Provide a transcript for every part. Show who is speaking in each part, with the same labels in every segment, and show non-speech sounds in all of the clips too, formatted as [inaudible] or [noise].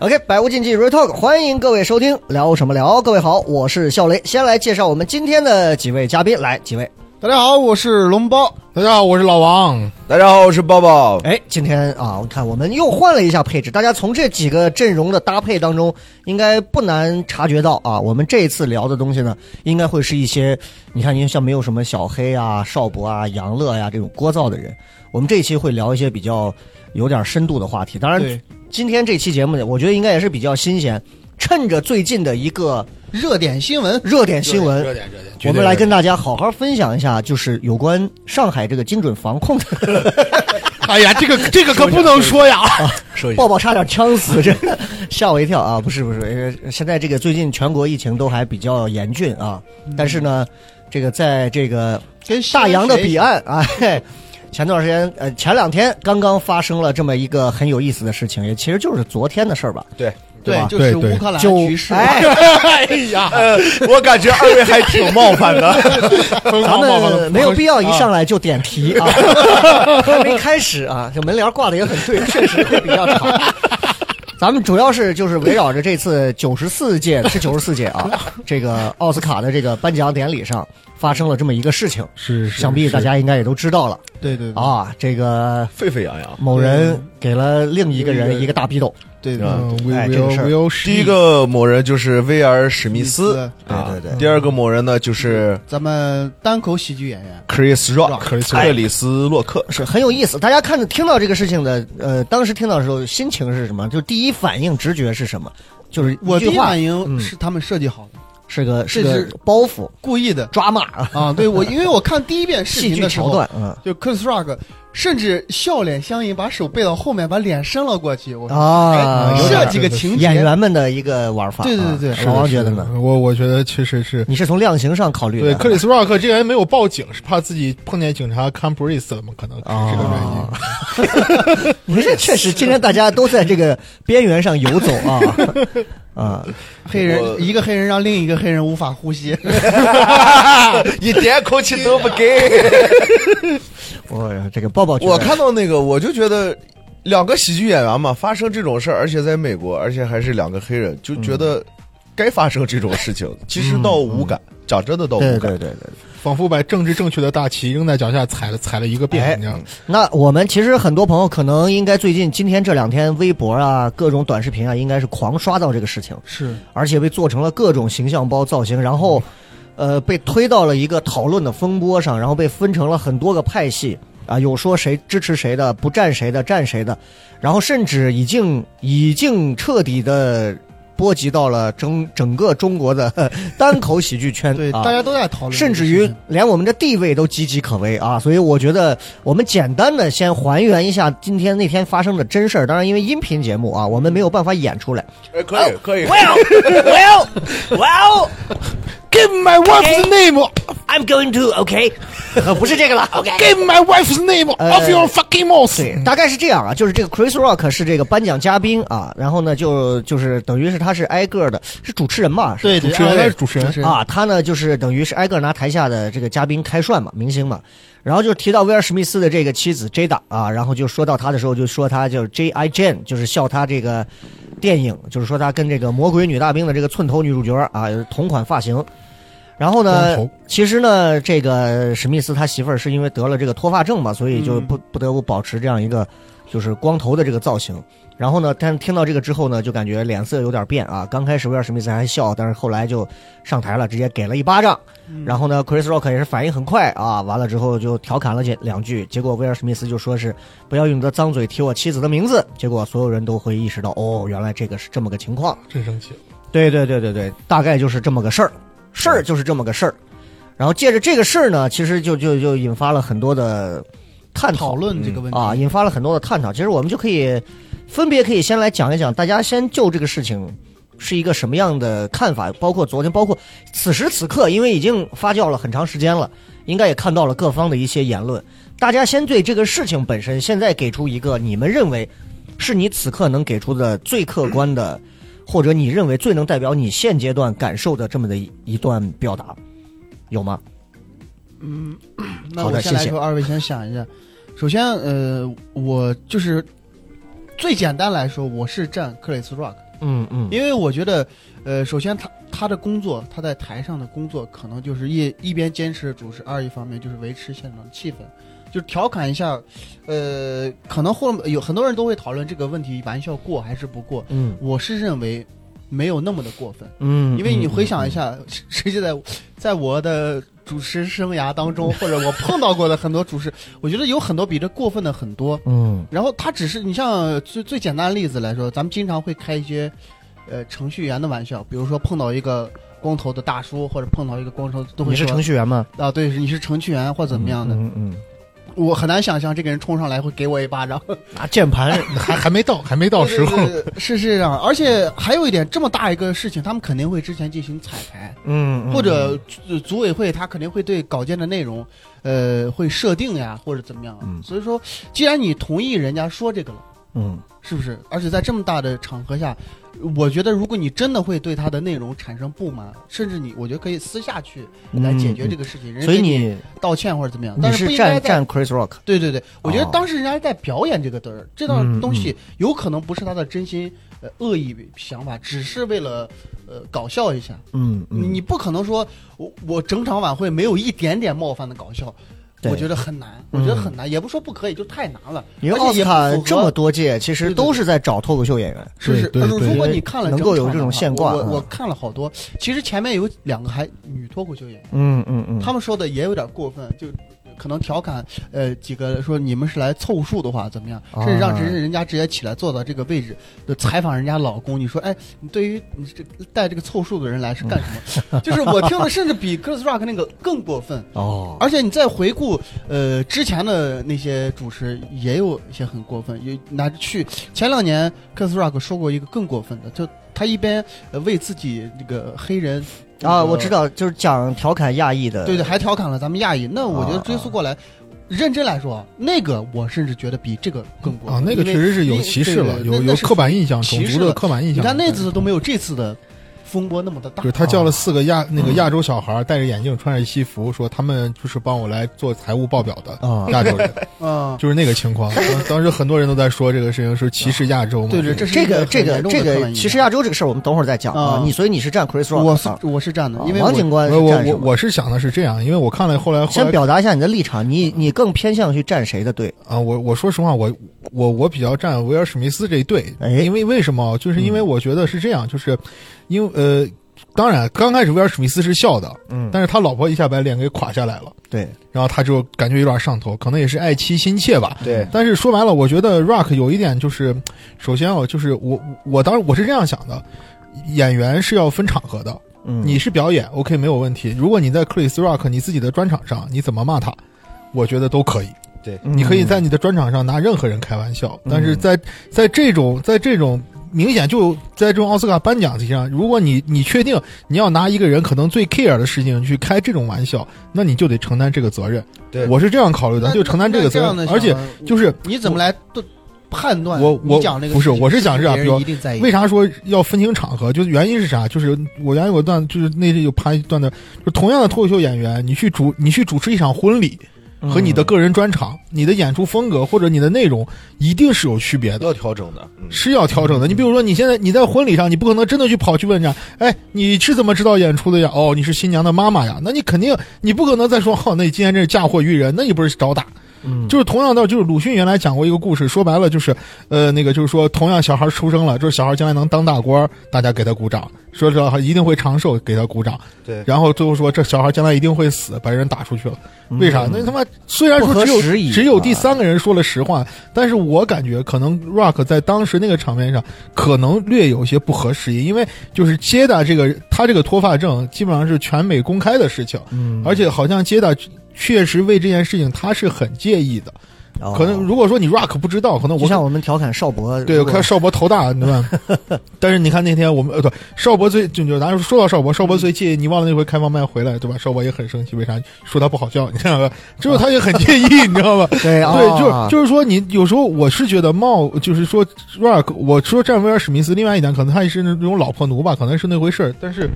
Speaker 1: OK，百无禁忌 Real Talk，欢迎各位收听，聊什么聊？各位好，我是笑雷。先来介绍我们今天的几位嘉宾，来几位。
Speaker 2: 大家好，我是龙包。大家好，我是老王。
Speaker 3: 大家好，我是抱抱。
Speaker 1: 哎，今天啊，我看我们又换了一下配置，大家从这几个阵容的搭配当中，应该不难察觉到啊，我们这一次聊的东西呢，应该会是一些，你看，因为像没有什么小黑啊、邵博啊、杨乐呀、这种聒噪的人，我们这一期会聊一些比较有点深度的话题。当然，
Speaker 2: 对，
Speaker 1: 今天这期节目呢，我觉得应该也是比较新鲜，趁着最近的一个
Speaker 2: 热点新闻，
Speaker 1: 热点新闻，
Speaker 2: 热点热点，
Speaker 1: 我们来跟大家好好分享一下，就是有关上海这个精准防控的。 [laughs]
Speaker 2: 哎呀，这个 [laughs] 这个可不能说呀。啊
Speaker 3: 说一下
Speaker 1: 抱抱差点呛死，
Speaker 2: [laughs]
Speaker 1: 这个吓我一跳啊！不是不是，呃现在这个最近全国疫情都还比较严峻啊，
Speaker 2: 嗯
Speaker 1: 但是呢，这个在这个
Speaker 2: 跟
Speaker 1: 大洋的彼
Speaker 2: 岸，
Speaker 1: 岸啊，嘿前段时间呃前两天刚刚发生了这么一个很有意思的事情，也其实就是昨天的事儿吧。
Speaker 3: 对，
Speaker 1: 吧
Speaker 2: 对，就是
Speaker 4: 对对
Speaker 2: 乌克兰
Speaker 1: 就
Speaker 2: 局势。 [laughs]
Speaker 1: 哎，
Speaker 2: 哎呀，
Speaker 3: 呃，我感觉二位还挺冒犯的。
Speaker 1: 咱
Speaker 2: 疯狂暴暴
Speaker 1: 们
Speaker 2: 的啊
Speaker 1: 没有必要一上来就点题
Speaker 2: [laughs]
Speaker 1: 啊，还没开始啊，这门帘挂的也很对，确实会比较长。咱们主要是就是围绕着这次九十四届是九十四届啊，这个奥斯卡的这个颁奖典礼上发生了这么一个事情，
Speaker 4: 是是
Speaker 1: 想必大
Speaker 4: 是
Speaker 1: 家应该也都知道了
Speaker 2: 对对对
Speaker 1: 啊。这个
Speaker 3: [laughs] 沸沸扬扬。
Speaker 1: 某人给了另一个人一个大逼斗，
Speaker 2: 对对
Speaker 3: 啊
Speaker 2: 对，
Speaker 4: 嗯，we
Speaker 1: 哎这个事儿
Speaker 4: will will
Speaker 3: 第一个某人就是威尔史密斯，啊
Speaker 1: 对对对
Speaker 3: 第二个某人呢就是
Speaker 2: 咱们单口喜剧演员，
Speaker 3: Chris Rock，
Speaker 4: Chris Rock
Speaker 3: 克里斯洛克。
Speaker 1: 是很有意思。大家看着听到这个事情的，呃，当时听到的时候心情是什么？就第一反应直觉是什么？就是一
Speaker 2: 我第
Speaker 1: 句
Speaker 2: 一
Speaker 1: 话
Speaker 2: 反
Speaker 1: 嗯
Speaker 2: 应是他们设计好的，
Speaker 1: 是个是
Speaker 2: 这
Speaker 1: 个
Speaker 2: 是
Speaker 1: 包袱
Speaker 2: 故意的
Speaker 1: 抓马 [laughs] 啊，
Speaker 2: 啊。对我，因为我看第一遍视
Speaker 1: 戏
Speaker 2: 频
Speaker 1: 剧
Speaker 2: 的时
Speaker 1: 桥
Speaker 2: 候，
Speaker 1: 段，嗯
Speaker 2: 就 Chris Rock 甚至笑脸相迎，把手背到后面，把脸伸了过去。我
Speaker 1: 啊，
Speaker 2: 哎
Speaker 1: 有点
Speaker 2: 设计个情节，
Speaker 1: 演员们的一个玩法啊，
Speaker 2: 对对对对
Speaker 1: 老王觉得呢？？
Speaker 4: 我我觉得确实是。
Speaker 1: 你是从量刑上考虑
Speaker 4: 对，
Speaker 1: 的，
Speaker 4: 克里斯·洛克这个人没有报警，是怕自己碰见警察 c o m p r i s 了吗？可能是这个原
Speaker 2: [laughs]
Speaker 4: 因。
Speaker 1: 啊，你这确实，今天大家都在这个边缘上游走
Speaker 2: [laughs]
Speaker 1: 啊啊，
Speaker 2: 黑
Speaker 3: 我
Speaker 2: 人一个黑人让另一个黑人无法呼吸。
Speaker 3: [laughs] 一点口气都不给。
Speaker 4: [laughs]
Speaker 1: 我这个抱抱觉得，
Speaker 3: 我看到那个，我就觉得两个喜剧演员嘛，发生这种事儿，而且在美国，而且还是两个黑人，就觉
Speaker 4: 嗯
Speaker 3: 得该发生这种事情。其实倒无感，讲真的倒无
Speaker 1: 对
Speaker 3: 感。
Speaker 1: 对对对。
Speaker 4: [laughs] 仿佛把政治正确的大旗扔在脚下踩了踩了一个
Speaker 1: 哎
Speaker 4: 遍，你知道吗？
Speaker 1: 那我们其实很多朋友可能应该最近今天这两天微博啊，各种短视频啊，应该是狂刷到这个事情，
Speaker 2: 是
Speaker 1: 而且被做成了各种形象包造型，然
Speaker 2: 嗯
Speaker 1: 后，呃，被推到了一个讨论的风波上，然后被分成了很多个派系啊，有说谁支持谁的，不站谁的，站谁的，然后甚至已经已经彻底的波及到了
Speaker 2: [laughs]
Speaker 1: 整整个中国的 [laughs] 呵单口喜剧圈，
Speaker 2: 对，
Speaker 1: 啊
Speaker 2: 大家都在讨论这
Speaker 1: 甚
Speaker 2: 个事情，
Speaker 1: 至于连我们的地位都岌岌可危啊！所以我觉得我们简单的先还原一下今天那天发生的真事儿。当然，因为音频节目啊，我们没有办法演出来。
Speaker 3: 哎可
Speaker 4: 哦
Speaker 3: 以可以，
Speaker 1: Well, well,
Speaker 4: Give my wife's name,
Speaker 1: I'm going to OK，不 [laughs] 是这个 [laughs] 了。OK，
Speaker 4: give my wife's name
Speaker 2: 哎
Speaker 4: off your fucking mouth。
Speaker 1: 对，大概是这样啊，就是这个 Chris Rock 是这个颁奖嘉宾啊，然后呢就就是等于是他是挨个儿的，是主持人嘛，是
Speaker 2: 对
Speaker 4: 主
Speaker 2: 对，
Speaker 4: 持人
Speaker 2: 啊他
Speaker 4: 也
Speaker 2: 是
Speaker 4: 是主持人
Speaker 2: 人
Speaker 1: 啊，他呢就是等于是挨个儿拿台下的这个嘉宾开涮嘛，明星嘛，然后就提到威尔史密斯的这个妻子 Jada 啊，然后就说到他的时候就说他叫 J I Jane，就是笑他这个电影，就是说他跟这个魔鬼女大兵的这个寸头女主角啊有同款发型。然后呢
Speaker 4: 光头，
Speaker 1: 其实呢，这个史密斯他媳妇儿是因为得了这个脱发症嘛，所以就不不得不保持这样一个就是光头的这个造型。然后呢，但听到这个之后呢，就感觉脸色有点变啊。刚开始威尔史密斯还笑，但是后来就上台了，直接给了一巴掌。然后呢，Chris Rock 也是反应很快啊，完了之后就调侃了这两句，结果威尔史密斯就说是不要用你的脏嘴提我妻子的名字。结果所有人都会意识到，哦，原来这个是这么个情况。
Speaker 4: 真生气了。
Speaker 1: 对对对对对，大概就是这么个事儿，事儿就是这么个事儿。然后借着这个事儿呢，其实就就就引发了很多的探讨
Speaker 2: 讨论这个问题
Speaker 1: 啊，引发了很多的探讨。其实我们就可以分别可以先来讲一讲，大家先就这个事情是一个什么样的看法，包括昨天，包括此时此刻，因为已经发酵了很长时间了，应该也看到了各方的一些言论。大家先对这个事情本身，现在给出一个你们认为是你此刻能给出的最客观的，或者你认为最能代表你现阶段感受的这么的一一段表达，有吗？
Speaker 2: 那
Speaker 1: 好的
Speaker 2: 我先来
Speaker 1: 谢谢
Speaker 2: 说，二位先想一下。首先，呃，我就是最简单来说，我是站克里斯 ·Rock，
Speaker 1: 嗯嗯
Speaker 2: 因为我觉得，呃，首先他他的工作，他在台上的工作，可能就是一一边坚持主持，二一方面就是维持现场的气氛，就是调侃一下，呃，可能后有很多人都会讨论这个问题，玩笑过还是不过，
Speaker 1: 嗯
Speaker 2: 我是认为没有那么的过分。
Speaker 1: 嗯
Speaker 2: 因为你回想一，下，实际在在我的主持生涯当中，或者我碰到过的很多主持，我觉得有很多比这过分的很多。
Speaker 1: 嗯
Speaker 2: 然后他只是你像最最简单的例子来说，咱们经常会开一些呃程序员的玩笑，比如说碰到一个光头的大叔，或者碰到一个光头都
Speaker 1: 你
Speaker 2: 会
Speaker 1: 是
Speaker 2: 说
Speaker 1: 程序员吗？
Speaker 2: 啊，对，你是程序员或怎么样的。
Speaker 1: 嗯嗯，
Speaker 2: 我很难想象这个人冲上来会给我一
Speaker 1: [laughs]
Speaker 2: 巴掌。
Speaker 1: 拿键盘，
Speaker 4: 还还没到，还没到时候。
Speaker 2: 对对对 [laughs] 是是这样，而且还有一点，这么大一个事情，他们肯定会之前进行彩排。
Speaker 1: 嗯
Speaker 2: 或者组组委会他肯定会对稿件的内容，呃，会设定呀，或者怎么样啊。
Speaker 1: 嗯
Speaker 2: 所以说，既然你同意人家说这个了，
Speaker 1: 嗯
Speaker 2: 是不是？而且在这么大的场合下，我觉得如果你真的会对他的内容产生不满，甚至你，我觉得可以私下去来解决这
Speaker 1: 个，
Speaker 2: 个事情，人家
Speaker 1: 嗯所以
Speaker 2: 给
Speaker 1: 你
Speaker 2: 道歉或者怎么样，
Speaker 1: 你
Speaker 2: 但不
Speaker 1: 是
Speaker 2: 应该
Speaker 1: 站
Speaker 2: 在。
Speaker 1: 站 Chris Rock，
Speaker 2: 对对对，我觉得
Speaker 1: 哦
Speaker 2: 当时人家在表演这个嘚儿，这
Speaker 1: 嗯
Speaker 2: 段东西有可能不是他的真心呃恶意想法，只是为了呃搞笑一下。
Speaker 1: 嗯嗯，
Speaker 2: 你不可能说我我整场晚会没有一点点冒犯的搞笑，
Speaker 1: 对嗯
Speaker 2: 我觉得很难，我觉得很难，也不说不可以，就太难了。
Speaker 1: 因为
Speaker 2: 而
Speaker 1: 奥
Speaker 2: 且
Speaker 1: 斯
Speaker 2: 也
Speaker 1: 卡
Speaker 2: 不符合
Speaker 1: 这么多届，其实
Speaker 2: 对对
Speaker 1: 都是在找脱口秀演员。
Speaker 2: 是是，
Speaker 4: 对对
Speaker 2: 但是如
Speaker 4: 对
Speaker 2: 果你看了
Speaker 1: 能
Speaker 2: 整
Speaker 1: 够有
Speaker 2: 场
Speaker 1: 这
Speaker 2: 的
Speaker 1: 种
Speaker 2: 话
Speaker 1: 现挂
Speaker 2: 我
Speaker 1: 嗯
Speaker 2: 我看了好多，其实前面有两个还女脱口秀演员，
Speaker 1: 嗯嗯嗯
Speaker 2: 他们说的也有点过分，就。可能调侃，呃，几个说你们是来凑数的话怎么样？
Speaker 1: 啊
Speaker 2: 甚至让人人家直接起来坐到这个位置，就采访人家老公。你说，哎，你对于你这带这个凑数的人来是干什么？ [laughs] 就是我听的，甚至比 Girls Rock 那个更过分。
Speaker 1: 哦，
Speaker 2: 而且你再回顾，呃，之前的那些主持也有一些很过分，有拿去前两年 k i s Rock 说过一个更过分的，就他一边呃为自己那个黑人
Speaker 1: 啊，我知，
Speaker 2: 呃
Speaker 1: 道，就是讲调侃亚裔的，
Speaker 2: 对对，还调侃了咱们亚裔。那我觉得
Speaker 1: 啊
Speaker 2: 追溯过来，认真来说，那个我甚至觉得比这个更过分
Speaker 4: 啊，那个确实是有歧视了，
Speaker 2: 因为
Speaker 4: 有
Speaker 2: 那
Speaker 4: 有
Speaker 2: 那是
Speaker 4: 刻板印象，种
Speaker 2: 歧视
Speaker 4: 族的
Speaker 2: 了
Speaker 4: 刻板印
Speaker 2: 你
Speaker 4: 象。
Speaker 2: 看那
Speaker 4: 对
Speaker 2: 次都没有这次的风波那么的大。
Speaker 4: 就是他叫了四个亚
Speaker 2: 嗯
Speaker 4: 那个亚洲小孩，戴着眼镜，穿着西服，说他们就是帮我来做财务报表的
Speaker 1: 啊
Speaker 2: 嗯
Speaker 4: 亚洲人，
Speaker 2: 啊，
Speaker 4: 就是那个情况。当当时很多人都在说这个事情是歧视亚洲嘛，
Speaker 2: 嗯对对，这是
Speaker 1: 这
Speaker 2: 一
Speaker 1: 个这
Speaker 2: 很
Speaker 1: 个
Speaker 2: 严重的
Speaker 1: 这
Speaker 2: 刻板
Speaker 1: 个，
Speaker 2: 印象
Speaker 1: 其实亚洲这个事儿我们等会儿再讲啊
Speaker 2: 啊。
Speaker 1: 你所以你是站 Chris Rock，
Speaker 2: 我是
Speaker 1: 啊
Speaker 2: 我是站的
Speaker 1: 啊，
Speaker 2: 因为
Speaker 1: 王
Speaker 2: 我
Speaker 1: 警官
Speaker 4: 我
Speaker 1: 是
Speaker 4: 我
Speaker 1: 站什
Speaker 4: 我
Speaker 1: 么
Speaker 4: 我是想的是这样，因为我看了后来后
Speaker 1: 先
Speaker 4: 来
Speaker 1: 表达一下你的立场，你你更偏向于站谁的队？
Speaker 4: 啊，我我说实话，我我我比较站威尔史密斯这一队，
Speaker 1: 哎
Speaker 4: 因为为什么？就是
Speaker 1: 嗯
Speaker 4: 因为我觉得是这样，就是因为呃，当然刚开始威尔史密斯是笑的，
Speaker 1: 嗯
Speaker 4: 但是他老婆一下把脸给垮下来了，
Speaker 1: 对，
Speaker 4: 然后他就感觉有点上头，可能也是爱妻心切吧。
Speaker 3: 对
Speaker 4: 但是说白了，我觉得 Rock 有一点就是，首先哦，就是我我当时我是这样想的，演员是要分场合的。
Speaker 1: 嗯，
Speaker 4: 你是表演 OK 没有问题，如果你在 Chris Rock 你自己的专场上，你怎么骂他，我觉得都可以。
Speaker 3: 对，
Speaker 1: 嗯
Speaker 4: 你可以在你的专场上拿任何人开玩笑，
Speaker 1: 嗯
Speaker 4: 但是在在这种在这种明显就在这种奥斯卡颁奖题上，如果你你确定你要拿一个人可能最 care 的事情去开这种玩笑，那你就得承担这个责任。
Speaker 3: 对
Speaker 4: 我是这样考虑的，
Speaker 2: 那
Speaker 4: 就承担
Speaker 2: 那
Speaker 4: 这个
Speaker 2: 这
Speaker 4: 责
Speaker 2: 样的
Speaker 4: 任，
Speaker 2: 想
Speaker 4: 而且
Speaker 2: 法
Speaker 4: 就是
Speaker 2: 你怎么来断判断？
Speaker 4: 我我
Speaker 2: 你讲这个
Speaker 4: 不是
Speaker 2: 事情
Speaker 4: 我是想是啊
Speaker 2: 别
Speaker 4: 比
Speaker 2: 人
Speaker 4: 如
Speaker 2: 一定在意
Speaker 4: 为啥说要分清场合？就是原因是啥？就是我原来有段，就是那里有拍一段的，就同样的脱口秀演员，你去主你去主持一场婚礼
Speaker 1: 嗯
Speaker 4: 和
Speaker 2: 嗯
Speaker 4: 你的个人专场，你的演出风格或者你的内容一定是有区别的。
Speaker 3: 要调整的，嗯
Speaker 4: 是要调整的。你比如说，你现在你在婚礼上，你不可能真的去跑去问人家，哎，你是怎么知道演出的呀？哦，你是新娘的妈妈呀？那你肯定你不可能再说，哦，那你今天这是嫁祸于人，那你不是找打？
Speaker 1: 嗯
Speaker 4: 就是同样道理，就是鲁迅原来讲过一个故事，说白了就是，呃，那个就是说，同样小孩出生了，这小孩将来能当大官儿，大家给他鼓掌，说这小孩一定会长寿，给他鼓掌。
Speaker 3: 对
Speaker 4: 然后最后说这小孩将来一定会死，把人打出去了。为啥？那他妈虽然说只
Speaker 1: 嗯不合时宜
Speaker 4: 有只有
Speaker 1: 啊
Speaker 4: 第三个人说了实话，但是我感觉可能 Rock 在当时那个场面上可能略有些不合时宜，因为就是接达这个他这个脱发症基本上是全美公开的事情，
Speaker 1: 嗯
Speaker 4: 而且好像接达确实为这件事情他是很介意的。
Speaker 1: 哦
Speaker 4: 可能如果说你 Rock 不知道，可能
Speaker 1: 就
Speaker 4: 我
Speaker 1: 像我们调侃邵博，
Speaker 4: 对，
Speaker 1: 如
Speaker 4: 我
Speaker 1: 果
Speaker 4: 看邵博头大，对吧？
Speaker 1: [laughs]
Speaker 4: 但是你看那天我们呃，对，邵博最就就咱说到邵博，邵博最介意，你忘了那回开放麦回来，对吧？邵博也很生气，为啥？说他不好笑，你知道吧？之后他也很
Speaker 1: [laughs]
Speaker 4: 介意，你知道吧？
Speaker 1: 对啊，
Speaker 4: 对，就是就是说，你有时候我是觉得冒，就是说 Rock，我说站威尔史密斯，另外一点可能他也是那种老婆奴吧，可能是那回事儿。但是，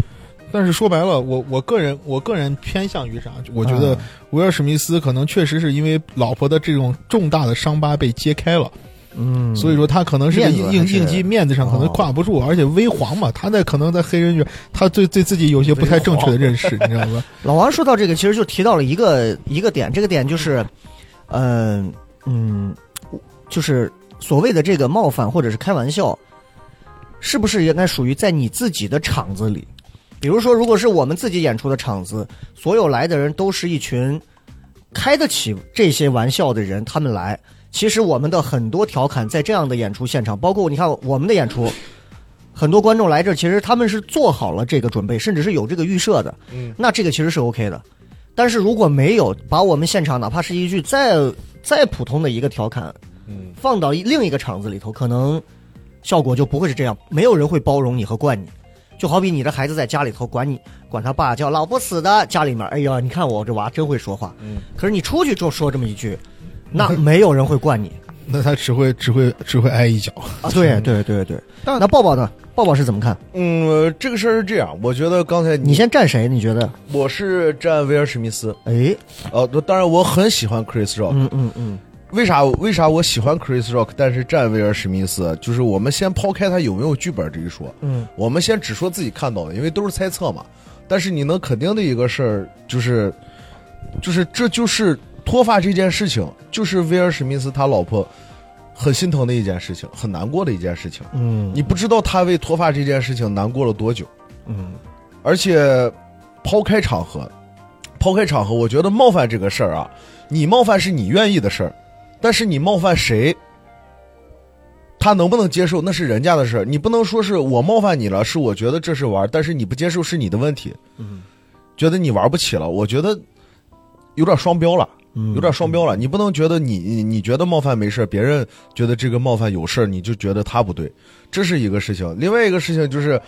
Speaker 4: 但是说白了，我我个人我个人偏向于啥？我觉得
Speaker 1: 嗯
Speaker 4: 威尔史密斯可能确实是因为老婆的这种重大的伤疤被揭开了，
Speaker 1: 嗯，
Speaker 4: 所以说他可能是个
Speaker 1: 面子
Speaker 4: 应
Speaker 1: 还
Speaker 4: 应
Speaker 1: 是
Speaker 4: 应激面子上可能
Speaker 1: 哦
Speaker 4: 跨不住，而且微黄嘛，他在可能在黑人圈，他对对自己有些不太正确的认识，你知道
Speaker 1: [laughs]
Speaker 4: 吧？
Speaker 1: 老王说到这个，其实就提到了一个一个点，这个点就是，嗯、嗯，就是所谓的这个冒犯或者是开玩笑，是不是应该属于在你自己的场子里？比如说，如果是我们自己演出的场子，所有来的人都是一群开得起这些玩笑的人，他们来，其实我们的很多调侃在这样的演出现场，包括你看我们的演出，很多观众来这儿，其实他们是做好了这个准备，甚至是有这个预设的。
Speaker 3: 嗯，
Speaker 1: 那这个其实是 OK 的。但是如果没有把我们现场哪怕是一句再再普通的一个调侃，
Speaker 3: 嗯，
Speaker 1: 放到一另一个场子里头，可能效果就不会是这样。没有人会包容你和惯你。就好比你的孩子在家里头管你管他爸叫老不死的，家里面哎呀，你看我这娃真会说话。
Speaker 3: 嗯
Speaker 1: 可是你出去就说这么一
Speaker 3: [laughs]
Speaker 1: 句，那没有人会惯你
Speaker 4: 那他只会只会只会哎挨一脚。
Speaker 1: 啊。对对对对。
Speaker 2: 但
Speaker 1: 那抱抱呢？抱抱是怎么看？
Speaker 3: 嗯，呃这个事儿是这样，我觉得刚才
Speaker 1: 你先站谁？你觉得？
Speaker 3: 我是站威尔史密斯，
Speaker 1: 哎，
Speaker 3: 呃，当然我很喜欢 Chris Rock，
Speaker 1: 嗯嗯嗯
Speaker 3: 为啥为啥我喜欢 Chris Rock，但是站威尔史密斯？就是我们先抛开他有没有剧本这一说，
Speaker 1: 嗯，
Speaker 3: 我们先只说自己看到的，因为都是猜测嘛。但是你能肯定的一个事儿就是，就是这就是脱发这件事情，就是威尔史密斯他老婆很心疼的一件事情，很难过的一件事情。
Speaker 1: 嗯
Speaker 3: 你不知道他为脱发这件事情难过了多久。
Speaker 1: 嗯
Speaker 3: 而且抛开场合，抛开场合，我觉得冒犯这个事儿啊，你冒犯是你愿意的事儿，但是你冒犯谁，他能不能接受那是人家的事儿，你不能说是我冒犯你了，是我觉得这是玩儿，但是你不接受是你的问题，
Speaker 1: 嗯，
Speaker 3: 觉得你玩不起了，我觉得有点双标了。
Speaker 1: 嗯
Speaker 3: 有点双标了。你不能觉得你你你觉得冒犯没事儿，别人觉得这个冒犯有事儿，你就觉得他不对，这是一个事情。另外一个事情就是，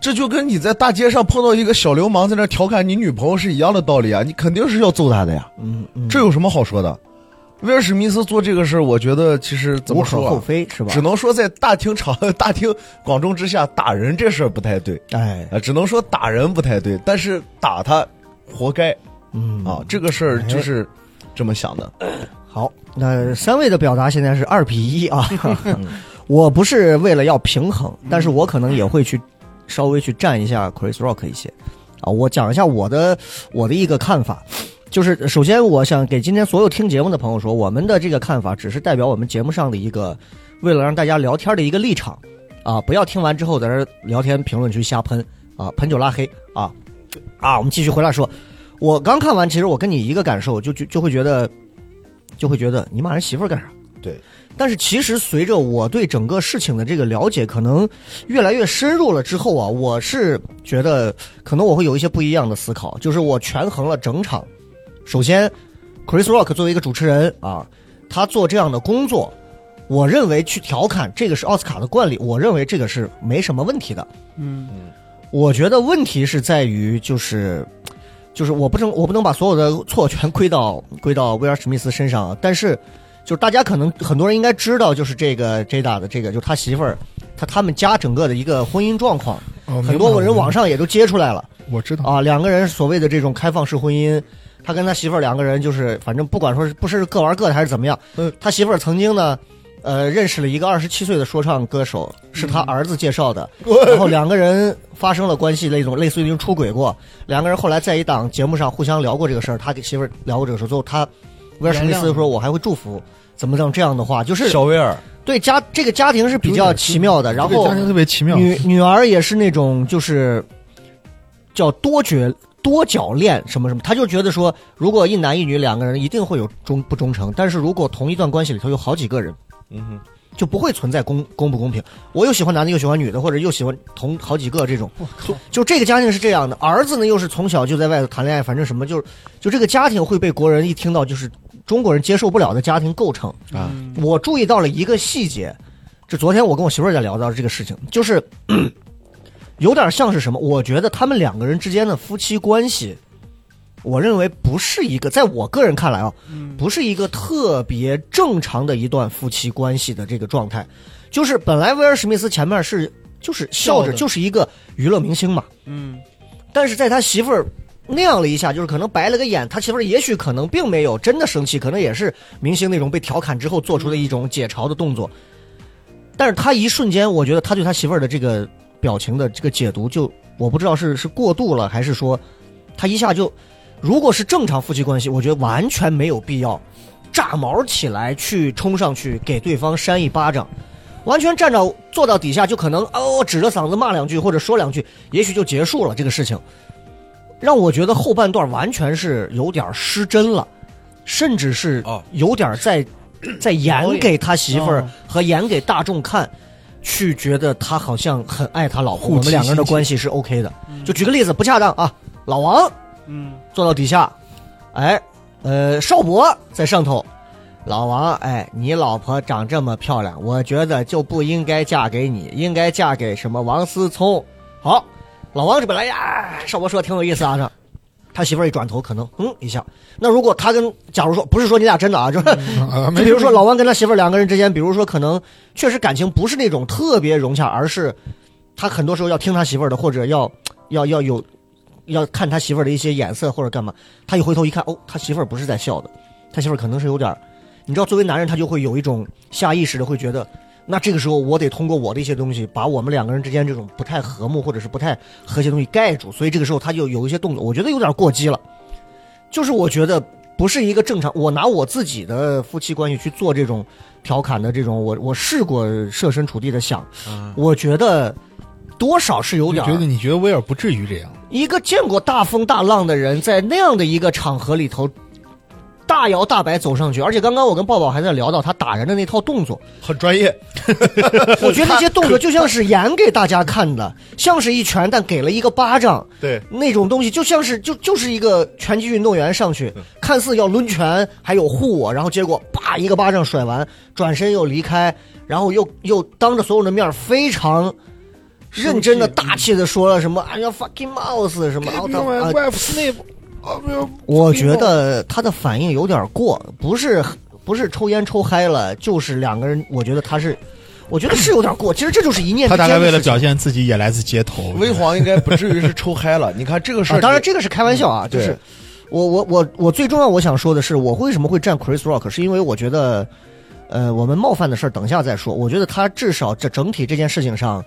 Speaker 3: 这就跟你在大街上碰到一个小流氓在那调侃你女朋友是一样的道理啊，你肯定是要揍他的呀，
Speaker 1: 嗯嗯，
Speaker 3: 这有什么好说的？威尔史密斯做这个事儿，我觉得其实怎
Speaker 1: 无
Speaker 3: 么
Speaker 1: 可
Speaker 3: 说、
Speaker 1: 厚
Speaker 3: 啊，
Speaker 1: 非是吧？
Speaker 3: 只能说在大庭场 [laughs] 大庭广众之下打人这事儿不太对
Speaker 1: 哎
Speaker 3: 啊、，只能说打人不太对，但是打他活该
Speaker 1: 嗯
Speaker 3: 啊，这个事儿就是这么想的。
Speaker 1: 好，那三位的表达现在是二比一啊。 [laughs] 我不是为了要平衡，但是我可能也会去稍微去站一下 Chris Rock 一些啊。我讲一下我的我的一个看法，就是首先我想给今天所有听节目的朋友说，我们的这个看法只是代表我们节目上的一个为了让大家聊天的一个立场啊，不要听完之后在那儿聊天评论区瞎喷啊，喷就拉黑啊啊。我们继续回来说，我刚看完，其实我跟你一个感受，就就就会觉得。就会觉得你骂人媳妇儿干啥？
Speaker 3: 对，
Speaker 1: 但是其实随着我对整个事情的这个了解，可能越来越深入了之后啊，我是觉得可能我会有一些不一样的思考，就是我权衡了整场。首先，Chris Rock 作为一个主持人啊，他做这样的工作，我认为去调侃这个是奥斯卡的惯例，我认为这个是没什么问题的。
Speaker 2: 嗯
Speaker 1: 我觉得问题是在于，就是，就是我不能我不能把所有的错全归到归到威尔史密斯身上啊，但是，就是大家可能很多人应该知道，就是这个 Jada 的这个，就他媳妇儿，他他们家整个的一个婚姻状况，
Speaker 4: 哦
Speaker 1: 很多人网
Speaker 4: 上
Speaker 1: 上也都揭出来了
Speaker 4: 我知道，
Speaker 1: 啊，两个人所谓的这种开放式婚姻。他跟他媳妇儿两个人就是，反正不管说是不是各玩各的还是怎么样，
Speaker 3: 嗯
Speaker 1: 他媳妇儿曾经呢，呃，认识了一个二十七岁的说唱歌手，是他儿子介绍的，然后两个人发生了关系，那种类似于那种出轨过。两个人后来在一档节目上互相聊过这个事儿，他给媳妇儿聊过这个事儿，最后他威尔史密
Speaker 2: 原谅
Speaker 1: 斯
Speaker 2: 了
Speaker 1: 说：“我还会祝福。”怎么怎么这样的话，就是
Speaker 3: 小威尔，
Speaker 1: 对家这个家庭是比较奇妙的。然
Speaker 4: 这个
Speaker 1: 后
Speaker 4: 家庭特别奇妙，
Speaker 1: 女女儿也是那种就是叫多角多角恋什么什么，他就觉得说，如果一男一女两个人一定会有忠不忠诚，但是如果同一段关系里头有好几个人，
Speaker 3: 嗯哼，
Speaker 1: 就不会存在公公不公平。我又喜欢男的，又喜欢女的，或者又喜欢同好几个这种。就就这个家庭是这样的，儿子呢又是从小就在外头谈恋爱，反正什么就是，就这个家庭会被国人一听到就是中国人接受不了的家庭构成。
Speaker 3: 啊
Speaker 2: 嗯
Speaker 1: 我注意到了一个细节，这昨天我跟我媳妇儿在聊到这个事情，就是咳有点像是什么？我觉得他们两个人之间的夫妻关系，我认为不是一个，在我个人看来啊，
Speaker 2: 嗯
Speaker 1: 不是一个特别正常的一段夫妻关系的这个状态。就是本来威尔史密斯前面是就是笑
Speaker 2: 笑
Speaker 1: 着，
Speaker 2: 的
Speaker 1: 就是一个娱乐明星嘛，
Speaker 2: 嗯
Speaker 1: 但是在他媳妇儿那样了一下，就是可能白了个眼，他媳妇儿也许可能并没有真的生气，可能也是明星那种被调侃之后做出的一种解嘲的动作。但是他一瞬间，我觉得他对他媳妇儿的这个表情的这个解读就，我不知道是是过度了，还是说他一下就，如果是正常夫妻关系，我觉得完全没有必要炸毛起来去冲上去给对方扇一巴掌。完全站到坐到底下，就可能哦，指着嗓子骂两句或者说两句，也许就结束了这个事情。让我觉得后半段完全是有点失真了，甚至是
Speaker 3: 哦
Speaker 1: 有点在、在演
Speaker 2: 表演
Speaker 1: 给哎他媳妇儿
Speaker 2: 哦
Speaker 1: 和演给大众看，去觉得他好像很爱他老婆，
Speaker 4: 互
Speaker 1: 我
Speaker 4: 击
Speaker 1: 们两个人的关系是 OK 的。就举个例子，不恰当啊，老王
Speaker 2: 嗯
Speaker 1: 坐到底下，哎，呃，邵博在上头，老王，哎，你老婆长这么漂亮，我觉得就不应该嫁给你，应该嫁给什么王思聪。好，老王这本来呀，邵博说挺有意思啊，这。他媳妇儿一转头，可能嗯一下。那如果他跟，假如说不是说你俩真的啊，就是
Speaker 4: 啊，没
Speaker 1: 就比如说老王跟他媳妇儿两个人之间，比如说可能确实感情不是那种特别融洽，而是他很多时候要听他媳妇儿的，或者要要要有要看他媳妇儿的一些眼色或者干嘛。他一回头一看，哦，他媳妇儿不是在笑的，他媳妇儿可能是有点儿，你知道，作为男人他就会有一种下意识的会觉得。那这个时候，我得通过我的一些东西，把我们两个人之间这种不太和睦或者是不太和谐的东西盖住。所以这个时候，他就有一些动作，我觉得有点过激了。就是我觉得不是一个正常，我拿我自己的夫妻关系去做这种调侃的这种，我我试过设身处地的想，我觉得多少是有
Speaker 4: 我
Speaker 1: 点
Speaker 4: 觉
Speaker 1: 儿
Speaker 4: 得你觉得威尔不至于这样，
Speaker 1: 一个见过大风大浪的人，在那样的一个场合里头。大摇大摆走上去，而且刚刚我跟抱抱还在聊到他打人的那套动作，
Speaker 3: 很专业，
Speaker 1: [laughs] 我觉得那些动作就像是演给大家看的，像是一拳，但给了一个巴掌，
Speaker 3: 对，
Speaker 1: 那种东西就像是就就是一个拳击运动员上去，
Speaker 2: 嗯
Speaker 1: 看似要抡拳，还有护我，然后结果啪一个巴掌甩完，转身又离开，然后又又当着所有人的面儿非常认真的、
Speaker 2: 生气
Speaker 1: 大气的说了什么“哎呀 fucking mouse” 什么 out of- 啊
Speaker 4: wife snip，啊没有，
Speaker 1: 我觉得他的反应有点过，不是不是抽烟抽嗨了，就是两个人，我觉得他是，我觉得是有点过。其实这就是一念之
Speaker 4: 他大
Speaker 1: 间的
Speaker 4: 概为了
Speaker 1: 事情
Speaker 4: 表现自己也来自街头，
Speaker 3: 微黄应该不至于是抽嗨了。你看这个事
Speaker 1: 啊，
Speaker 3: 儿，
Speaker 1: 当然这个是开玩笑啊，就
Speaker 3: 对
Speaker 1: 是我我我我最重要我想说的是，我为什么会站 Chris Rock，是因为我觉得，呃，我们冒犯的事儿等一下再说。我觉得他至少这整体这件事情上，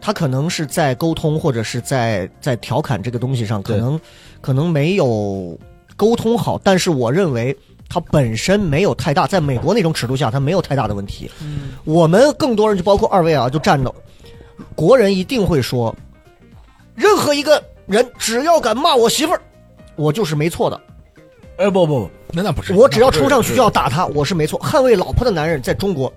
Speaker 1: 他可能是在沟通或者是在在调侃这个东西上，可
Speaker 3: 对
Speaker 1: 能可能没有沟通好，但是我认为。他本身没有太大，在美国那种尺度下，他没有太大的问题。
Speaker 2: 嗯
Speaker 1: 我们更多人就包括二位啊，就站着，国人一定会说，任何一个人只要敢骂我媳妇儿，我就是没错的。
Speaker 3: 哎不不不，
Speaker 4: 那那不是
Speaker 1: 我只要冲上去就要打他，我是没错。捍卫老婆的男人在中国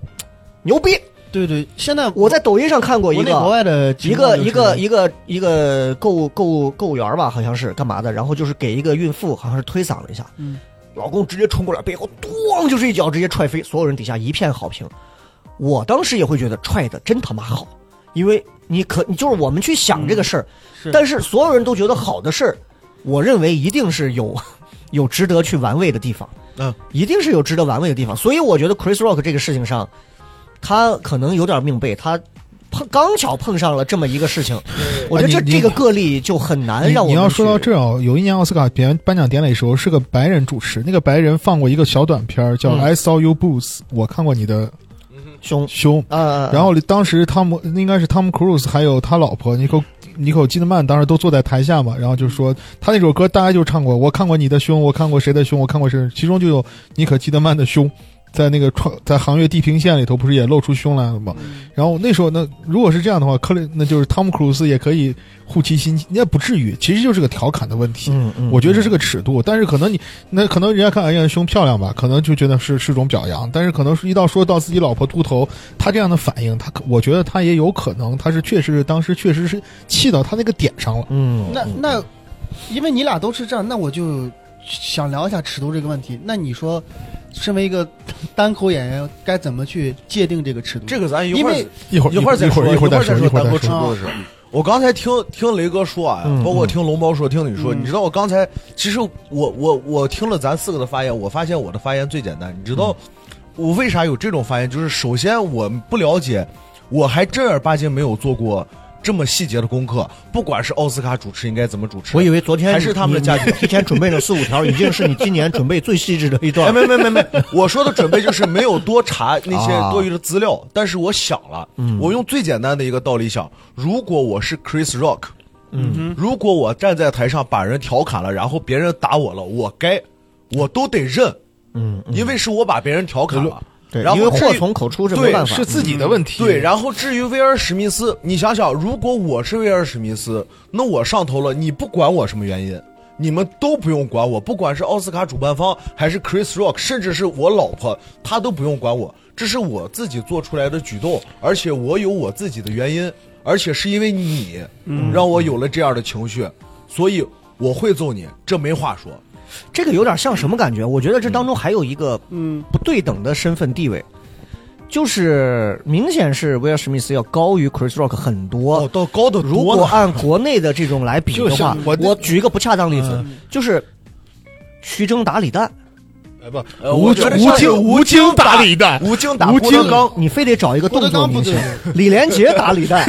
Speaker 1: 牛逼。
Speaker 2: 对对，现在
Speaker 1: 我在抖音上看过一
Speaker 2: 国内国
Speaker 1: 个
Speaker 2: 外的
Speaker 1: 一
Speaker 2: 情况
Speaker 1: 个
Speaker 2: 就是
Speaker 1: 一个一个一个购物购物购物员吧，好像是干嘛的，然后就是给一个孕妇好像是推搡了一下，
Speaker 2: 嗯，
Speaker 1: 老公直接冲过来，背后咣就是一脚直接踹飞，所有人底下一片好评。我当时也会觉得踹的真他妈好，因为你可你就是我们去想
Speaker 2: 嗯
Speaker 1: 这个事儿，
Speaker 2: 是
Speaker 1: 但是所有人都觉得好的事儿，我认为一定是有 [laughs] 有值得去玩味的地方，
Speaker 3: 嗯，
Speaker 1: 一定是有值得玩味的地方。所以我觉得 Chris Rock 这个事情上，他可能有点命背，他碰刚巧碰上了这么一个
Speaker 4: [laughs]
Speaker 1: 事情，我觉得这
Speaker 4: 啊你
Speaker 1: 这个个例就很难
Speaker 4: 哎你
Speaker 1: 让我
Speaker 4: 你要
Speaker 1: 们去
Speaker 4: 说到这儿哦，有一年奥斯卡颁颁奖典礼的时候，是个白人主持，那个白人放过一个小短片儿叫《
Speaker 1: 嗯
Speaker 4: I Saw You Booth》，我看过你的
Speaker 1: 凶，
Speaker 4: 胸。
Speaker 1: 呃，
Speaker 4: 然后当时汤姆应该是汤姆·克鲁斯还有他老婆尼可尼可基德曼，当时都坐在台下嘛，然后就说他那首歌大家就唱过，我看过你的胸，我看过谁的胸，我看过谁的，其中就有尼可基德曼的胸。在那个创在航越地平线里头，不是也露出胸来了吗？
Speaker 2: 嗯
Speaker 4: 然后那时候呢，如果是这样的话，克林那就是汤姆·克鲁斯也可以护其心切，那不至于，其实就是个调侃的问题。
Speaker 1: 嗯嗯，
Speaker 4: 我觉得这是个尺度，但是可能你那可能人家看哎呀胸漂亮吧，可能就觉得是是种表扬，但是可能是一到说到自己老婆秃头，他这样的反应，他可我觉得他也有可能，他是确实是当时确实是气到他那个点上了。
Speaker 1: 嗯，
Speaker 2: 那那，因为你俩都是这样，那我就想聊一下尺度这个问题。那你说，身为一个单口演员，该怎么去界定这个尺度？
Speaker 3: 这个咱一会儿
Speaker 2: 因为
Speaker 4: 一会儿
Speaker 3: 一会儿再
Speaker 4: 一会
Speaker 3: 说
Speaker 4: 儿
Speaker 3: 一
Speaker 4: 会儿再
Speaker 3: 再
Speaker 4: 一会
Speaker 3: 单
Speaker 4: 儿再
Speaker 3: 国
Speaker 4: 说
Speaker 3: 尺。度的事。嗯我刚才听听雷哥说啊
Speaker 1: 嗯，
Speaker 3: 包括听龙包说，听你说，
Speaker 2: 嗯
Speaker 3: 你知道我刚才其实我我我听了咱四个的发言，我发现我的发言最简单。你知道
Speaker 4: 嗯
Speaker 3: 我为啥有这种发言？就是首先我不了解，我还正儿八经没有做过这么细节的功课，不管是奥斯卡主持应该怎么主持，
Speaker 1: 我以为昨天
Speaker 3: 还是他们的家庭
Speaker 1: 你你提前准备了四五条，已经是你今年准备最细致的一段
Speaker 3: 哎，。没没没没，
Speaker 1: [laughs]
Speaker 3: 我说的准备就是没有多查那
Speaker 1: 啊嗯
Speaker 3: 些多余的资料，但是我想了，我用最简单的一个道理想，如果我是 Chris Rock，嗯，如果我站在台上把人调侃了，然后别人打我了，我该，我都得认，
Speaker 1: 嗯，
Speaker 3: 因为是我把别人调侃了，
Speaker 1: 对，
Speaker 3: 然
Speaker 1: 因为
Speaker 3: 后至于
Speaker 1: 祸从口出，这没
Speaker 3: 对
Speaker 1: 办法。嗯
Speaker 4: 是自己的问题。
Speaker 3: 对，然后至于威尔史密斯，你想想，如果我是威尔史密斯，那我上头了，你不管我什么原因，你们都不用管我，不管是奥斯卡主办方，还是 Chris Rock，甚至是我老婆，她都不用管我，这是我自己做出来的举动，而且我有我自己的原因，而且是因为你，
Speaker 1: 嗯
Speaker 3: 让我有了这样的情绪，所以我会揍你，这没话说。
Speaker 1: 这个有点像什么感觉？我觉得这当中还有一个
Speaker 2: 嗯，
Speaker 1: 不对等的身份地位，就是明显是威尔史密斯要高于 Chris Rock 很多
Speaker 3: 哦，。到高的
Speaker 1: 如
Speaker 3: 多
Speaker 1: 果
Speaker 3: 呢，
Speaker 1: 按国内的这种来比的话
Speaker 4: 就，是
Speaker 1: 我
Speaker 4: 我
Speaker 1: 举一个不恰当例
Speaker 2: 嗯
Speaker 1: 子，就是徐峥打李诞，
Speaker 3: 呃
Speaker 4: 无
Speaker 3: 我觉得
Speaker 4: 无
Speaker 3: 像
Speaker 4: 精无精打理的，
Speaker 3: 吴京打
Speaker 4: 吴
Speaker 3: 郭德
Speaker 4: 京
Speaker 3: 纲。
Speaker 1: 你非得找一个
Speaker 2: 郭
Speaker 1: 动
Speaker 2: 德
Speaker 1: 作
Speaker 2: 纲不
Speaker 1: 明
Speaker 2: 对
Speaker 1: 显，，李连
Speaker 2: [laughs]
Speaker 1: 杰打李诞，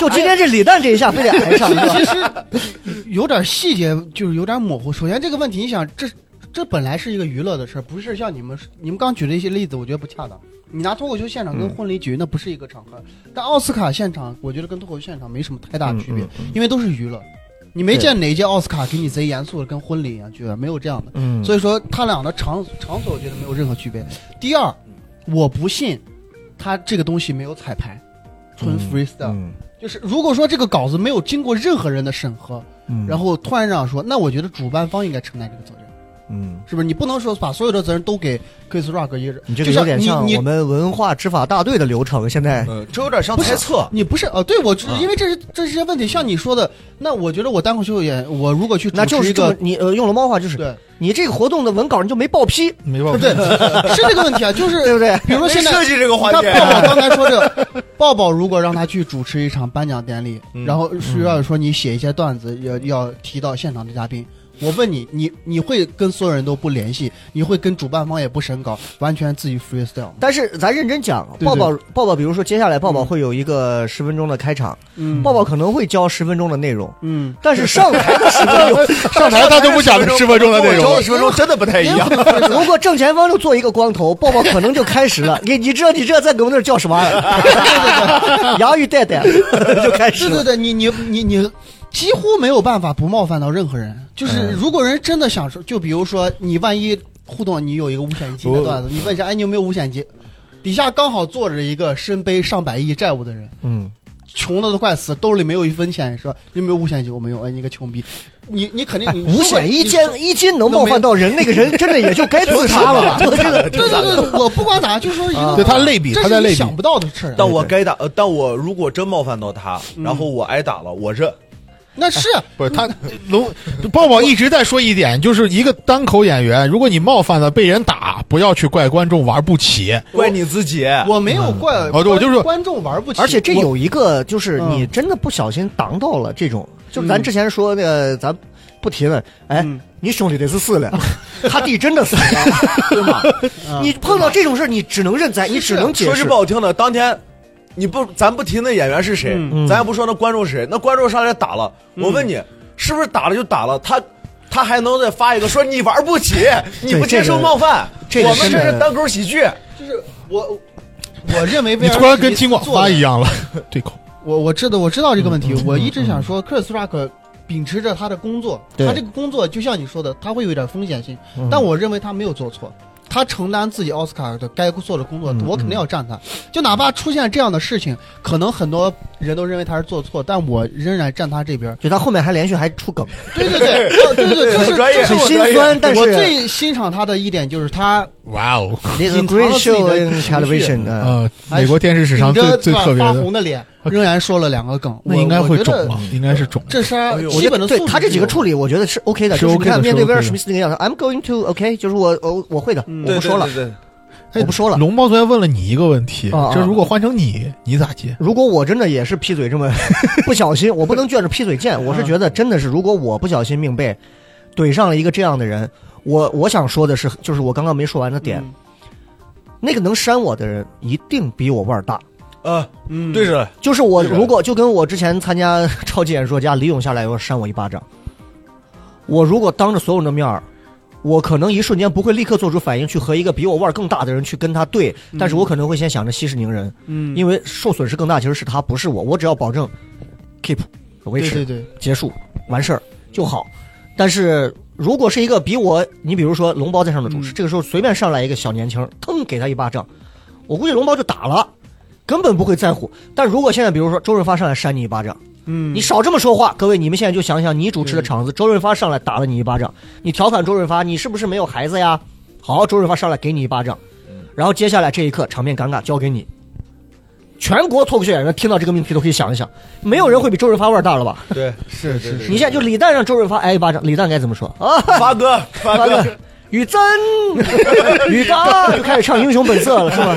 Speaker 1: 就今天这李诞这一下非得挨上，啊是吧
Speaker 2: [laughs] 其实有点细节就是有点模糊。首先这个问题，你想这。这本来是一个娱乐的事儿，不是像你们你们刚举的一些例子，我觉得不恰当。你拿脱口秀现场
Speaker 1: 嗯
Speaker 2: 跟婚礼举，那不是一个场合。但奥斯卡现场，我觉得跟脱口秀现场没什么太大区别。
Speaker 1: 嗯嗯
Speaker 2: 因为都是娱乐。你没
Speaker 1: 对
Speaker 2: 见哪一届奥斯卡给你贼严肃的，跟婚礼一样，居然没有这样的。
Speaker 1: 嗯
Speaker 2: 所以说，他俩的场场所我觉得没有任何区别。第二，我不信他这个东西没有彩排，纯 freestyle。
Speaker 1: 嗯
Speaker 2: 就是如果说这个稿子没有经过任何人的审核，
Speaker 1: 嗯
Speaker 2: 然后突然这样说，那我觉得主办方应该承担这个责任，
Speaker 1: 嗯，
Speaker 2: 是不是？你不能说把所有的责任都给 Chris Rock 一个人。
Speaker 1: 你这个
Speaker 2: 就
Speaker 1: 有点
Speaker 2: 你
Speaker 1: 像
Speaker 2: 你嗯
Speaker 1: 我们文化执法大队的流程，现在
Speaker 3: 呃，这有点像
Speaker 2: 不是
Speaker 3: 猜测，
Speaker 2: 你不是呃，对我知，
Speaker 1: 啊
Speaker 2: 因为这是这是些问题，像你说的，那我觉得我单口秀演，我如果去主
Speaker 1: 那就
Speaker 2: 持
Speaker 1: 是
Speaker 2: 一
Speaker 1: 这么
Speaker 2: 个，
Speaker 1: 你呃用龙猫话就是
Speaker 2: 对，
Speaker 1: 你这个活动的文稿你就没报批，
Speaker 4: 没办法。
Speaker 2: 是这个问题啊，就是
Speaker 1: 对不对？
Speaker 2: 比如说现在
Speaker 3: 设计这个
Speaker 2: 你
Speaker 3: [laughs] 环
Speaker 2: 看
Speaker 3: 节，
Speaker 2: 抱抱刚才说这个，抱抱如果让他去主持一场颁奖典礼，
Speaker 3: 嗯
Speaker 2: 然后需要说你写一些段子，要要提到现场的嘉宾。我问你，你你会跟所有人都不联系，你会跟主办方也不审稿，完全自己 freestyle 吗。
Speaker 1: 但是咱认真讲，
Speaker 2: 对
Speaker 1: 抱
Speaker 2: 对
Speaker 1: 抱抱抱，比如说接下来抱抱
Speaker 2: 嗯
Speaker 1: 会有一个十分钟的开场，
Speaker 2: 嗯
Speaker 1: 抱抱可能会教十分钟的内
Speaker 2: [laughs]
Speaker 1: 容，
Speaker 2: 嗯，
Speaker 1: 但是上台的时
Speaker 2: [laughs]
Speaker 1: 候，
Speaker 4: 上台他都不讲十分钟的内
Speaker 3: 我教
Speaker 4: 容
Speaker 3: 的，十分钟真的不太一
Speaker 2: 哎
Speaker 3: 样。
Speaker 1: [laughs] 如果正前方就做一个光头，抱抱可能就开始
Speaker 2: [laughs]
Speaker 1: 了。你你知道你这在我们那儿叫什么玩意 [laughs] 儿？洋芋带带就开始
Speaker 2: 对对
Speaker 1: 了。
Speaker 2: 对，你你你你几乎没有办法不冒犯到任何人。就是如果人真的想说，就比如说你万一互动，你有一个五险一金的段子，你问一下，哎，你有没有五险一金？底下刚好坐着一个身背上百亿债务的人，
Speaker 1: 嗯，
Speaker 2: 穷的都快死，兜里没有一分钱，是吧？有没有五险一金？我没有，哎，你个穷逼，你你肯定你
Speaker 1: 五险一金
Speaker 2: 你，
Speaker 1: 一金能冒犯到人，那个人真的也就该自杀了吧？这个
Speaker 2: [laughs] 对对对，对我不管咋，就说一个，
Speaker 4: 对他类比，
Speaker 2: 这
Speaker 4: 他
Speaker 2: 是
Speaker 4: 在
Speaker 2: 你
Speaker 4: 类比
Speaker 2: 想，不到的事儿啊，
Speaker 3: 但我该打，呃，但我如果真冒犯到他，
Speaker 4: 嗯
Speaker 3: 然后我挨打了，我认。
Speaker 2: 那是
Speaker 4: 不是他龙抱抱一直在说一点，就是一个单口演员，如果你冒犯了被人打，不要去怪观众玩不起。
Speaker 3: 怪你自
Speaker 4: 嗯
Speaker 3: 己。
Speaker 2: 我没有怪，
Speaker 4: 哦对我就说
Speaker 2: 观众玩不起，
Speaker 1: 而且这有一个，就是
Speaker 2: 嗯
Speaker 1: 你真的不小心挡到了这种，就是咱之前说那个，咱不提了。哎，
Speaker 2: 嗯
Speaker 1: 你兄弟得是死了， [laughs] 他弟真的死
Speaker 2: [laughs]
Speaker 1: 了，对吗？
Speaker 2: 嗯
Speaker 1: 你碰到这种事儿，你只能认栽，你只能解
Speaker 3: 说句
Speaker 1: 释
Speaker 3: 不。好听的，当天你不，咱不提那演员是谁，
Speaker 2: 嗯
Speaker 3: 咱也不说那观众是谁，那观众上来打了，我问你，是不是打了就打了？他。他还能再发一个说你玩不 [laughs] 起，你不接受冒犯，
Speaker 1: 这个
Speaker 3: 我们
Speaker 1: 这
Speaker 3: 这
Speaker 1: 个
Speaker 3: 是单口喜剧，
Speaker 2: 就是我。我认为
Speaker 4: [laughs] 你
Speaker 2: 威尔
Speaker 4: 突然跟
Speaker 2: 史密斯
Speaker 4: 金广
Speaker 2: 做
Speaker 4: 发
Speaker 2: 的
Speaker 4: 一嗯样了，对口。
Speaker 2: 我我知道我知道这个问题，我一直想说，克里斯 rock 秉持着他的工作，
Speaker 1: 对
Speaker 2: 他这个工作就像你说的，他会有一点风险性，
Speaker 4: 嗯
Speaker 2: 但我认为他没有做错。他承担自己奥斯卡的该做的工作，
Speaker 4: 嗯
Speaker 2: 我肯定要站他。就哪怕出现这样的事情，可能很多人都认为他是做错，但我仍然站他这边。
Speaker 1: 就他后面还连续还出
Speaker 2: [laughs]
Speaker 1: 梗，
Speaker 2: 对对
Speaker 4: [laughs]
Speaker 2: 对，哦对对，对，就是
Speaker 3: 专业
Speaker 2: 就是
Speaker 1: 很
Speaker 2: 我
Speaker 1: 心酸，但是
Speaker 2: 我最欣赏他的一点就是他
Speaker 4: 哇哦，
Speaker 1: This is a
Speaker 2: 隐藏了
Speaker 1: great
Speaker 2: 自己
Speaker 1: show
Speaker 2: 的
Speaker 1: in
Speaker 2: 情绪嗯
Speaker 1: television 啊。
Speaker 4: 呃，美国电视史上
Speaker 2: 顶
Speaker 4: 最
Speaker 2: 着
Speaker 4: 最特别
Speaker 2: 发
Speaker 4: 的，
Speaker 2: 红的脸，仍然说了两个梗。
Speaker 4: 那
Speaker 2: 我
Speaker 4: 应该会肿。
Speaker 2: 我觉
Speaker 4: 了
Speaker 2: 得，
Speaker 4: 应该是肿。
Speaker 2: 这仨
Speaker 3: 哎呦
Speaker 1: 我
Speaker 2: 基
Speaker 1: 觉
Speaker 2: 本的
Speaker 1: 得对
Speaker 2: 素质
Speaker 1: 他这几个
Speaker 2: 有
Speaker 1: 处理，我觉得是 OK 的。
Speaker 4: 是
Speaker 1: 就是
Speaker 4: OK
Speaker 1: 你看
Speaker 4: 的
Speaker 1: 面
Speaker 4: 是
Speaker 1: 对威
Speaker 4: OK
Speaker 1: 尔
Speaker 4: 的
Speaker 1: 史密斯那个样子，I'm going to OK，就是我我我会的，
Speaker 2: 嗯
Speaker 1: 我不说了，
Speaker 3: 对对
Speaker 1: 我不说了。
Speaker 4: 龙猫昨天问了你一个问题
Speaker 1: 啊啊，
Speaker 4: 这如果换成你，你咋接？
Speaker 1: 如果我真的也是劈腿这
Speaker 3: [laughs]
Speaker 1: 么不小心，我不能撅着劈腿
Speaker 3: 嗯
Speaker 1: 剑。我是觉得真的是，如果我不小心命被怼上了一个这样的人，我我想说的是，就是我刚刚没说完的点，
Speaker 2: 嗯
Speaker 1: 那个能扇我的人一定比我腕儿大。
Speaker 3: 对啊，
Speaker 2: 嗯，
Speaker 3: 对着来，
Speaker 1: 就是我
Speaker 3: 是的
Speaker 1: 如果就跟我之前参加 [laughs] 超级演说家李咏下来以后扇我一巴掌，我如果当着所有人的面儿，我可能一瞬间不会立刻做出反应去和一个比我腕儿更大的人去跟他对，但是
Speaker 3: 嗯
Speaker 1: 我可能会先想着息事宁人，
Speaker 2: 嗯，
Speaker 1: 因为受损失更大其实是他不是我，我只要保证 keep 维
Speaker 2: 对
Speaker 1: 持
Speaker 2: 对对，
Speaker 1: 结束完事儿就好。但是如果是一个比我，你比如说龙包在上面主持，
Speaker 2: 嗯
Speaker 1: 这个时候随便上来一个小年轻儿，腾给他一巴掌，我估计龙包就打了，根本不会在乎。但如果现在比如说周润发上来扇你一巴掌，
Speaker 2: 嗯，
Speaker 1: 你少这么说话，各位你们现在就想想，你主持的
Speaker 2: 对
Speaker 1: 场子，周润发上来打了你一巴掌，你调侃周润发，你是不是没有孩子呀？好，周润发上来给你一巴掌，然后接下来这一刻场面尴尬交给你。全国脱口秀演员听到这个命题都可以想一想，没有人会比周润发腕儿大了吧？
Speaker 3: 对，
Speaker 2: 是是
Speaker 3: 嗯
Speaker 1: 你现在就李诞让周润发挨一巴掌，李诞该怎么说啊？
Speaker 3: [laughs] 发哥，发哥，
Speaker 1: 雨珍，雨刚就开始唱《英雄本色》了，是吧？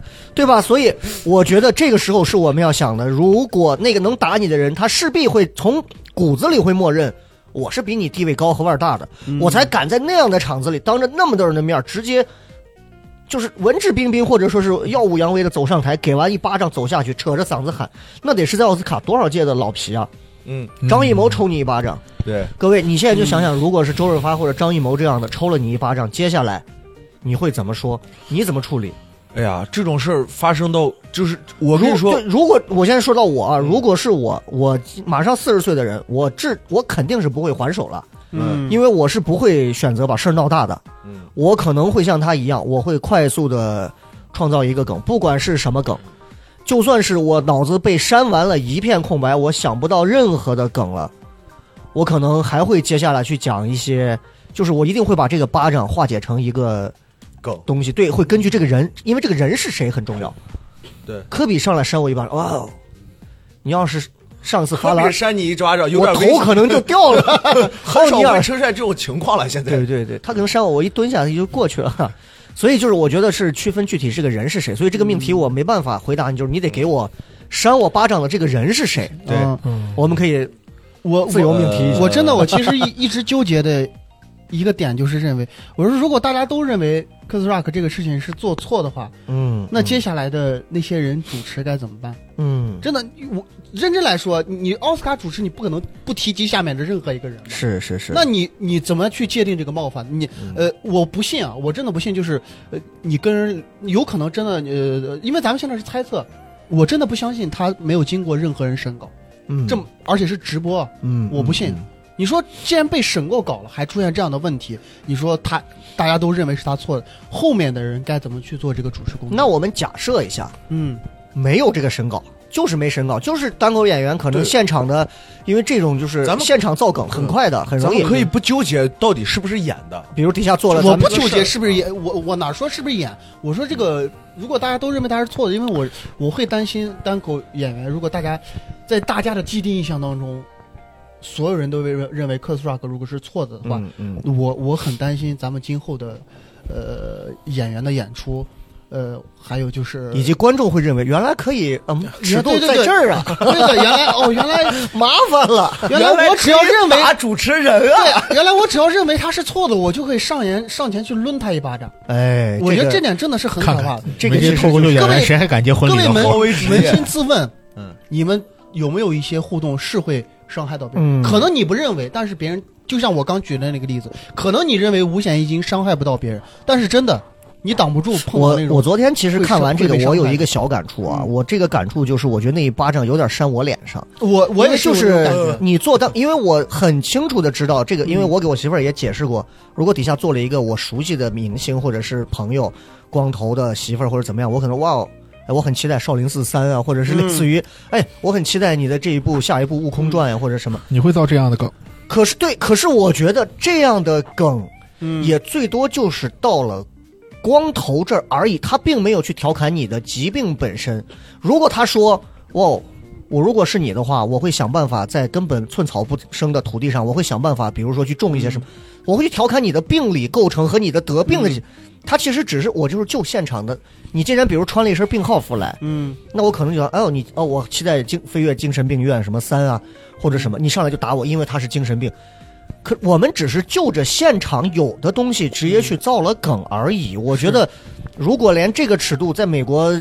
Speaker 1: [laughs] 对吧？所以我觉得这个时候是我们要想的。如果那个能打你的人，他势必会从骨子里会默认我是比你地位高和腕儿大的，
Speaker 2: 嗯
Speaker 1: 我才敢在那样的场子里当着那么多人的面儿直接就是文质彬彬或者说是耀武扬威的走上台，给完一巴掌走下去，扯着嗓子喊，那得是在奥斯卡多少届的老皮啊！
Speaker 3: 嗯，
Speaker 1: 张艺谋抽你一巴掌，
Speaker 3: 对，
Speaker 1: 各位，你现在就想想，如果是周润发或者张艺谋这样的抽了你一巴掌，接下来你会怎么说？你怎么处理？
Speaker 3: 哎呀，这种事儿发生到就是我
Speaker 1: 我
Speaker 3: 跟你说，嗯
Speaker 1: 如果我现在说到我啊，如果是我，我马上四十岁的人，我这我肯定是不会还手了，
Speaker 2: 嗯，
Speaker 1: 因为我是不会选择把事儿闹大的。
Speaker 3: 嗯，
Speaker 1: 我可能会像他一样，我会快速的创造一个梗，不管是什么梗，就算是我脑子被删完了一片空白，我想不到任何的梗了，我可能还会接下来去讲一些，就是我一定会把这个巴掌化解成一个
Speaker 3: 梗，
Speaker 1: 东西，对，会根据这个人，因为这个人是谁很重要。
Speaker 3: 对
Speaker 1: 科比上来扇我一巴掌，哇哦，你要是上次罚
Speaker 3: 科比
Speaker 1: 篮，
Speaker 3: 扇你一巴掌，有
Speaker 1: 我
Speaker 3: 点危
Speaker 1: 头
Speaker 3: 险
Speaker 1: 可哦能就掉了。
Speaker 3: [laughs] 很少
Speaker 1: 奥尼尔
Speaker 3: 会出现这种情况了，现在
Speaker 1: 对对对，他可能扇我，我一蹲下去就过去了。所以就是我觉得是区分具体是个人是谁，所以这个命题我没办法回答你，就是你得给我扇我巴掌的这个人是谁，
Speaker 3: 对
Speaker 2: 嗯
Speaker 1: 我们可以
Speaker 2: 我
Speaker 1: 自由
Speaker 2: 我
Speaker 1: 命题一下。
Speaker 2: 我真的我其实一 [laughs] 一直纠结的一个点就是认为，我说如果大家都认为克斯 rock 这个事情是做错的话，
Speaker 1: 嗯，
Speaker 2: 那接下来的那些人主持该怎么办？
Speaker 1: 嗯
Speaker 2: 真的，我认真来说，你你奥斯卡主持你不可能不提及下面的任何一个人吧。
Speaker 1: 是是是，
Speaker 2: 那你你怎么去界定这个冒犯？你
Speaker 1: 嗯
Speaker 2: 呃，我不信啊，我真的不信，就是呃，你跟人有可能真的呃，因为咱们现在是猜测，我真的不相信他没有经过任何人审稿，
Speaker 1: 嗯
Speaker 2: 这么而且是直播啊，
Speaker 1: 嗯
Speaker 2: 我不信。你说，既然被省购搞了，还出现这样的问题，你说他大家都认为是他错了，后面的人该怎么去做这个主持工
Speaker 1: 嗯
Speaker 2: 作？
Speaker 1: 那我们假设一下，
Speaker 2: 嗯，
Speaker 1: 没有这个审稿，就是没审稿，就是单口演员可能
Speaker 3: 对
Speaker 1: 现场的，因为这种就是
Speaker 3: 咱们
Speaker 1: 现场造梗很快的，很
Speaker 3: 咱
Speaker 1: 容易
Speaker 3: 们。可以不纠结到底是不是演的，
Speaker 1: 比如底下坐了，
Speaker 2: 我
Speaker 1: 咱
Speaker 2: 不
Speaker 1: 们
Speaker 2: 纠结是不
Speaker 1: 嗯
Speaker 2: 是演，我我哪说是不是演？我说这个，如果大家都认为他是错的，因为我我会担心单口演员，如果大家在大家的既定印象当中，所有人都认为认为克苏拉克如果是错的话，
Speaker 1: 嗯嗯，
Speaker 2: 我我很担心咱们今后的，呃，演员的演出，呃，还有就是
Speaker 1: 以及观众会认为原来可以，嗯，尺度
Speaker 2: 对对
Speaker 1: 在
Speaker 2: 对
Speaker 1: 这儿啊，
Speaker 2: 对的，原来哦，原来
Speaker 1: [laughs] 麻烦了。
Speaker 2: 原来我只要认为
Speaker 3: 打主持人啊，
Speaker 2: 对，原来我只要认为他是错的，我就可以上言上前去抡他一巴掌。
Speaker 1: 哎，
Speaker 2: 我觉得
Speaker 1: 个
Speaker 2: 这点真的是很可
Speaker 4: 看
Speaker 2: 怕
Speaker 4: 看
Speaker 2: 的。
Speaker 1: 这个
Speaker 4: 没
Speaker 1: 确
Speaker 4: 这
Speaker 1: 实
Speaker 4: 脱口秀
Speaker 1: 是
Speaker 4: 演
Speaker 2: 各
Speaker 4: 员
Speaker 2: 位
Speaker 4: 谁还敢接婚
Speaker 2: 各
Speaker 4: 礼
Speaker 2: 位
Speaker 4: 的
Speaker 2: 扪
Speaker 3: 高
Speaker 4: 活？
Speaker 3: 危职
Speaker 2: 扪
Speaker 3: 业
Speaker 2: 心自问，
Speaker 3: 嗯，
Speaker 2: 你们有没有一些互动是会伤害到别
Speaker 1: 嗯
Speaker 2: 人？可能你不认为，但是别人就像我刚举的那个例子，可能你认为五险一金伤害不到别人，但是真的你挡不住碰到
Speaker 1: 我
Speaker 2: 那种。
Speaker 1: 我昨天其实
Speaker 2: 会
Speaker 1: 看完
Speaker 2: 会
Speaker 1: 这个
Speaker 2: 被，伤
Speaker 1: 我有一
Speaker 2: 害的
Speaker 1: 个小感触啊，
Speaker 2: 嗯
Speaker 1: 我这个感触就是，我觉得那一巴掌有点扇我脸上。
Speaker 2: 我我
Speaker 1: 因为
Speaker 2: 也
Speaker 1: 就
Speaker 2: 有这种感
Speaker 3: 呃
Speaker 2: 觉。嗯
Speaker 1: 你做当，因为我很清楚的知道这个，因为我给我媳妇儿也解释过，如果底下坐了一个我熟悉的明星或者是朋友，光头的媳妇儿或者怎么样，我可能哇哦。哎，我很期待《少林寺三》啊，或者是类
Speaker 2: 嗯
Speaker 1: 似于，哎，我很期待你的这一部、下一部《悟空传》呀，或者什么。
Speaker 4: 你会造这样的梗？
Speaker 1: 可是，对，可是我觉得这样的梗
Speaker 2: 嗯
Speaker 1: 也最多就是到了光头这儿而已，他并没有去调侃你的疾病本身。如果他说“哇，我如果是你的话，我会想办法在根本寸草不生的土地上，我会想办法，比如说去种一些什么，我会去调侃你的病理构成和你的得病的。他其实只是我就是就现场的，你竟然比如穿了一身病号服来，
Speaker 2: 嗯，
Speaker 1: 那我可能就想，哎呦你哦，我期待精飞跃精神病院什么三啊，或者什么，你上来就打我，因为他是精神病。可我们只是就着现场有的东西直接去造了梗而已。我觉得，如果连这个尺度在美国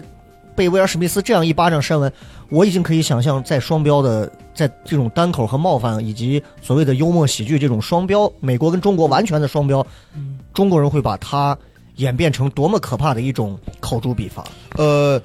Speaker 1: 被威尔史密斯这样一巴掌扇完，我已经可以想象在双标的，在这种单口和冒犯以及所谓的幽默喜剧这种双标，美国跟中国完全的双标，中国人会把它演变成多么可怕的一种口诛笔伐。
Speaker 3: 呃，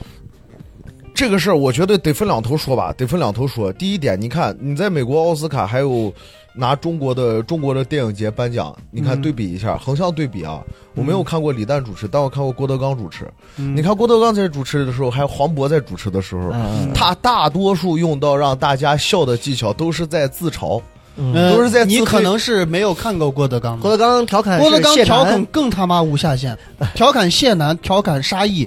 Speaker 3: 这个事儿我觉得得分两头说吧，得分两头说。第一点，你看你在美国奥斯卡还有拿中国的中国的电影节颁奖，你看对比一下，横向对比啊，我没有看过李诞主持，但我看过郭德纲主持。你看郭德纲在主持的时候，还有黄渤在主持的时候，他大多数用到让大家笑的技巧都是在自嘲。
Speaker 2: 呃
Speaker 3: 都是在自
Speaker 2: 你
Speaker 3: 推
Speaker 2: 可能是没有看过郭德纲的
Speaker 1: 郭德纲调侃
Speaker 2: 郭德
Speaker 1: 是
Speaker 2: 纲
Speaker 1: 谢
Speaker 2: 调
Speaker 1: 楠
Speaker 2: 侃更他妈无下限，调侃谢楠，调侃沙溢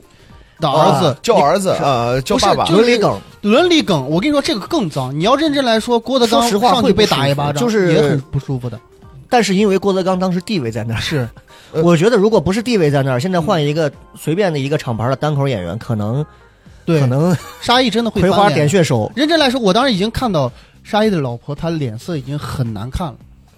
Speaker 2: 的
Speaker 3: 儿
Speaker 2: 儿
Speaker 3: 子
Speaker 2: 子，
Speaker 3: 叫儿子啊，呃叫
Speaker 2: 不是
Speaker 3: 爸爸。
Speaker 2: 就是
Speaker 1: 伦理梗，
Speaker 2: 伦理梗。我跟你说，这个更脏。你要认真来说，郭德纲
Speaker 1: 说实话
Speaker 2: 上
Speaker 1: 会
Speaker 2: 去
Speaker 1: 不
Speaker 2: 被
Speaker 1: 舒
Speaker 2: 打一
Speaker 1: 服
Speaker 2: 巴掌，
Speaker 1: 就是
Speaker 2: 也很不舒服的。
Speaker 1: 但是因为郭德纲当时地位在那儿，
Speaker 2: 是，
Speaker 3: 呃
Speaker 1: 我觉得如果不是地位在那儿，现在换一个随便的一个厂牌的单口演员，可能
Speaker 2: 对
Speaker 1: 可，能
Speaker 2: 沙溢真的会
Speaker 1: 葵花
Speaker 2: 翻
Speaker 1: 点
Speaker 2: 脸。
Speaker 1: 穴手，
Speaker 2: 认真来说，我当时已经看到沙溢的老婆，她脸色已经很难看了。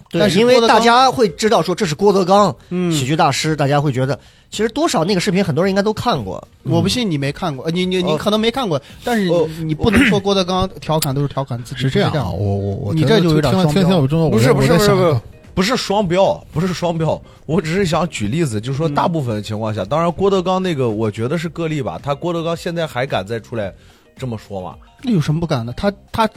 Speaker 1: 对
Speaker 2: 但，是
Speaker 1: 因为
Speaker 2: 郭德
Speaker 1: 大
Speaker 2: 纲
Speaker 1: 家会知道说这是郭德纲
Speaker 2: 嗯
Speaker 1: 喜剧大师，大家会觉得其实多少那个视频很多人应该都看过，
Speaker 2: 我不信你没看过，呃你你你
Speaker 3: 哦
Speaker 2: 可能没看过，但是
Speaker 3: 哦
Speaker 2: 你你不能说郭德纲调侃都是调侃自己，
Speaker 4: 是这样
Speaker 2: 不
Speaker 4: 啊，我我我
Speaker 2: 你
Speaker 4: 觉
Speaker 2: 这
Speaker 4: 得
Speaker 2: 就有点
Speaker 4: 听完
Speaker 2: 双标
Speaker 4: 听完我真的我
Speaker 3: 不是
Speaker 4: 在
Speaker 3: 不是
Speaker 4: 我在
Speaker 3: 不是不是
Speaker 4: 想啊一个
Speaker 3: 不是双标，不是双标，我只是想举例
Speaker 2: 嗯
Speaker 3: 子，就是说大部分情况下，当然郭德纲那个我觉得是个例吧，他郭德纲现在还敢再出来这么说吗？
Speaker 2: 那有什么不敢的？他他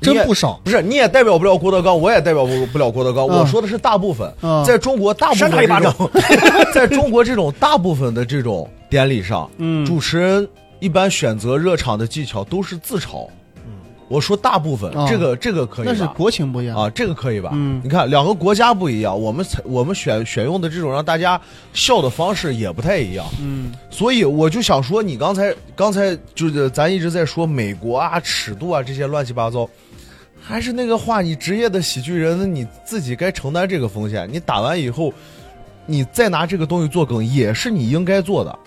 Speaker 2: 真不少，
Speaker 3: 不是，你也代表不了郭德纲，我也代表不不了郭德纲，
Speaker 2: 嗯
Speaker 3: 我说的是大部分，
Speaker 2: 嗯
Speaker 3: 在中国大部分
Speaker 1: 扇他一巴掌
Speaker 3: 这种，在中国这种大部分的这种典礼上，
Speaker 2: 嗯
Speaker 3: 主持人一般选择热场的技巧都是自嘲。我说大部分，
Speaker 2: 嗯
Speaker 3: 这个这个可以吧？
Speaker 2: 那是国情不一样。
Speaker 3: 啊，这个可以吧？
Speaker 2: 嗯
Speaker 3: 你看两个国家不一样，我们采我们选选用的这种让大家笑的方式也不太一样，
Speaker 2: 嗯
Speaker 3: 所以我就想说，你刚才刚才就是咱一直在说美国啊、尺度啊这些乱七八糟，还是那个话，你职业的喜剧人，你自己该承担这个风险。你打完以后，你再拿这个东西做梗，也是你应该做的。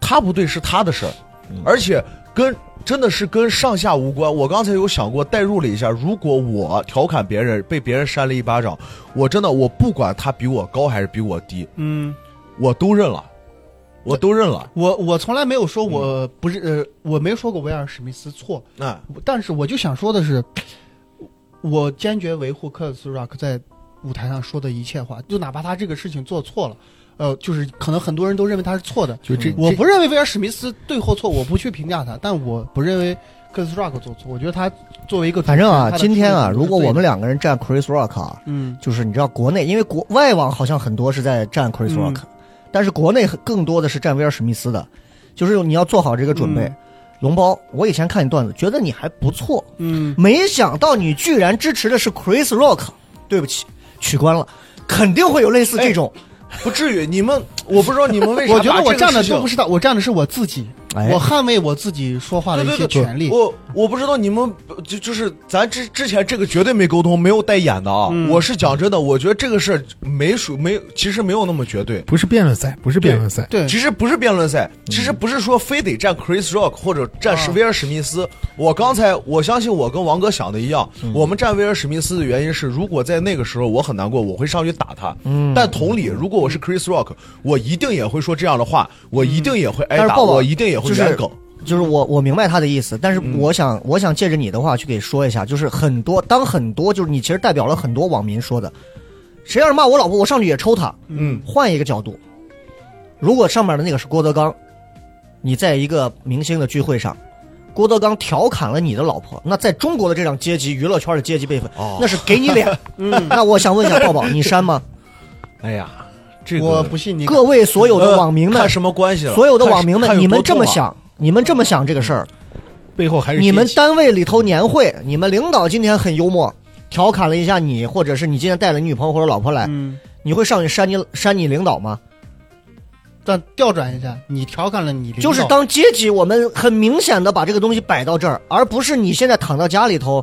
Speaker 3: 他不对是他的事儿，而且跟真的是跟上下无关。我刚才有想过，代入了一下，如果我调侃别人，被别人扇了一巴掌，我真的我不管他比我高还是比我低，
Speaker 2: 嗯，
Speaker 3: 我都认了，我都认了。
Speaker 2: 我我从来没有说我不是、呃，我没说过威尔史密斯错，
Speaker 3: 哎，
Speaker 2: 但是我就想说的是，我坚决维护克苏拉克在舞台上说的一切话，就哪怕他这个事情做错了，呃，就是可能很多人都认为他是错的。
Speaker 4: 就
Speaker 3: 嗯
Speaker 4: 这，
Speaker 2: 我
Speaker 4: 这
Speaker 2: 不认为威尔史密斯对或错，我不去评价他，但我不认为 Chris Rock 做错。我觉得他作为一个主持
Speaker 1: 反
Speaker 2: 人，
Speaker 1: 正啊，
Speaker 2: 他的
Speaker 1: 今天啊，
Speaker 2: 处理
Speaker 1: 如果
Speaker 2: 是对的
Speaker 1: 我们两个人站 Chris Rock 啊，
Speaker 2: 嗯
Speaker 1: 就是你知道国内，因为国外网好像很多是在站 Chris
Speaker 2: 嗯
Speaker 1: Rock，、但是国内更多的是站威尔史密斯的，就是你要做好这个准备。
Speaker 2: 嗯
Speaker 1: 龙包，我以前看你段子，觉得你还不错，
Speaker 2: 嗯，
Speaker 1: 没想到你居然支持的是 Chris Rock，对不起，取关了，肯定会有类似
Speaker 2: 哎
Speaker 1: 这种。
Speaker 3: 不至于。你们，我不知道你们为啥
Speaker 2: [laughs] 我觉得我
Speaker 3: 把这
Speaker 2: 站
Speaker 3: 个
Speaker 2: 的
Speaker 3: 事情
Speaker 2: 都不是他，我站的是我自己，
Speaker 1: 哎，
Speaker 2: 我捍卫我自己说话的一
Speaker 3: 对
Speaker 2: 些
Speaker 3: 对对
Speaker 2: 权利。
Speaker 3: 我我不知道你们就就是咱之之前这个绝对没沟通，没有带演的啊。
Speaker 2: 嗯
Speaker 3: 我是讲真的，我觉得这个事儿没属没，其实没有那么绝对。
Speaker 4: 不是辩论赛，不是辩论赛，
Speaker 2: 对，
Speaker 3: 其实不是辩论赛，
Speaker 1: 嗯
Speaker 3: 其实不是说非得站 Chris Rock 或者站
Speaker 1: 啊
Speaker 3: 史威尔史密斯。我刚才我相信我跟王哥想的一样，
Speaker 1: 嗯
Speaker 3: 我们站威尔史密斯的原因是，如果在那个时候我很难过，我会上去打他。
Speaker 1: 嗯
Speaker 3: 但同理，如果我是 Chris Rock，我一定也会说这样的话，我一定也会挨
Speaker 1: 但是
Speaker 3: 打，
Speaker 1: 抱抱
Speaker 3: 我一定也会
Speaker 1: 就是
Speaker 3: 原梗。
Speaker 1: 就是我我明白他的意思，但是
Speaker 3: 嗯
Speaker 1: 我想、我想借着你的话去给说一下，就是很多当很多就是你其实代表了很多网民说的，谁要是骂我老婆，我上去也抽他。
Speaker 3: 嗯，
Speaker 1: 换一个角度，如果上面的那个是郭德纲，你在一个明星的聚会上，郭德纲调侃了你的老婆，那在中国的这种阶级娱乐圈的阶级辈分，
Speaker 3: 哦
Speaker 1: 那是给你
Speaker 3: [laughs]
Speaker 1: 脸。
Speaker 2: 嗯
Speaker 1: 那我想问一下抱抱，你删吗？
Speaker 3: 哎呀，这个
Speaker 2: 我不信你敢。
Speaker 1: 各位所有的网民
Speaker 3: 呃
Speaker 1: 们
Speaker 3: 看，什么关系了？
Speaker 1: 所有的网民
Speaker 3: 看
Speaker 1: 们，
Speaker 3: 是
Speaker 1: 你们
Speaker 3: 看
Speaker 1: 这
Speaker 3: 有
Speaker 1: 么
Speaker 3: 多重啊
Speaker 1: 想，你们这么想这个事儿。
Speaker 4: 背后还是
Speaker 1: 你们
Speaker 4: 阶级
Speaker 1: 单位里头年会，你们领导今天很幽默，调侃了一下你，或者是你今天带了你女朋友或者老婆来，
Speaker 2: 嗯，
Speaker 1: 你会上去扇你扇你领导吗？
Speaker 2: 但调转一下，你调侃了你领导，
Speaker 1: 就是当阶级，我们很明显的把这个东西摆到这儿，而不是你现在躺到家里头，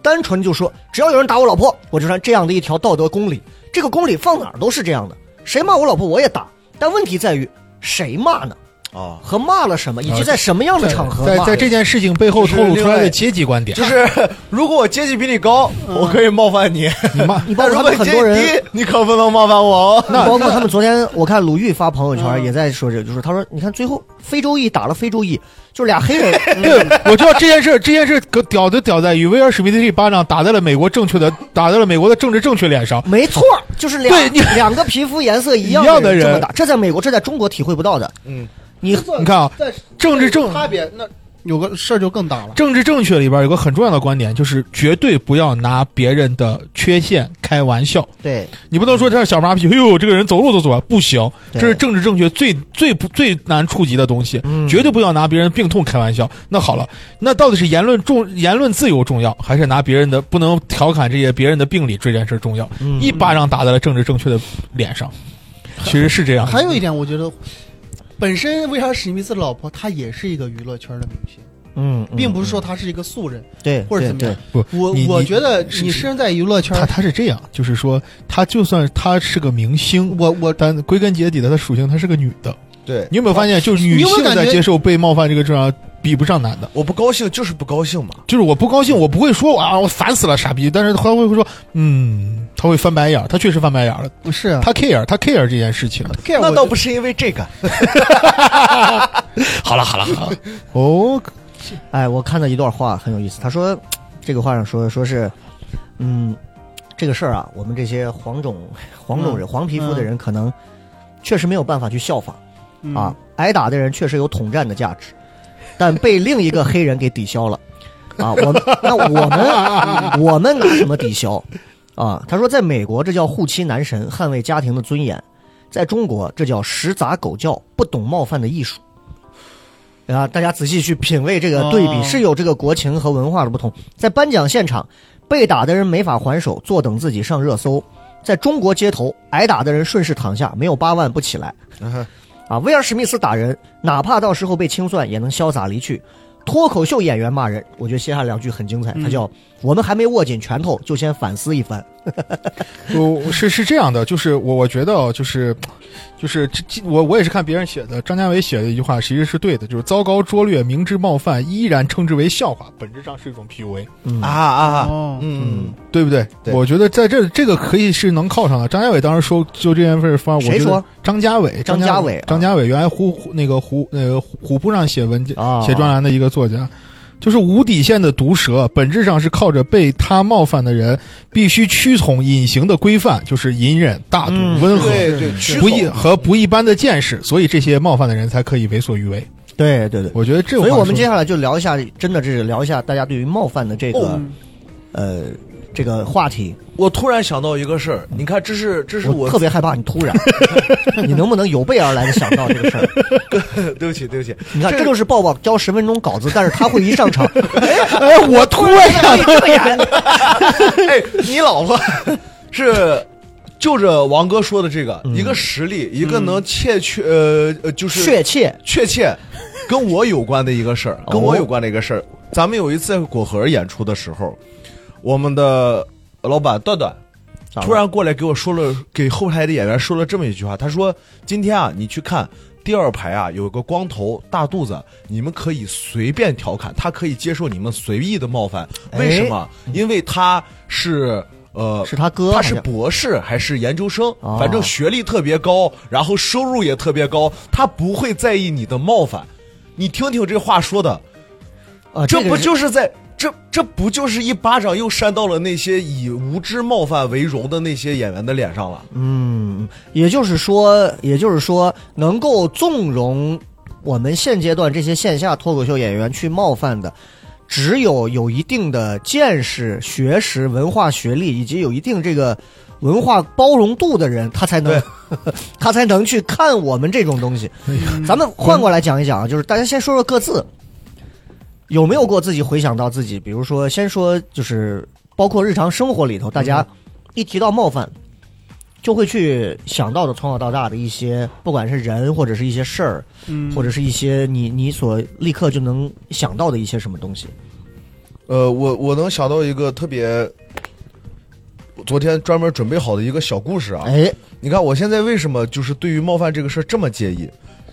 Speaker 1: 单纯就说只要有人打我老婆，我就算这样的一条道德公理，这个公理放哪儿都是这样的，谁骂我老婆我也打，但问题在于谁骂呢？
Speaker 3: 啊，
Speaker 1: 和骂了什么，以及在什么样的场合
Speaker 4: 在
Speaker 1: 骂？
Speaker 4: 在这件事情背后
Speaker 3: 就是
Speaker 4: 透露出来
Speaker 3: 另外
Speaker 4: 的阶级观点
Speaker 3: 就，是 [laughs] 如果我阶级比你高，我可以冒犯你；
Speaker 4: 你骂
Speaker 1: 嗯你包
Speaker 3: 但
Speaker 1: 括
Speaker 3: 如
Speaker 1: 他们
Speaker 3: 果你
Speaker 1: 很
Speaker 3: 阶
Speaker 1: 多
Speaker 4: [laughs]
Speaker 1: 人
Speaker 3: 级低，你可不能冒犯我哦。
Speaker 1: 包括他们昨天，我看鲁豫发朋友圈
Speaker 2: 嗯
Speaker 1: 也在说这个，就是他说，你看最后非洲裔打了非洲裔，就是俩黑人， [laughs]
Speaker 4: 对，我知道这件事，这件事可屌就屌在于威尔史密斯这一巴掌打在了美国正确的，打在了美国的政治正确脸上。
Speaker 1: 没错，就是两
Speaker 4: 对你
Speaker 1: [laughs] 两个皮肤颜色一样
Speaker 4: 一样的
Speaker 1: 人
Speaker 4: 人
Speaker 1: 这么打，这在美国，这在中国体会不到的。
Speaker 3: 嗯，
Speaker 1: 你
Speaker 4: 你看啊，
Speaker 2: 在
Speaker 4: 政治正
Speaker 2: 差别那有个事儿就更大了。
Speaker 4: 政治正确里边有个很重要的观点，就是绝对不要拿别人的缺陷开玩笑。
Speaker 1: 对
Speaker 4: 你不能说这小马屁，哎呦，这个人走路都走啊，不行，
Speaker 1: 对
Speaker 4: 这是政治正确最最不最难触及的东西，
Speaker 1: 嗯
Speaker 4: 绝对不要拿别人病痛开玩笑。那好了，那到底是言论重言论自由重要，还是拿别人的不能调侃这些别人的病理这件事重要？
Speaker 1: 嗯
Speaker 4: 一巴掌打在了政治正确的脸上，其实是这样。
Speaker 2: 还有一点，我觉得本身威尔史密斯的老婆她也是一个娱乐圈的明星，
Speaker 1: 嗯，
Speaker 2: 并不是说她是一个素人
Speaker 1: 对
Speaker 2: 或者
Speaker 1: 对
Speaker 2: 怎么样
Speaker 1: 对。
Speaker 4: 不，
Speaker 2: 我
Speaker 4: 你
Speaker 2: 我
Speaker 4: 你
Speaker 2: 觉得
Speaker 4: 是
Speaker 2: 你
Speaker 4: 是
Speaker 2: 身在娱乐圈
Speaker 4: 他，他是这样，就是说他就算他是个明星，
Speaker 2: 我我
Speaker 4: 但归根结底他的属性她是个女的。
Speaker 3: 对，
Speaker 4: 你有没有发现，就是女
Speaker 2: 你有没有
Speaker 4: 性
Speaker 2: 感
Speaker 4: 在
Speaker 2: 觉
Speaker 4: 接受被冒犯这个症状比不上男的？
Speaker 3: 我不高兴就是不高兴嘛。
Speaker 4: 就是我不高兴，我不会说啊，我烦死了，傻逼。但是他会会说，嗯，他会翻白眼儿，他确实翻白眼儿了，
Speaker 2: 不是啊
Speaker 4: 他 care，他 care 这件事情。
Speaker 2: care，
Speaker 3: 那
Speaker 2: 我
Speaker 3: 倒
Speaker 2: 就
Speaker 3: 不是因为这个，
Speaker 4: 好了好了好了，哦，
Speaker 1: 哎，我看到一段话很有意思，他说这个话上说说是，嗯，这个事儿啊，我们这些黄种黄种人、黄皮肤的人可能确实没有办法去效仿。
Speaker 2: 嗯
Speaker 1: 啊，挨打的人确实有统战的价值，但被另一个黑人给抵消了。啊，我们那我们我们拿什么抵消？啊，他说，在美国这叫护妻男神，捍卫家庭的尊严；在中国这叫食杂狗教，不懂冒犯的艺术。啊，大家仔细去品味这个对比，
Speaker 2: 哦
Speaker 1: 是有这个国情和文化的不同。在颁奖现场，被打的人没法还手，坐等自己上热搜；在中国街头，挨打的人顺势躺下，没有八万不起来。
Speaker 3: 嗯
Speaker 1: 啊，威尔史密斯打人，哪怕到时候被清算，也能潇洒离去。脱口秀演员骂人，我觉得歇下两句很精彩，
Speaker 4: 嗯
Speaker 1: 他叫“我们还没握紧拳头，就先反思一
Speaker 4: 啊
Speaker 1: 番
Speaker 2: 嗯
Speaker 4: 我是是这样的，就是我我觉得哦就是，就是这这我我也是看别人写的，张家伟写的一句话，其实是对的，就是糟糕拙劣，明知冒犯，依然称之为笑话，本质上是一种 PUA，”。
Speaker 1: 嗯
Speaker 3: 啊，啊，
Speaker 2: 哦，
Speaker 3: 嗯，
Speaker 4: 对不对？
Speaker 3: 对
Speaker 4: 我觉得在这这个可以是能靠上的。张家伟当时说就这件事方，我
Speaker 1: 谁
Speaker 4: 觉得
Speaker 1: 说
Speaker 4: 张家伟，
Speaker 1: 张
Speaker 4: 家
Speaker 1: 家伟啊
Speaker 4: 张家伟原来虎虎那个虎呃虎虎扑上写文章
Speaker 1: 啊
Speaker 4: 写专栏的一个作家，就是无底线的毒舌，本质上是靠着被他冒犯的人必须屈从隐形的规范，就是隐忍、大度、
Speaker 1: 嗯
Speaker 4: 温和、
Speaker 3: 对对，屈
Speaker 4: 不
Speaker 3: 从
Speaker 4: 一和不一般的见识，所以这些冒犯的人才可以为所欲为。
Speaker 1: 对对对。
Speaker 4: 我觉得这，
Speaker 1: 所以我们接下来就聊一下，真的是聊一下大家对于冒犯的这个、
Speaker 3: 哦
Speaker 1: 呃这个话题。
Speaker 3: 我突然想到一个事儿，你看，这是这是嗯我
Speaker 1: 我特别害怕你突
Speaker 4: [laughs]
Speaker 1: 然，你能不能有备而来的想到这个事儿？
Speaker 3: [laughs] 对不起对不起，
Speaker 1: 你看，
Speaker 3: 这
Speaker 1: 这就是抱抱教十分钟稿子，但是他会一上
Speaker 4: [laughs]
Speaker 1: 场，
Speaker 4: 哎，我突然想到，
Speaker 1: [laughs]
Speaker 3: 哎，你老婆是就着王哥说的这个，一个实例，一个能切确呃呃，就是
Speaker 1: 确切
Speaker 3: 嗯确切跟我有关的一个事儿，跟我有关的一个事儿。咱们有一次在果核演出的时候，我们的老板段段
Speaker 1: 啊
Speaker 3: 突然过来给我说了，给后台的演员说了这么一句话，他说：“今天啊，你去看。”第二排啊，有个光头大肚子，你们可以随便调侃，他可以接受你们随意的冒犯。为什么？因为他是呃，
Speaker 1: 是他哥
Speaker 3: 他
Speaker 1: 好
Speaker 3: 是
Speaker 1: 像
Speaker 3: 博士还是研究生
Speaker 1: 哦，
Speaker 3: 反正学历特别高，然后收入也特别高，他不会在意你的冒犯。你听听这话说的，
Speaker 1: 啊，
Speaker 3: 这
Speaker 1: 个
Speaker 3: 不
Speaker 1: 是
Speaker 3: 就是在这这不就是一巴掌又扇到了那些以无知冒犯为荣的那些演员的脸上了？
Speaker 1: 嗯，也就是说，也就是说，能够纵容我们现阶段这些线下脱口秀演员去冒犯的，只有有一定的见识、学识、文化学历以及有一定这个文化包容度的人，他才能 [laughs] 他才能去看我们这种东西。
Speaker 3: 哎
Speaker 1: 咱们换过来讲一讲啊，就是大家先说说各自有没有过自己回想到自己，比如说先说就是包括日常生活里头，大家
Speaker 3: 嗯
Speaker 1: 一提到冒犯。就会去想到的从小到大的一些，不管是人或者是一些事儿，
Speaker 2: 嗯，
Speaker 1: 或者是一些你你所立刻就能想到的一些什么东西。
Speaker 3: 呃，我我能想到一个特别，昨天专门准备好的一个小故事啊。
Speaker 1: 哎，
Speaker 3: 你看我现在为什么就是对于冒犯这个事儿这么介意？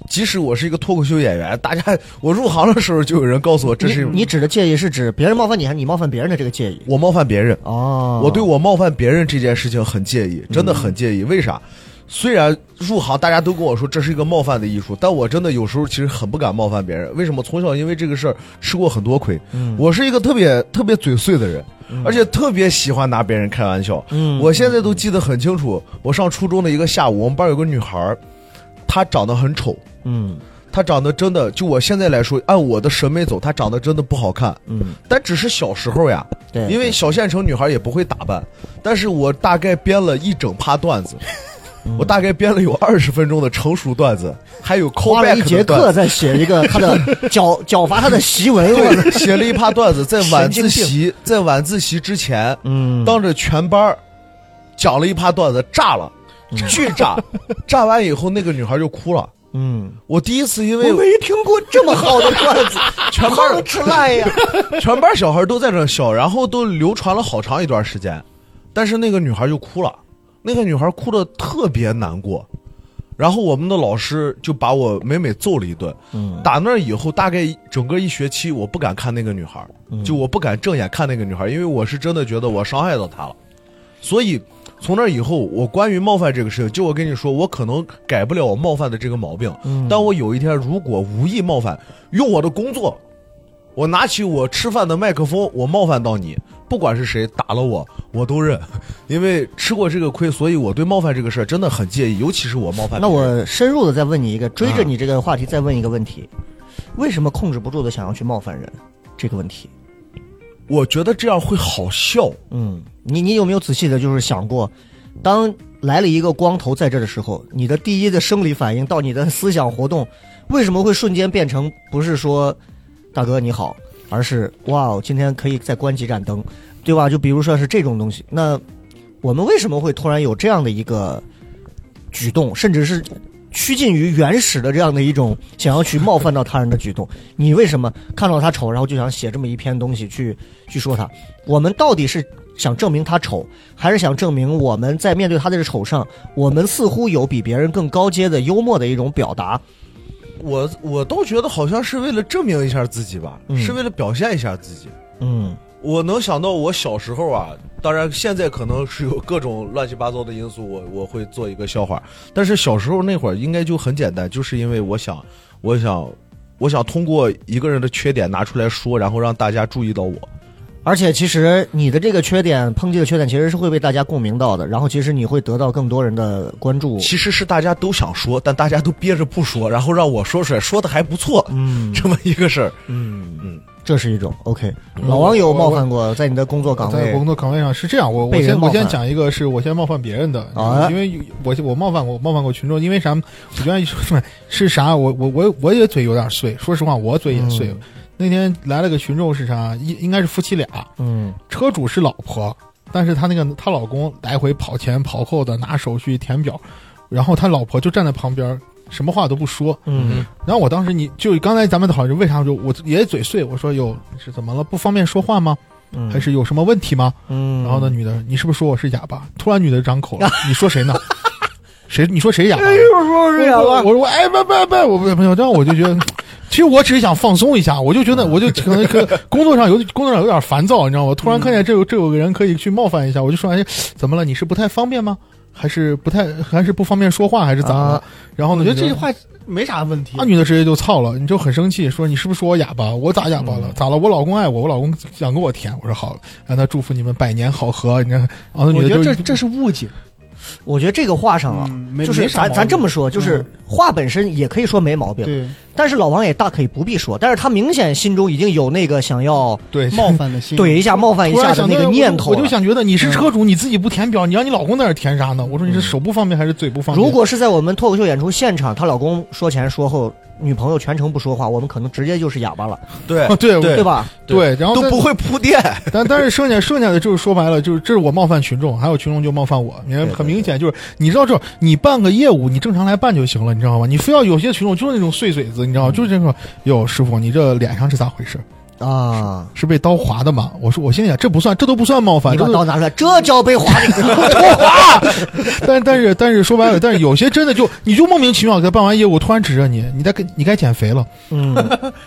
Speaker 3: 即使我是一个脱口秀演员，大家 [laughs] 我入行的时候就有人告诉我这
Speaker 1: 你
Speaker 3: 是
Speaker 1: 你指的介意是指别人冒犯你，还是你冒犯别人的这个介意？
Speaker 3: 我冒犯别人，
Speaker 1: 哦，
Speaker 3: 我对我冒犯别人这件事情很介
Speaker 1: 嗯
Speaker 3: 意，真的很介意。为啥？虽然入行大家都跟我说这是一个冒犯的艺术，但我真的有时候其实很不敢冒犯别人。为什么？从小因为这个事儿吃过很多亏。
Speaker 1: 嗯
Speaker 3: 我是一个特别特别嘴碎的人，而且特别喜欢拿别人开玩笑。
Speaker 1: 嗯
Speaker 3: 我现在都记得很清楚，我上初中的一个下午，我们班有个女孩儿，她长得很丑，
Speaker 1: 嗯
Speaker 3: 她长得真的，就我现在来说，按我的审美走，她长得真的不好看。
Speaker 1: 嗯，
Speaker 3: 但只是小时候呀，
Speaker 1: 对，
Speaker 3: 因为小县城女孩也不会打扮。但是我大概编了一整趴段子，
Speaker 1: 嗯
Speaker 3: 我大概编了有二十分钟的成熟段子，还有
Speaker 1: 花了
Speaker 3: callback
Speaker 1: 一节
Speaker 3: 的
Speaker 1: 课
Speaker 3: 段子。
Speaker 1: 在写一个他
Speaker 3: [laughs]
Speaker 1: 的脚脚罚他的檄文，我
Speaker 3: 对，写了一趴段子，在晚自
Speaker 1: 神经
Speaker 3: 习，在晚自习之前，
Speaker 1: 嗯
Speaker 3: 当着全班儿讲了一趴段子，炸了，巨
Speaker 1: [laughs]
Speaker 3: 炸，炸完以后那个女孩就哭了。
Speaker 1: 嗯，
Speaker 3: 我第一次因
Speaker 1: 我
Speaker 3: 为
Speaker 1: 没听过这么好的段子，
Speaker 3: 全班
Speaker 1: 好吃赖呀！
Speaker 3: 全班小孩都在这笑，然后都流传了好长一段时间，但是那个女孩就哭了，那个女孩哭的特别难过，然后我们的老师就把我每每揍了一顿。
Speaker 1: 嗯
Speaker 3: 打那以后，大概整个一学期，我不敢看那个女孩，
Speaker 1: 嗯
Speaker 3: 就我不敢正眼看那个女孩，因为我是真的觉得我伤害到她了。所以从那以后，我关于冒犯这个事情，就我跟你说，我可能改不了我冒犯的这个毛病。
Speaker 1: 嗯
Speaker 3: 但我有一天如果无意冒犯，用我的工作，我拿起我吃饭的麦克风，我冒犯到你，不管是谁打了我，我都认，因为吃过这个亏，所以我对冒犯这个事儿真的很介意，尤其是我冒犯别人。
Speaker 1: 那我深入的再问你一个，追着你这个话题再问一个问题：为什么控制不住的想要去冒犯人？这个问题，
Speaker 3: 我觉得这样会好笑。
Speaker 1: 嗯，你你有没有仔细的，就是想过，当来了一个光头在这的时候，你的第一的生理反应到你的思想活动，为什么会瞬间变成不是说“大哥你好”，而是“哇，哦今天可以再关几盏灯”，对吧？就比如说是这种东西，那我们为什么会突然有这样的一个举动，甚至是趋近于原始的这样的一种想要去冒犯到他人的举动？你为什么看到他丑，然后就想写这么一篇东西去去说他？我们到底是想证明他丑，还是想证明我们在面对他的这丑上，我们似乎有比别人更高阶的幽默的一种表达？
Speaker 3: 我我倒觉得好像是为了证明一下自己吧，
Speaker 1: 嗯
Speaker 3: 是为了表现一下自己。
Speaker 1: 嗯
Speaker 3: 我能想到我小时候啊，当然现在可能是有各种乱七八糟的因素，我我会做一个笑话。但是小时候那会儿应该就很简单，就是因为我想，我想我想通过一个人的缺点拿出来说，然后让大家注意到我。
Speaker 1: 而且其实你的这个缺点，抨击的缺点，其实是会被大家共鸣到的。然后其实你会得到更多人的关注。
Speaker 3: 其实是大家都想说，但大家都憋着不说，然后让我说出来，说的还不错，
Speaker 1: 嗯
Speaker 3: [laughs] 这么一个事儿。
Speaker 1: 嗯
Speaker 3: 嗯，
Speaker 1: 这是一种 OK。老王有冒犯过在你的工作岗
Speaker 4: 在
Speaker 1: 位
Speaker 4: 工作岗位上是这样，我
Speaker 1: 啊被
Speaker 4: 我
Speaker 1: 人
Speaker 4: 先
Speaker 1: 冒
Speaker 4: 我先
Speaker 1: 犯
Speaker 4: 讲一个，是我先冒犯别人的，
Speaker 1: 啊
Speaker 4: 因为我我冒犯过冒犯过群众，因为啥？我原来说是啥？我我我我也嘴有点碎，说实话，我嘴也碎了。那天来了个群众是啥？应应该是夫妻俩，
Speaker 1: 嗯
Speaker 4: 车主是老婆，但是她那个她老公来回跑前跑后的拿手续填表，然后他老婆就站在旁边，什么话都不说。
Speaker 1: 嗯
Speaker 4: 然后我当时你就刚才咱们讨论为啥我就我也嘴碎，我说有是怎么了？不方便说话吗？
Speaker 1: 嗯
Speaker 4: 还是有什么问题吗？
Speaker 1: 嗯，
Speaker 4: 然后呢，女的，你是不是说我是哑巴？突然女的张口了，你说谁呢？谁？你说谁哑巴？
Speaker 1: 我说是
Speaker 4: 我我我哎，不不不，我不没有，这样我就觉得，其实我只是想放松一下，我就觉得，我就可能可工作上有工作上有点烦躁，你知道吗？突然看见这有这有个人可以去冒犯一下，我就说，哎，怎么了？你是不太方便吗？还是不太还是不方便说话，还是咋的？
Speaker 1: 啊
Speaker 4: 然后
Speaker 2: 我
Speaker 4: 呢，
Speaker 2: 觉得
Speaker 4: 女
Speaker 2: 这句
Speaker 4: 的
Speaker 2: 话没啥问题啊
Speaker 4: 那。女的直接就操了，你就很生气，说你是不是说我哑巴？我咋哑巴了？咋了？我老公爱我，我老公想给我舔。我说好，让他祝福你们百年好合。你看，然后
Speaker 2: 我
Speaker 4: 女
Speaker 2: 觉
Speaker 4: 的
Speaker 2: 得
Speaker 4: 就
Speaker 2: 这这是误解，
Speaker 1: 我觉得这个话上啊，
Speaker 2: 嗯没
Speaker 1: 就是
Speaker 2: 没啥
Speaker 1: 咱
Speaker 2: 毛
Speaker 1: 咱这
Speaker 2: 病
Speaker 1: 么说，就是话本身也可以说没毛病，
Speaker 2: 对
Speaker 1: 但是老王也大可以不必说，但是他明显心中已经有那个想要
Speaker 4: 对 [laughs]
Speaker 2: 冒犯的心理。
Speaker 1: 怼一下、冒犯一
Speaker 4: 嗯突
Speaker 1: 下的
Speaker 4: 然想
Speaker 1: 那
Speaker 4: 到
Speaker 1: 个
Speaker 4: 我
Speaker 1: 念头
Speaker 4: 我
Speaker 1: 了。
Speaker 4: 就想觉得你是车主，你自己不填表，你让你老公在那儿填啥呢？我说你是手不方便还是嘴不方便？
Speaker 1: 如果是在我们脱口秀演出现场，她老公说前说后，女朋友全程不说话，我们可能直接就是哑巴了，
Speaker 3: 对
Speaker 4: [laughs] 对
Speaker 3: 对
Speaker 1: 对吧？
Speaker 4: 对，然后
Speaker 3: 都
Speaker 4: 但
Speaker 3: 不会铺垫。
Speaker 4: [laughs] 但但是剩下剩下的就是说白了，就是这是我冒犯群众，还有群众就冒犯我。你看，
Speaker 3: 对
Speaker 4: 很明显就是你知道这种，你办个业务，你正常来办就行了，你知道吗？你非要有些群众就是那种碎嘴子，你知道吗？就是这种，哟，师傅，你这脸上是咋回事？
Speaker 1: 啊，
Speaker 4: 是被刀划的吗？我说，我心里想，这不算，这都不算冒犯，
Speaker 1: 你
Speaker 4: 这
Speaker 1: 把
Speaker 4: 都
Speaker 1: 刀拿出来，这叫被划的。
Speaker 4: 但但是但是说白了，但是有些真的就你就莫名其妙给他办完业务，突然指着你，你该你该减肥了
Speaker 1: 嗯，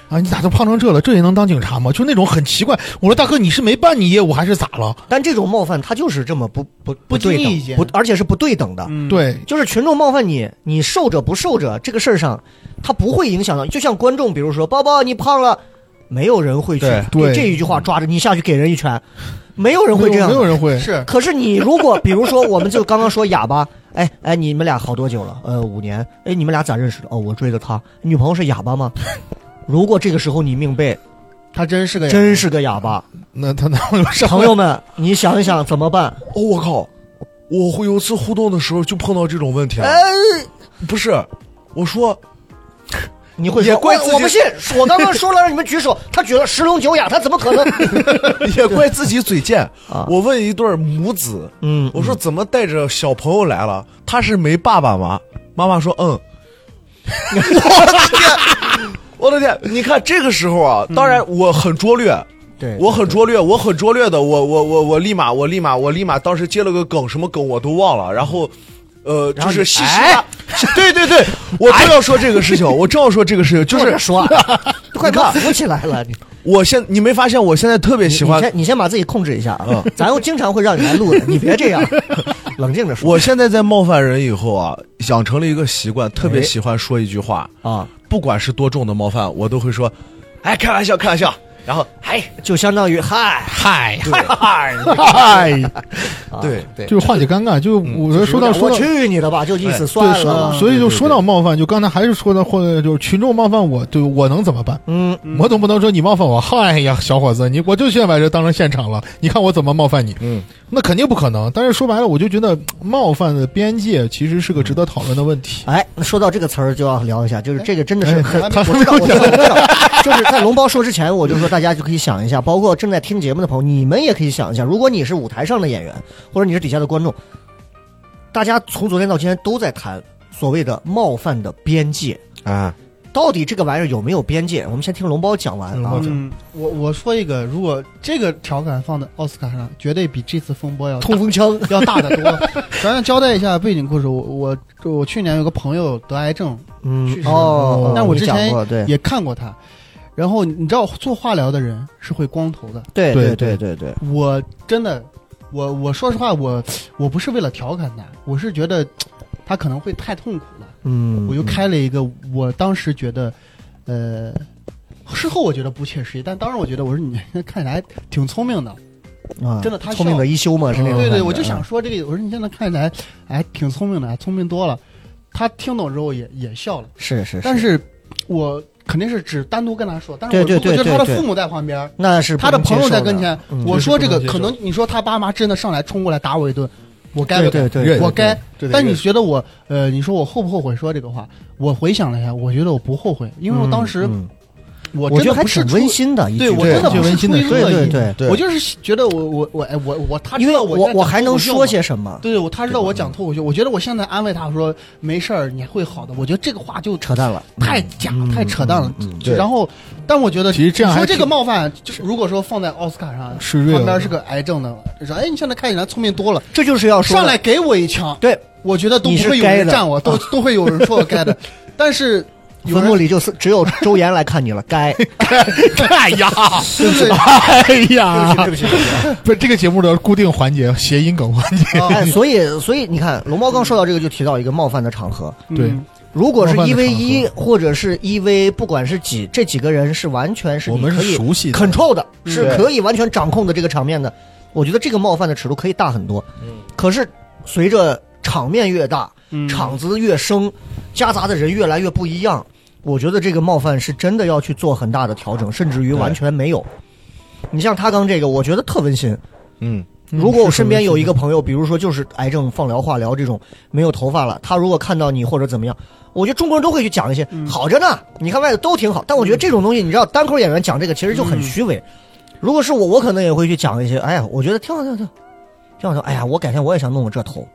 Speaker 4: 啊！你咋都胖成这了？这也能当警察吗？就那种很奇怪。我说大哥，你是没办你业务还是咋了？
Speaker 1: [laughs] 但这种冒犯，他就是这么不不不对
Speaker 2: 经意间
Speaker 1: 等，不而且是不对等的。
Speaker 2: 嗯，
Speaker 4: 对，
Speaker 1: 就是群众冒犯你，你受着不受着这个事儿上，他不会影响到。就像观众，比如说包包你胖了，没有人会去
Speaker 3: 对
Speaker 1: 给
Speaker 4: 对
Speaker 1: 这一句话抓着你下去给人一拳，没有人会这样
Speaker 4: 没有
Speaker 1: 的。
Speaker 4: 没有人会。
Speaker 2: 是
Speaker 1: 可是你如果比如说，我们就刚刚说哑巴，哎哎，你们俩好多久了？呃，五年。哎，你们俩咋认识的？哦，我追的她，女朋友是哑巴
Speaker 4: [laughs]
Speaker 1: 吗？如果这个时候你命背
Speaker 2: 他真是个人
Speaker 1: 真是个哑巴，
Speaker 4: 那他男朋友上
Speaker 1: 朋友们，你想一想怎么办？
Speaker 3: 哦，我靠！我会有一次互动的时候就碰到这种问题了。啊
Speaker 1: 哎
Speaker 3: 不是，
Speaker 1: [laughs]
Speaker 3: 我说
Speaker 1: 你会
Speaker 3: 也
Speaker 1: 说
Speaker 3: 怪
Speaker 1: 我
Speaker 3: 自己
Speaker 1: 我不信，我刚刚说了让你们举手，他举了十龙九哑，他怎么可能？ [laughs]
Speaker 3: 也怪自己嘴贱
Speaker 1: 啊。
Speaker 3: 我问一对儿母子，
Speaker 1: 嗯，
Speaker 3: 我说怎么带着小朋友来了？他是没爸爸吗？妈妈说嗯。 [laughs] 我的天！我的天！你看这个时候啊，当然
Speaker 1: 嗯
Speaker 3: 我很拙劣，
Speaker 1: 对
Speaker 3: 我很拙劣，我很拙劣的，我我我我立马我立马我立马当时接了个梗，什么梗我都忘了，然
Speaker 4: 嗯
Speaker 3: 后。呃，
Speaker 1: 然
Speaker 3: 就
Speaker 1: 后
Speaker 3: 是
Speaker 1: 你
Speaker 3: 嘻嘻
Speaker 4: 哎 [laughs]
Speaker 3: 哈，对对对，我正要说这个事情，我正要说这个事情，就
Speaker 1: 坐着
Speaker 3: 是
Speaker 1: 说，啊快把我扶起来了。你
Speaker 3: 我现你没发现我现在特别喜欢
Speaker 1: 你，先你先把自己控制一下啊，咱又经常会让你来录的，你别这样，冷静着说。
Speaker 3: 我现在在冒犯人以后啊，养成了一个习惯，特别
Speaker 4: 哎
Speaker 3: 喜欢说一句话，
Speaker 1: 啊，
Speaker 3: 不管是多重的冒犯，我都会说，哎，开玩笑，开玩笑，然后哎，
Speaker 1: 就相当于嗨，
Speaker 4: 嗨
Speaker 3: [laughs] 嗨，
Speaker 4: 嗨，
Speaker 1: 啊
Speaker 3: 对
Speaker 1: 对，嗯
Speaker 4: 就是化解尴尬。就我觉得说到说
Speaker 1: 我
Speaker 4: 到。
Speaker 1: 去你的吧，就意思算
Speaker 4: 对，
Speaker 1: 了
Speaker 4: 说
Speaker 1: 吧。
Speaker 4: 所以就说到冒犯，就刚才还是说到，或者就是群众冒犯我，对我能怎么办？
Speaker 1: 嗯，
Speaker 4: 我总不能说你冒犯我，嗨呀，小伙子，你我就现在把这当成现场了，你看我怎么冒犯你？
Speaker 3: 嗯，
Speaker 4: 那肯定不可能。但是说白了，我就觉得冒犯的边界其实是个值得讨论的问题。
Speaker 1: 哎，那说到这个词儿就要聊一下，就是这个真的是
Speaker 4: 哎
Speaker 1: 很，
Speaker 4: 他
Speaker 1: 我知道，我知道，我知道。就是在龙包说之前，我就说大家就可以想一下，包括正在听节目的朋友，你们也可以想一下，如果你是舞台上的演员，或者你是底下的观众，大家从昨天到今天都在谈所谓的冒犯的边界，
Speaker 3: 啊，
Speaker 1: 到底这个玩意儿有没有边界？我们先听龙包讲完
Speaker 4: 龙
Speaker 1: 啊
Speaker 4: 包。
Speaker 2: 嗯，我我说一个，如果这个调侃放在奥斯卡上，绝对比这次风波要
Speaker 1: [laughs]
Speaker 2: 大
Speaker 1: 通风
Speaker 2: [laughs]
Speaker 1: 枪，
Speaker 2: 要大得多。咱要交代一下背景故事，我我我去年有个朋友得癌症，
Speaker 1: 嗯
Speaker 2: 确实
Speaker 1: 哦，
Speaker 2: 但我之前
Speaker 1: 你讲过对
Speaker 2: 也看过他。然后你知道做化疗的人是会光头的，
Speaker 1: 对
Speaker 4: 对
Speaker 1: 对对对，
Speaker 2: 我真的，我我说实话，我我不是为了调侃他，我是觉得他可能会太痛苦了，
Speaker 1: 嗯，
Speaker 2: 我就开了一个我当时觉得呃，事后我觉得不切实际，但当时我觉得我说你看起来挺聪明的，
Speaker 1: 啊，
Speaker 2: 真的他笑
Speaker 1: 聪明的一休嘛，是那种
Speaker 2: 对
Speaker 1: 感
Speaker 2: 对，
Speaker 1: 觉
Speaker 2: 我就想
Speaker 1: 啊
Speaker 2: 说这个，我说你现在看起来哎挺聪明的，聪明多了。他听懂之后也也笑了，
Speaker 1: 是是，
Speaker 2: 但是我肯定是只单独跟他说，但是
Speaker 1: 对
Speaker 2: 我
Speaker 1: 对对
Speaker 2: 我觉得
Speaker 1: 对
Speaker 2: 他的
Speaker 1: 对
Speaker 2: 父母在旁边，
Speaker 1: 那是
Speaker 2: 他的朋友在
Speaker 1: 啊
Speaker 2: 跟前，
Speaker 1: 嗯
Speaker 2: 我说这个
Speaker 4: 这是不
Speaker 2: 可
Speaker 4: 能接受
Speaker 2: 能你说他爸妈真的上来冲过来打我一顿，我该不
Speaker 1: 对
Speaker 2: 该？
Speaker 1: 对对，
Speaker 3: 认
Speaker 2: 我该。
Speaker 3: 这得
Speaker 2: 但你
Speaker 3: 认
Speaker 2: 觉得我呃，你说我后不后悔说这个话？我回想了一下，我觉得我不后悔，因为我当时我
Speaker 1: 嗯我
Speaker 2: 真
Speaker 1: 觉得
Speaker 2: 的
Speaker 1: 还
Speaker 2: 不是
Speaker 1: 挺
Speaker 2: 出
Speaker 1: 温，馨的，一
Speaker 2: 对
Speaker 1: 句
Speaker 2: 我
Speaker 1: 这
Speaker 2: 真的
Speaker 1: 样
Speaker 2: 不
Speaker 1: 对
Speaker 2: 是出于
Speaker 1: 对
Speaker 2: 恶
Speaker 1: 对
Speaker 2: 意，
Speaker 1: 对，
Speaker 3: 对
Speaker 2: 我就是觉得我我我哎我我他知
Speaker 1: 因为
Speaker 2: 道
Speaker 1: 我
Speaker 2: 我
Speaker 1: 还能说些
Speaker 2: 么。
Speaker 1: 什么，
Speaker 2: 对，我他知道我讲脱口秀，我觉得我现在安慰他说没事儿，你会好的。我觉得这个话就
Speaker 1: 扯淡了，
Speaker 2: 太假、
Speaker 1: 嗯
Speaker 2: 太扯淡了。
Speaker 1: 嗯嗯
Speaker 3: 对
Speaker 2: 然后，但我觉得
Speaker 4: 其实这样
Speaker 2: 你
Speaker 4: 还
Speaker 2: 说这个
Speaker 4: 挺
Speaker 2: 冒犯，就是如果说放在奥斯卡上，
Speaker 4: 是瑞
Speaker 2: 旁边
Speaker 4: 了
Speaker 2: 是个癌症的，说哎，你现在看起来聪明多了，
Speaker 1: 这就是要说
Speaker 2: 上
Speaker 1: 的
Speaker 2: 来给我一枪，
Speaker 1: 对
Speaker 2: 我觉得都不会
Speaker 1: 你是
Speaker 2: 有
Speaker 1: 该
Speaker 2: 人
Speaker 1: 的
Speaker 2: 站我，都都会有人说我该的。但是有
Speaker 1: 坟墓
Speaker 2: 人
Speaker 1: 里就是只有周岩来看你了，
Speaker 2: [laughs]
Speaker 1: 该
Speaker 2: 对不
Speaker 4: 哎呀，
Speaker 2: 对？
Speaker 4: [laughs] 哎呀，
Speaker 1: 嗯对不起。
Speaker 4: [laughs] 不是这个节目的固定环节，谐音梗环节。
Speaker 2: 哦
Speaker 1: 哎，所以所以你看，龙猫刚说到这个，就提到一个冒犯的场合。
Speaker 2: 嗯
Speaker 4: 对，
Speaker 1: 如果是
Speaker 4: 冒犯
Speaker 1: 一
Speaker 4: 的
Speaker 1: v
Speaker 4: 场合
Speaker 1: 一或者是一 v，不管是几，这几个人是完全是
Speaker 4: 我
Speaker 1: 你
Speaker 4: 们
Speaker 1: 可以
Speaker 4: 是熟悉的
Speaker 1: control 的，是
Speaker 2: 嗯
Speaker 3: 对
Speaker 1: 可以完全掌控的这个场面的。我觉得这个冒犯的尺度可以大很多。可是随着场面越大，
Speaker 2: 嗯
Speaker 1: 场子越生，夹杂的人越来越不一样，我觉得这个冒犯是真的要去做很大的调整，甚至于完全没有。你像他刚这个，我觉得特温馨。
Speaker 3: 嗯，
Speaker 1: 如果我身边有一个朋友，比如说就是癌症放疗、化疗这种没有头发了，他如果看到你或者怎么样，我觉得中国人都会去讲一些好着呢，你看外头都挺好。但我觉得这种东西，你知道，单口演员讲这个其实就很虚伪。如果是我，我可能也会去讲一些，哎呀，我觉得挺好，挺好，挺好，挺好。哎呀，我改天我也想弄个这头，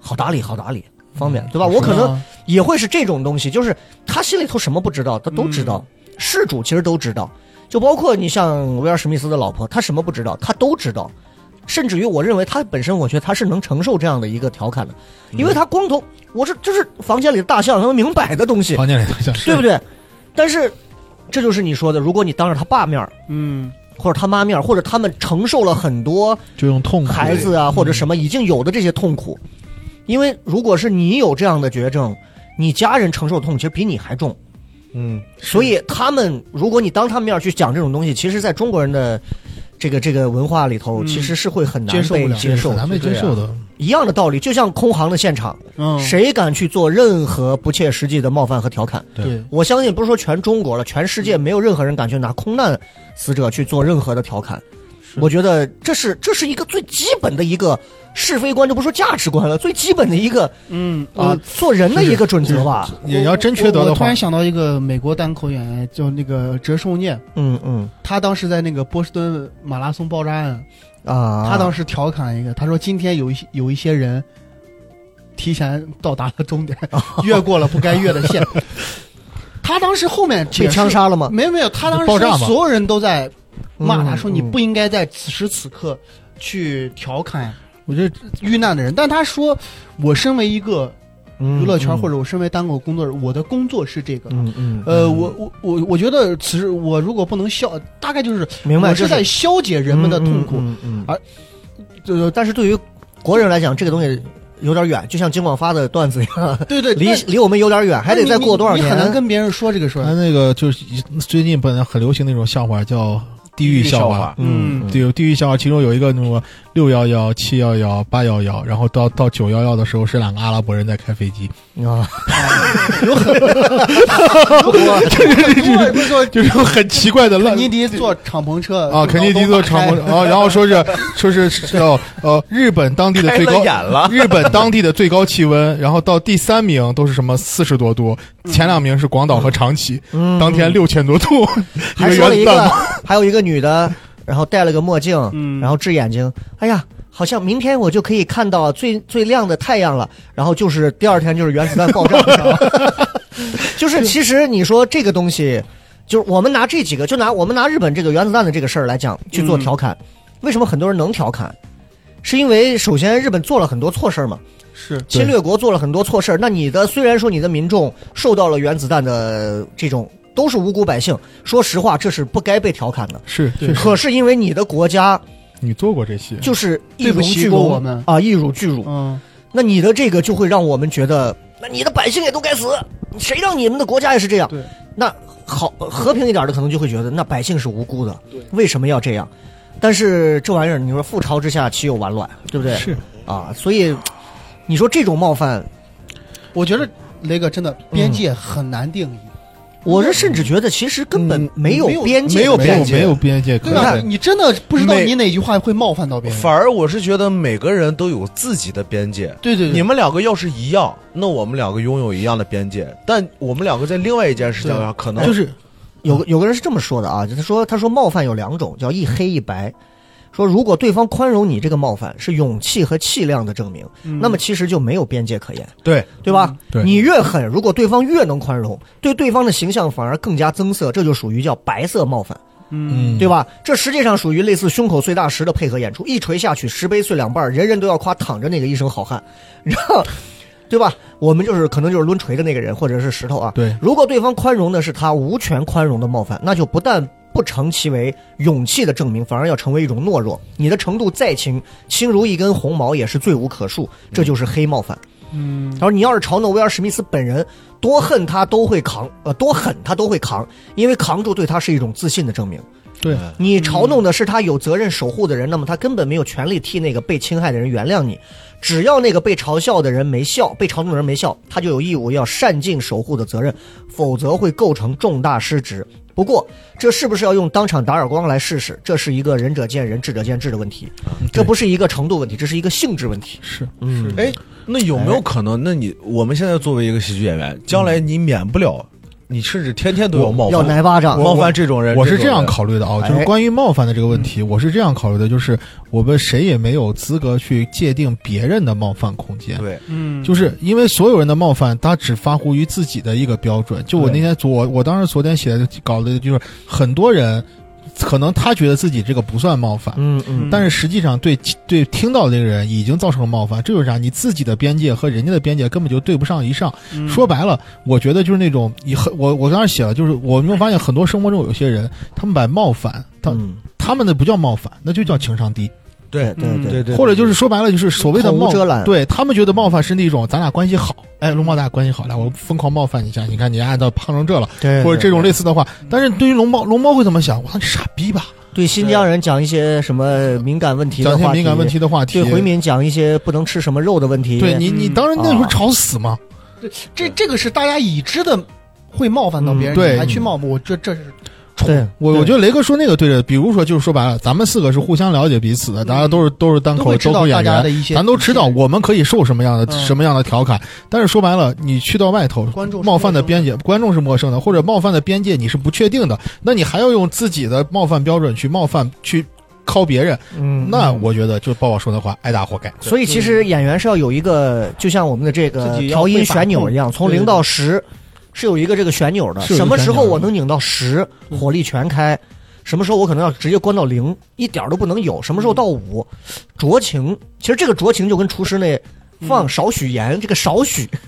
Speaker 1: 好打理，好打理，方便，对吧？啊我可能也会是这种东西，就是他心里头什么不知道，他都知道，事主其实都知道，就包括你像威尔史密斯的老婆，他什么不知道，他都知道，甚至于我认为他本身，我觉得他是能承受这样的一个调侃的，因为他光头，我是这是房间里的大象，他们明摆的东西，
Speaker 4: 房间里头像
Speaker 1: 对不对？但是这就是你说的，如果你当着他爸面儿
Speaker 2: 嗯，
Speaker 1: 或者他妈面儿，或者他们承受了很多
Speaker 4: 就用痛
Speaker 1: [laughs]
Speaker 4: 苦
Speaker 1: 孩子啊，或者什么已经有的这些痛苦，因为如果是你有这样的绝症，你家人承受的痛其实比你还重。
Speaker 3: 嗯，
Speaker 1: 所以他们，如果你当他们面去讲这种东西，其实，在中国人的这个这个文化里头，
Speaker 2: 嗯
Speaker 1: 其实是会很难
Speaker 4: 接受不
Speaker 1: 被
Speaker 4: 了，
Speaker 1: 接受
Speaker 4: 咱
Speaker 1: 的。啊
Speaker 4: 们接受的。
Speaker 1: 一样的道理，就像空航的现场，
Speaker 2: 嗯
Speaker 1: 谁敢去做任何不切实际的冒犯和调侃？
Speaker 2: 对，
Speaker 1: 我相信不是说全中国了，全世界没有任何人敢去拿空难死者去做任何的调侃。我觉得这是这是一个最基本的一个是非观，就不说价值观了，最基本的一个
Speaker 2: 嗯
Speaker 1: 啊、做人的一个准则吧。
Speaker 4: 也要真缺德
Speaker 2: 我
Speaker 4: 的
Speaker 2: 我突
Speaker 4: 话
Speaker 2: 然，想到一个美国单口演员，叫那个折寿念，
Speaker 1: 嗯嗯
Speaker 2: 他当时在那个波士顿马拉松爆炸案，
Speaker 1: 啊，
Speaker 2: 他当时调侃一个，他说今天有一些有一些人提前到达了
Speaker 1: [laughs]
Speaker 2: 终点，越过了不该越的线。他当时后面解
Speaker 1: 被
Speaker 2: 释
Speaker 1: 枪杀了吗？
Speaker 2: 没有没有，他当
Speaker 4: 爆炸
Speaker 2: 时
Speaker 4: 嘛
Speaker 2: 所有人都在骂他
Speaker 1: 嗯
Speaker 2: 说你
Speaker 1: 嗯
Speaker 2: 不应该在此时此刻去调侃
Speaker 4: 我觉得
Speaker 2: 遇难的人，但他说我身为一个
Speaker 1: 娱
Speaker 2: 娱乐圈或者我身为单口工作人，我的工作是这个。
Speaker 1: 嗯嗯，
Speaker 2: 呃，我我我我觉得此时我如果不能消，大概就是
Speaker 1: 明白，
Speaker 2: 我
Speaker 1: 就是
Speaker 2: 在消解人们的痛苦。
Speaker 1: 嗯嗯嗯嗯
Speaker 2: 而
Speaker 1: 就是但是对于国人来讲，这个东西有点远，就像金广发的段子一样，
Speaker 2: 对对，
Speaker 1: [laughs] 离
Speaker 2: 但
Speaker 1: 离我们有点远，还得再过多少
Speaker 2: 你
Speaker 1: 年？
Speaker 2: 你很难跟别人说这个事
Speaker 4: 他
Speaker 2: 儿。
Speaker 4: 那个就是最近本来很流行那种笑话，叫地狱笑话。
Speaker 1: 嗯，嗯
Speaker 4: 对，有地狱笑话，其中有一个那么六幺幺、七幺幺、八幺幺，然后到到九幺幺的时候是两个阿拉伯人在开飞 [laughs] 机，
Speaker 1: 啊，
Speaker 2: 我不是说
Speaker 4: 就是很奇怪的
Speaker 2: [laughs] 肯
Speaker 4: 乱
Speaker 2: 尼迪坐敞篷车
Speaker 4: 啊，肯尼迪做长
Speaker 2: 篷
Speaker 4: 虹啊，然后说是说是叫呃日本当地的最高
Speaker 3: 开了眼了
Speaker 4: [laughs] 日本当地的最高气温，然后到第三名都是什么四十多度，前两名是广岛和长崎，
Speaker 1: 嗯
Speaker 4: 当天六千多度，
Speaker 1: 还说了一
Speaker 4: 元旦
Speaker 1: 个
Speaker 4: 嘛，
Speaker 1: 还有一个女的，然后戴了个墨镜，
Speaker 2: 嗯
Speaker 1: 然后治眼睛。哎呀，好像明天我就可以看到最最亮的太阳了。然后就是第二天就是原子弹爆炸，你知道吗
Speaker 2: [laughs]
Speaker 1: 就是其实你说这个东西，就是我们拿这几个，就拿我们拿日本这个原子弹的这个事儿来讲去做调
Speaker 2: 嗯
Speaker 1: 侃，为什么很多人能调侃？是因为首先日本做了很多错事儿嘛，
Speaker 2: 是
Speaker 1: 侵略国做了很多错事儿，那你的虽然说你的民众受到了原子弹的这种都是无辜百姓，说实话这是不该被调侃的。
Speaker 4: 是确实
Speaker 1: 可是因为你的国家
Speaker 4: [laughs] 你做过这些，
Speaker 1: 就是一
Speaker 2: 对不
Speaker 1: 荣
Speaker 2: 起
Speaker 1: 俱
Speaker 2: 过
Speaker 1: 荣，
Speaker 2: 我们
Speaker 1: 啊一辱俱辱，
Speaker 2: 嗯，
Speaker 1: 那你的这个就会让我们觉得，那你的百姓也都该死，谁让你们的国家也是这样？
Speaker 2: 对，
Speaker 1: 那好和平一点的可能就会觉得那百姓是无辜的，为什么要这样？但是这玩意儿，你说覆巢之下岂有完卵，对不对？
Speaker 4: 是
Speaker 1: 啊，所以你说这种冒犯，
Speaker 2: 我觉得雷哥真的边界很难定义，
Speaker 1: 我是甚至觉得其实根本
Speaker 4: 嗯
Speaker 1: 没有
Speaker 2: 没有
Speaker 1: 边界，
Speaker 3: 没有
Speaker 4: 没
Speaker 3: 边
Speaker 4: 有
Speaker 3: 界
Speaker 4: 没有边界可
Speaker 2: 对吧？
Speaker 3: 看
Speaker 4: 言。
Speaker 2: 你真的不知道
Speaker 3: 每
Speaker 2: 你哪句话会冒犯到别人。
Speaker 3: 反而我是觉得每个人都有自己的边界。
Speaker 2: 对对对，
Speaker 3: 你们两个要是一样，那我们两个拥有一样的边界，但我们两个在另外一件事情上可能
Speaker 4: 就是
Speaker 1: 有个有个人是这么说的啊，就他说他说冒犯有两种，叫一黑一白。说如果对方宽容你这个冒犯是勇气和气量的证明，那么其实就没有边界可言，
Speaker 3: 对
Speaker 1: 对吧？
Speaker 4: 对
Speaker 1: 你越狠，如果对方越能宽容，对对方的形象反而更加增色，这就属于叫白色冒犯，
Speaker 4: 嗯，
Speaker 1: 对吧？这实际上属于类似胸口碎大石的配合演出，一锤下去，石碑碎两半儿，人人都要夸躺着那个一声好汉，然后。对吧？我们就是可能就是抡锤的那个人，或者是石头啊。
Speaker 4: 对
Speaker 1: 如果对方宽容的是他无权宽容的冒犯，那就不但不成其为勇气的证明，反而要成为一种懦弱。你的程度再轻，轻如一根红毛也是罪无可恕，这就是黑冒犯。嗯，他说你要是嘲弄威尔史密斯本人，多恨他都会扛，呃，多狠他都会扛，因为扛住对他是一种自信的证明。
Speaker 4: 对，
Speaker 1: 你嘲弄的是他有责任守护的人，那么他根本没有权利替那个被侵害的人原谅你。只要那个被嘲笑的人没笑，被嘲弄的人没笑，他就有义务要善尽守护的责任，否则会构成重大失职。不过，这是不是要用当场打耳光来试试？这是一个仁者见仁，智者见智的问题，这不是一个程度问题，这是一个性质问题。
Speaker 4: 是
Speaker 1: 嗯，
Speaker 3: 哎，那有没有可能？那你我们现在作为一个喜剧演员，将来你免不了，你甚至天天都要冒
Speaker 1: 要
Speaker 3: 犯，
Speaker 1: 挨巴掌，
Speaker 3: 冒犯这种人。
Speaker 4: 我是
Speaker 3: 种
Speaker 4: 这样
Speaker 3: 人，
Speaker 4: 考虑的啊，就
Speaker 1: 哎
Speaker 4: 是关于冒犯的这个问题，我是这样考虑的，就是我们谁也没有资格去界定别人的冒犯空间。
Speaker 3: 对，
Speaker 2: 嗯，
Speaker 4: 就是因为所有人的冒犯，他只发乎于自己的一个标准。就我那天昨，我我当时昨天写的稿子，就是很多人可能他觉得自己这个不算冒犯，
Speaker 1: 嗯嗯，
Speaker 4: 但是实际上对对听到的这个人已经造成了冒犯，这就是啥？你自己的边界和人家的边界根本就对不上一上。
Speaker 2: 嗯
Speaker 4: 说白了，我觉得就是那种以很我我当时写了，就是我没有发现很多生活中有些人，他们把冒犯，他、
Speaker 1: 嗯
Speaker 4: 他们的不叫冒犯，那就叫情商低，
Speaker 1: 对对对，
Speaker 3: 对
Speaker 4: 或者就是说白了就是所谓的
Speaker 1: 口无
Speaker 4: 冒
Speaker 1: 遮拦
Speaker 4: 对他们觉得冒犯是那种咱俩关系好，哎，龙猫咱俩关系好，来我疯狂冒犯你一下，你看你按到胖成这了，
Speaker 1: 对嗯
Speaker 4: 或者这种类似的话。但是对于龙猫，龙猫会怎么想？我操，你傻逼吧！
Speaker 1: 对新疆人讲一些什么敏感问题
Speaker 4: 讲
Speaker 1: 的
Speaker 4: 一些
Speaker 1: 话题，
Speaker 4: 敏感问题的话题
Speaker 1: 对，回民讲一些不能吃什么肉的问题。
Speaker 4: 对你你
Speaker 2: 嗯
Speaker 4: 当然那会
Speaker 1: 啊
Speaker 4: 儿吵死嘛。
Speaker 2: 这这个是大家已知的，会冒犯到别人，
Speaker 4: 嗯对
Speaker 2: 你还去冒犯，我这这是
Speaker 1: 对，
Speaker 4: 我我觉
Speaker 1: 得
Speaker 4: 得雷哥说那个对的，比如说就是说白了，咱们四个是互相了解彼此的，大家都是都是单
Speaker 2: 都
Speaker 4: 口
Speaker 2: 会知
Speaker 4: 都
Speaker 2: 道
Speaker 4: 是
Speaker 2: 大
Speaker 4: 演
Speaker 2: 家的
Speaker 4: 员，
Speaker 2: 一些，
Speaker 4: 咱都知道
Speaker 2: 一些
Speaker 4: 我们可以受什么样的
Speaker 2: 嗯
Speaker 4: 什么样的调侃。但是说白了，你去到外头，
Speaker 2: 观众是
Speaker 4: 冒犯的
Speaker 2: 陌生
Speaker 4: 边界，观众是陌生的，或者冒犯的边界你是不确定的，那你还要用自己的冒犯标准去冒犯去靠别人，
Speaker 1: 嗯
Speaker 4: 那我觉得就鲍宝说的话，挨打活该。
Speaker 1: 所以其实演员是要有一个，就像我们的这个
Speaker 2: 自己要
Speaker 1: 调音
Speaker 2: 会把
Speaker 1: 旋钮
Speaker 2: 控
Speaker 1: 一样，从
Speaker 2: 对
Speaker 1: 零
Speaker 2: 对
Speaker 1: 到十是有一个这个旋钮的。
Speaker 4: 是有一个
Speaker 1: 什么时候
Speaker 4: 旋钮
Speaker 1: 我能拧到十，火力全开？什么时候我可能要直接关到零，一点儿都不能有？什么时候到五？酌情，其实这个酌情就跟厨师那放少许盐，这个少许，
Speaker 4: 嗯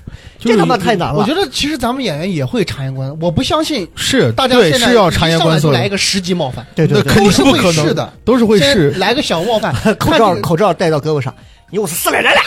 Speaker 4: 就是
Speaker 1: 这他妈太难
Speaker 2: 我
Speaker 1: 了
Speaker 2: 觉。得其实咱们演员也会察言观，我不相信
Speaker 4: 是
Speaker 2: 大家
Speaker 4: 对
Speaker 2: 现在
Speaker 4: 是要察言观
Speaker 2: 一上
Speaker 4: 色
Speaker 2: 来就来一
Speaker 4: 的，
Speaker 2: 个十级冒犯，
Speaker 1: 对对
Speaker 4: 那
Speaker 1: 对
Speaker 4: 肯，定
Speaker 2: 都是
Speaker 4: 不
Speaker 2: 会
Speaker 4: 可
Speaker 2: 试
Speaker 4: 能
Speaker 2: 的
Speaker 4: 都是会
Speaker 2: 先
Speaker 4: 试。
Speaker 2: 来个小冒犯，
Speaker 1: 口
Speaker 2: 看
Speaker 1: 罩
Speaker 2: 这个
Speaker 1: 口罩戴到胳膊上，你我是四个人了，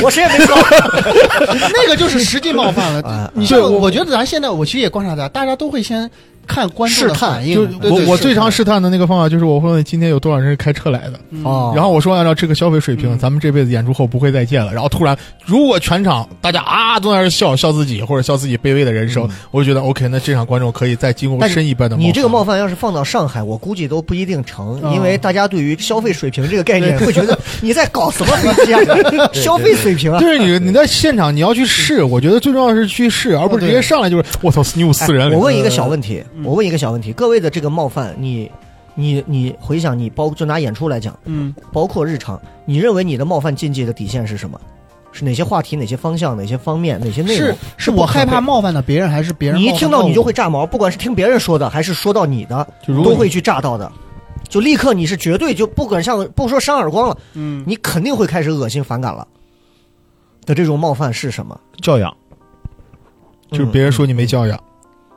Speaker 4: [laughs]
Speaker 1: 我谁也没说。
Speaker 2: 那个就是实际冒犯
Speaker 1: 哎
Speaker 2: 了。你
Speaker 4: 对
Speaker 2: 像
Speaker 4: 我
Speaker 2: 我觉得咱现在，我其实也观察大家，大家都会先看观众的
Speaker 1: 试探
Speaker 2: 反应
Speaker 4: 就。
Speaker 2: 对
Speaker 4: 我
Speaker 2: 对
Speaker 4: 我
Speaker 2: 试
Speaker 4: 最常
Speaker 2: 探嗯
Speaker 4: 试探的那个方法就是我会问今天有多少人是开车来的，
Speaker 1: 哦
Speaker 4: 然后我说按照这个消费水平，咱们这辈子演出后不会再见了。然后突然，如果全场大家啊都在那儿笑笑自己或者笑自己卑微的人生，我就觉得 OK，那这场观众可以再经过
Speaker 1: 但是
Speaker 4: 深一般的
Speaker 1: 你这个
Speaker 4: 冒
Speaker 1: 冒犯要是放到上海，我估计都不一定成，
Speaker 2: 嗯
Speaker 1: 因为大家对于消费水平这个概念会觉
Speaker 2: [laughs]
Speaker 1: 得你在搞什么东西啊？ [laughs] 消费水平啊
Speaker 4: 犯，就！是你你在现场你要去试，我觉得最重要的是去试，而不是直接上来就是我操，你有四人。
Speaker 1: 哎我问一个小问题，
Speaker 2: 嗯
Speaker 1: 我问一个小问题，各位的这个冒犯，你你你回想，你包就拿演出来讲，
Speaker 2: 嗯，
Speaker 1: 包括日常，你认为你的冒犯禁忌的底线是什么？是哪些话题、哪些方向、哪些方面、哪些内容
Speaker 2: 是？
Speaker 1: 是
Speaker 2: 我害怕
Speaker 1: 冒。
Speaker 2: 冒犯到别人，还是别人
Speaker 1: 你一听到你就会
Speaker 2: 冒
Speaker 1: 炸毛，不管是听别人说的，还是说到你的，
Speaker 4: 就如果
Speaker 1: 都
Speaker 4: 你
Speaker 1: 会去炸到的，就立刻你是绝对就不管像不说扇耳光了，
Speaker 2: 嗯，
Speaker 1: 你肯定会开始恶心反感了的这种冒犯是什么？
Speaker 3: 教养。
Speaker 4: 就是别人说你没教养，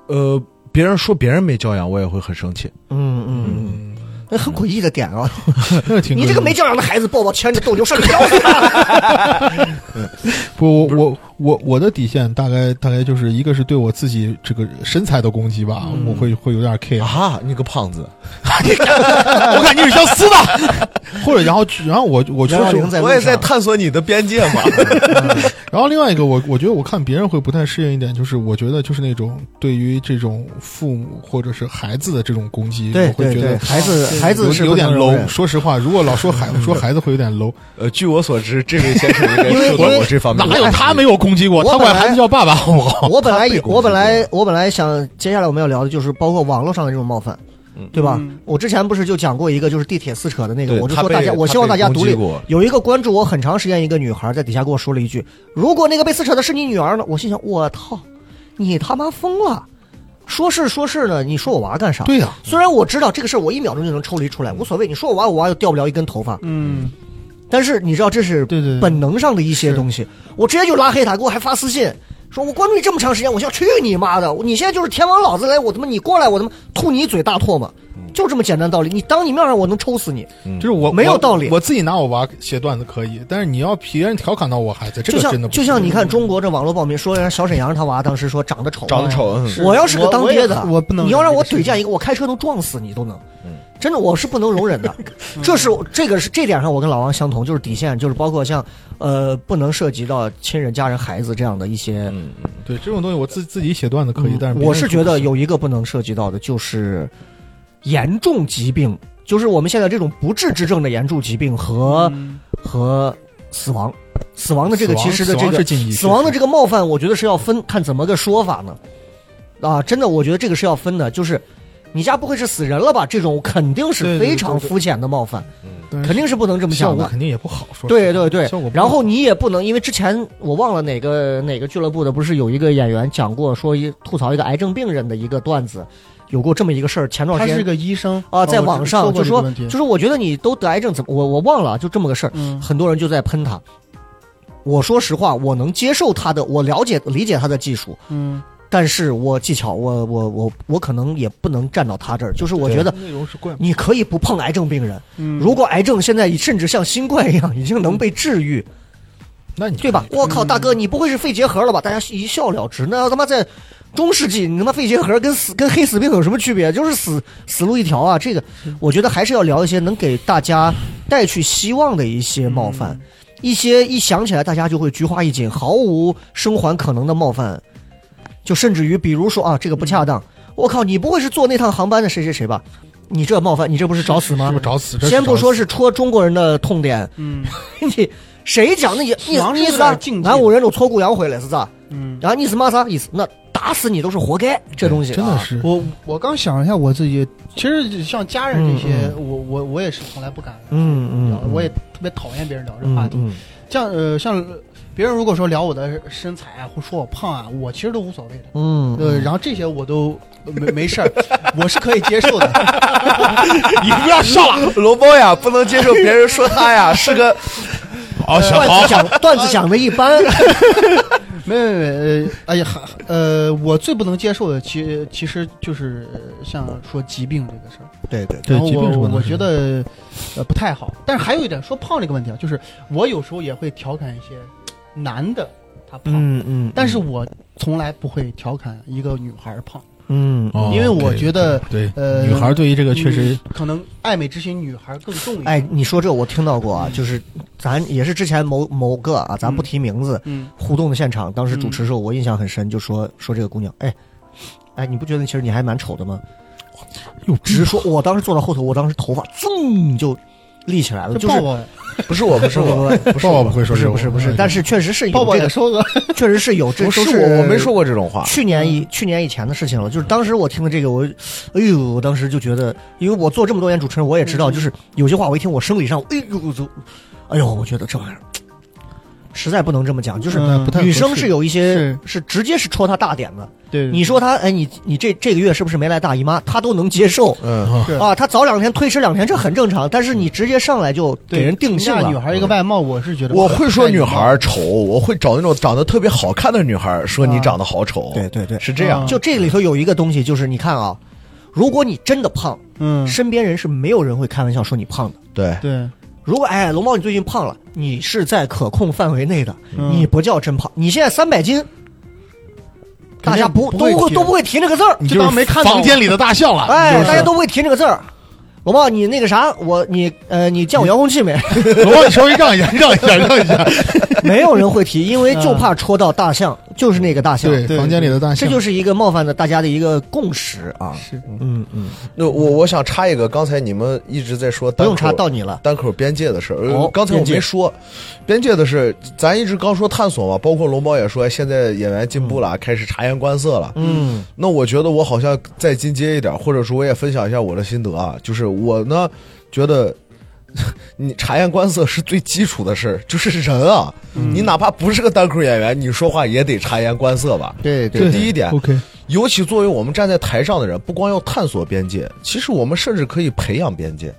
Speaker 3: 呃，别人说别人没教养，我也会很生气。
Speaker 1: 嗯嗯嗯，那很诡异的点啊！
Speaker 4: 那
Speaker 1: [laughs]
Speaker 4: 挺
Speaker 1: 你这个没教养的孩子，抱抱牵着斗牛上去咬死他！
Speaker 4: 不我我我我的底线大概大概就是一个是对我自己这个身材的攻击吧，我会会有点 [laughs] care，、
Speaker 3: 啊，你个胖子！
Speaker 4: 我感觉你是要撕的，或者然后然后我我确
Speaker 1: 幺幺
Speaker 4: 实
Speaker 1: 零在路
Speaker 3: 我也在
Speaker 1: 上
Speaker 3: 探索你的边界嘛。
Speaker 4: 然后另外一个，我我觉得我看别人会不太适应一点，就是我觉得就是那种对于这种父母或者是孩子的这种攻击，
Speaker 1: 对
Speaker 4: 我会
Speaker 1: 对
Speaker 4: 觉
Speaker 1: 对，
Speaker 4: 得
Speaker 1: 孩子
Speaker 4: 有
Speaker 1: 孩子是
Speaker 4: 有
Speaker 1: 不
Speaker 4: 点
Speaker 1: 能容
Speaker 4: low。
Speaker 1: 忍
Speaker 4: 说实话，如果老
Speaker 1: [laughs]
Speaker 4: 说孩说孩子会有点 low，
Speaker 3: 呃，据我所知，这位先生应该
Speaker 1: 因为
Speaker 3: 受到
Speaker 1: 因
Speaker 3: 过
Speaker 1: 为
Speaker 3: 这方面
Speaker 4: 哪
Speaker 3: 的
Speaker 4: 有他没有攻击过？
Speaker 1: 我
Speaker 4: 他
Speaker 1: 本
Speaker 4: 管
Speaker 1: 来
Speaker 4: 孩子叫爸爸，好
Speaker 3: [laughs]
Speaker 4: 不好？
Speaker 1: 我本来
Speaker 3: 被
Speaker 1: 以
Speaker 3: 攻击
Speaker 1: 我本来我本来想接下来我们要聊的就是包括网络上的这种冒犯，对吧？
Speaker 2: 嗯
Speaker 1: 我之前不是就讲过一个就是地铁撕扯的那个，
Speaker 3: 对
Speaker 1: 我就
Speaker 3: 他
Speaker 1: 说
Speaker 3: 被
Speaker 1: 大家，我
Speaker 3: 他
Speaker 1: 希望
Speaker 3: 被
Speaker 1: 大家
Speaker 3: 攻
Speaker 1: 独
Speaker 3: 击
Speaker 1: 立
Speaker 3: 过。
Speaker 1: 有一个关注我很长时间一个女孩在底下跟我说了一句：“如果那个被撕扯的是你女儿呢？”我心想：“我操，你他妈疯了！”说是说是呢，你说我娃干啥？
Speaker 4: 对呀、
Speaker 1: 虽然我知道这个事儿，我一秒钟就能抽离出来，无所谓。你说我娃，我娃又掉不了一根头发，
Speaker 2: 嗯，
Speaker 1: 但是你知道这是
Speaker 2: 对对对
Speaker 1: 本能上的一些东西，我直接就拉黑他，给我还发私信，说我关注你这么长时间，我想去你妈的！你现在就是天王老子来，我他妈你过来，我他妈吐你一嘴大唾沫，就这么简单道理。你当你面上我能抽死你，
Speaker 4: 就是我
Speaker 1: 嗯没有
Speaker 4: 我
Speaker 1: 道理
Speaker 4: 我自己拿我娃写段子可以，但是你要别人调侃到我孩子，这
Speaker 1: 就
Speaker 4: 个真的
Speaker 1: 像
Speaker 4: 不
Speaker 1: 就像你看中国这网络暴民说人家小沈阳他娃当时说长得丑，啊
Speaker 3: 长得丑，嗯
Speaker 1: 我要是个当爹的，
Speaker 2: 我我也我不能
Speaker 1: 你要让我怼
Speaker 2: 这个事情嗯
Speaker 1: 见一个，我开车能撞死你都能。真的，我是不能容忍
Speaker 2: [laughs]
Speaker 1: 的。
Speaker 4: 嗯
Speaker 1: 这是这个是这点上，我跟老王相同，就是底线，就是包括像呃，不能涉及到亲人、家人、孩子这样的一些。
Speaker 4: 对这种东西，我自自己写段子
Speaker 2: 嗯
Speaker 4: 可以，但是别
Speaker 1: 嗯我
Speaker 4: 人
Speaker 1: 是
Speaker 4: 说
Speaker 1: 觉
Speaker 4: 不
Speaker 1: 得
Speaker 4: 行
Speaker 1: 有一个不能涉及到的，就是严重疾病，就是我们现在这种不治之症的严重疾病和、和死亡。死亡的这个
Speaker 4: 嗯死亡
Speaker 1: 其实的这
Speaker 4: 死亡
Speaker 1: 个
Speaker 4: 是禁忌
Speaker 1: 死亡的
Speaker 4: 确
Speaker 1: 这个冒犯，我觉得是要分看怎么个说法呢。啊，真的，我觉得这个是要分的，就是你家不会是死人了吧？这种肯定是
Speaker 4: 对对对
Speaker 1: 非常
Speaker 4: 对
Speaker 1: 肤浅的冒犯，
Speaker 4: 但是
Speaker 1: 肯定是不能这么
Speaker 4: 效
Speaker 1: 想
Speaker 4: 果
Speaker 1: 的。
Speaker 4: 肯定也不好说
Speaker 1: 对
Speaker 4: 实
Speaker 1: 对
Speaker 4: 话
Speaker 1: 对
Speaker 4: 效果，不
Speaker 1: 然
Speaker 4: 好
Speaker 1: 后你也不能，因为之前我忘了哪个哪个俱乐部的，不是有一个演员讲过，说一吐槽一个癌症病人的一个段子，有过这么一个事儿。前段
Speaker 2: 他
Speaker 1: 时
Speaker 2: 是
Speaker 1: 间
Speaker 2: 个医生
Speaker 1: 啊，在
Speaker 2: 哦我
Speaker 1: 网
Speaker 2: 知
Speaker 1: 上
Speaker 2: 过
Speaker 1: 就
Speaker 2: 这
Speaker 1: 说
Speaker 2: 个问题，
Speaker 1: 就是我觉得你都得癌症，怎么我我忘了，就这么个事儿，
Speaker 2: 嗯
Speaker 1: 很多人就在喷他。我说实话，我能接受他的，我了解理解他的技术，
Speaker 2: 嗯，
Speaker 1: 但是我技巧，我我我我可能也不能站到他这儿，就是我觉得。嗯
Speaker 4: 内容是怪。
Speaker 1: 你可以不碰癌症病人，
Speaker 2: 嗯
Speaker 1: 如果癌症现在甚至像新冠一样已经能被治愈，
Speaker 4: 那你
Speaker 1: 对吧？我
Speaker 2: 嗯
Speaker 1: 靠，大哥，你不会是肺结核了吧？大家一笑了之。那他妈在中世纪，你他妈肺结核跟死跟黑死病有什么区别？就是死死路一条啊！这个，我觉得还是要聊一些能给大家带去希望的一些冒犯，一些一想起来大家就会菊花一紧、毫无生还可能的冒犯，就甚至于比如说啊，这个不恰当。我靠，你不会是坐那趟航班的谁谁谁吧？你这冒犯，你这不是找死吗？
Speaker 4: 是不是找死？这
Speaker 1: 先不
Speaker 4: 找
Speaker 1: 说
Speaker 4: 死
Speaker 1: 是戳中国人的痛点，
Speaker 2: 嗯
Speaker 1: 你谁讲的也意思
Speaker 2: 王
Speaker 1: 意
Speaker 2: 是
Speaker 1: 思
Speaker 2: 有
Speaker 1: 啊
Speaker 2: 点境？界
Speaker 1: 俺五人都搓骨阳回来是咋？
Speaker 2: 嗯，
Speaker 1: 然后你是嘛啥意思？那打死你都是活该，这东西
Speaker 4: 嗯
Speaker 1: 啊
Speaker 4: 真的是
Speaker 2: 我我刚想了一下我自己，其实像家人这些，我我我也是从来不敢
Speaker 1: 嗯
Speaker 2: 聊，
Speaker 1: 嗯，
Speaker 2: 我也特别讨厌别人聊这话
Speaker 1: 嗯
Speaker 2: 题。
Speaker 1: 嗯，
Speaker 2: 像呃像别人如果说聊我的身材啊，或说我胖啊，我其实都无所谓的。
Speaker 1: 嗯
Speaker 2: 呃，然后这些我都没没事儿，我是可以接受的。
Speaker 3: [laughs]
Speaker 2: [laughs]
Speaker 3: 你不要笑了，罗包呀，不能接受别人说他呀是个
Speaker 4: 哦，小
Speaker 1: 段子讲段子讲的一般，
Speaker 2: 没没没，呃，哎呀，还呃，我最不能接受的，其其实就是呃像说疾病这个事儿。
Speaker 1: 对对，
Speaker 4: 对
Speaker 2: 然后
Speaker 4: 疾病是
Speaker 2: 我
Speaker 4: 不能
Speaker 2: 我
Speaker 4: 说
Speaker 2: 觉得呃不太好。但是还有一点，说胖这个问题啊，就是我有时候也会调侃一些男的他胖，
Speaker 1: 嗯嗯，
Speaker 2: 但是我从来不会调侃一个女孩儿胖，
Speaker 1: 嗯
Speaker 4: 哦
Speaker 2: 因为我
Speaker 4: 对
Speaker 2: 觉得
Speaker 4: 对
Speaker 2: 呃
Speaker 4: 女孩对于这个确实
Speaker 2: 嗯可能爱美之心女孩更重一点。嗯
Speaker 1: 哎，你说这我听到过啊，就是咱也是之前某某个啊，咱不提名字，
Speaker 2: 嗯
Speaker 1: 互动的现场，当时主持的时候我印象很深，就说说这个姑娘，哎。哎，你不觉得其实你还蛮丑的吗？
Speaker 4: 有
Speaker 1: 直说，我当时坐到后头，我当时头发噌就立起来了，
Speaker 2: 就
Speaker 1: 就是
Speaker 2: 抱抱
Speaker 3: 不是我，不是
Speaker 1: 不
Speaker 3: 我，
Speaker 1: 不
Speaker 4: 不是我不会
Speaker 1: 不
Speaker 4: 说
Speaker 1: 是
Speaker 4: 这种
Speaker 1: 不是不
Speaker 4: 哎
Speaker 1: 是，但是确实是
Speaker 2: 抱
Speaker 1: 有
Speaker 2: 抱
Speaker 1: 这
Speaker 2: 也
Speaker 1: 个，
Speaker 2: 收了，
Speaker 1: 确实是有这，
Speaker 3: 不是
Speaker 1: 都
Speaker 3: 我，我没说过这
Speaker 1: [laughs]
Speaker 3: 种话。
Speaker 1: 去年
Speaker 2: 嗯
Speaker 1: 以去年以前的事情了，就是当时我听了这个，我，哎呦，我当时就觉得，因为我做这么多年主持人，我也知道，
Speaker 2: 嗯
Speaker 1: 就是有些话我一听，我生理上，哎呦，我就，哎呦，我觉得这玩意儿实在不能这么讲，就是
Speaker 2: 嗯不太
Speaker 1: 女生是有一些
Speaker 2: 是嗯
Speaker 1: 是直接是戳她大点的，
Speaker 2: [laughs] 对
Speaker 1: 你说她，哎，你你这这个月是不是没来大姨妈，她都能接受。
Speaker 3: 嗯，
Speaker 2: 是嗯
Speaker 1: 啊，她早两天推迟两天，这很正常。但是你直接上来就给人定性
Speaker 2: 人家女
Speaker 1: 了，
Speaker 2: 孩一个外貌，我是觉得
Speaker 3: 我会说女孩
Speaker 2: 儿
Speaker 3: 儿丑，我会找那种长得特别好看的女孩儿说你长得好丑。
Speaker 1: 对对对
Speaker 3: 是这
Speaker 2: 嗯
Speaker 3: 样。
Speaker 1: 就这里头有一个东西，就是你看啊，如果你真的胖，
Speaker 2: 嗯
Speaker 1: 身边人是没有人会开玩笑说你胖的。
Speaker 3: 对，
Speaker 2: 对
Speaker 1: 如果哎，龙猫你最近胖了，你是在可控范围内的，
Speaker 2: 嗯
Speaker 1: 你不叫真胖。你现在三百斤，大家不
Speaker 4: 不
Speaker 1: 都
Speaker 4: 会
Speaker 1: 会
Speaker 4: 提
Speaker 1: 都不会提那个字儿，
Speaker 4: 你
Speaker 2: 就当没看到
Speaker 4: 房间里的大象了，
Speaker 1: 哎，
Speaker 4: 你就
Speaker 1: 大家
Speaker 4: 是
Speaker 1: 都不会提那个字儿。龙猫，你那个啥，我你呃，你见我遥控器
Speaker 4: [laughs]
Speaker 1: 没？
Speaker 4: 我帮你稍微让一下，让一下，让一下。
Speaker 1: 没有人会提，因为就怕戳到大象，就是那个大象。
Speaker 4: [laughs] 嗯对，
Speaker 2: 对
Speaker 4: 房间里的大
Speaker 1: 这
Speaker 4: 象，
Speaker 1: 就是一个冒犯的大家的一个共识啊。
Speaker 2: 是
Speaker 1: 嗯嗯，
Speaker 3: 那我我想插一个，刚才你们一直在说
Speaker 1: 不
Speaker 3: 单口
Speaker 1: 用查到你了。
Speaker 3: 单口边界的事儿，呃
Speaker 1: 哦
Speaker 3: 刚才我
Speaker 1: 边界
Speaker 3: 没说，边界的事儿，咱一直刚说探索嘛，包括龙猫也说，现在演员进步了，开始察言观色了。
Speaker 1: 嗯
Speaker 3: 那我觉得我好像再进阶一点，或者说我也分享一下我的心得啊，就是我呢觉得。 [laughs] 你察言观色是最基础的事儿，就是人啊，
Speaker 1: 嗯
Speaker 3: 你哪怕不是个单口演员，你说话也得察言观色吧。
Speaker 1: 对
Speaker 3: 这第一点，
Speaker 4: OK，
Speaker 3: 尤其作为我们站在台上的人，不光要探索边界，其实我们甚至可以培养边界。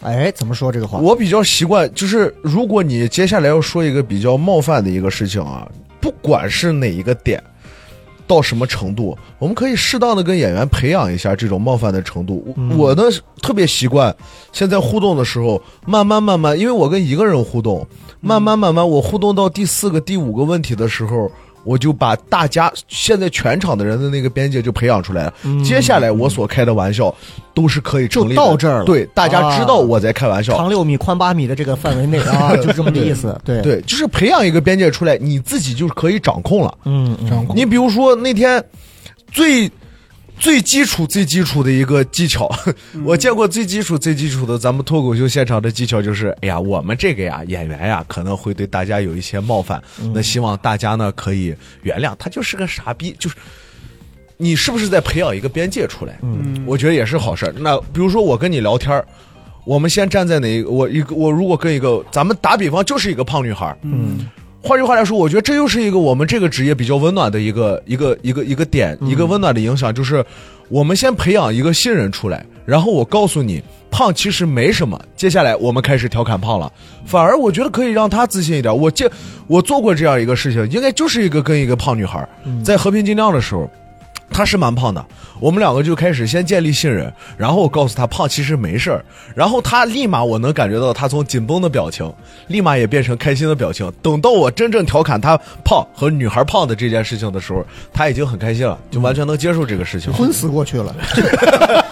Speaker 1: 哎，怎么说这个话？
Speaker 3: 我比较习惯，就是如果你接下来要说一个比较冒犯的一个事情啊，不管是哪一个点，到什么程度，我们可以适当的跟演员培养一下这种冒犯的程度。我
Speaker 1: 嗯
Speaker 3: 我呢特别习惯，现在互动的时候，慢慢慢慢，因为我跟一个人互动，慢慢慢慢，我互动到第四个、第五个问题的时候。我就把大家现在全场的人的那个边界就培养出来了。接下来我所开的玩笑都是可以成立的
Speaker 1: 就嗯到这儿了
Speaker 3: 对，大家知道
Speaker 1: 啊
Speaker 3: 我在开玩笑，
Speaker 1: 长六米、宽八米的这个范围内
Speaker 4: [laughs]
Speaker 1: 啊，就这么个意思。对，
Speaker 3: 对，就是培养一个边界出来，你自己就是可以掌控了。
Speaker 1: 嗯嗯
Speaker 4: 掌控
Speaker 3: 你比如说那天最最基础、最基础的一个技巧， [laughs] 我见过最基础、最基础的咱们脱口秀现场的技巧就是：哎呀，我们这个呀，演员呀，可能会对大家有一些冒犯，那希望大家呢可以原谅，他就是个傻逼，就是。你是不是在培养一个边界出来？嗯，我觉得也是好事儿。那比如说我跟你聊天儿我们先站在哪一个？我一个我如果跟一个，咱们打比方就是一个胖女孩，嗯，换句话来说，我觉得这又是一个我们这个职业比较温暖的一个一个一个一个点，一个温暖的影响，就是我们先培养一个新人出来，然后我告诉你，胖其实没什么。接下来我们开始调侃胖了，反而我觉得可以让他自信一点。我这我做过这样一个事情，应该就是一个跟一个胖女孩在和平精酿的时候。他是蛮胖的，我们两个就开始先建立信任，然后我告诉他胖其实没事儿，然后他立马我能感觉到他从紧绷的表情，立马也变成开心的表情。等到我真正调侃他胖和女孩胖的这件事情的时候，他已经很开心了，就完全能接受这个事情
Speaker 1: [laughs]
Speaker 3: 了。
Speaker 1: 昏死过去了。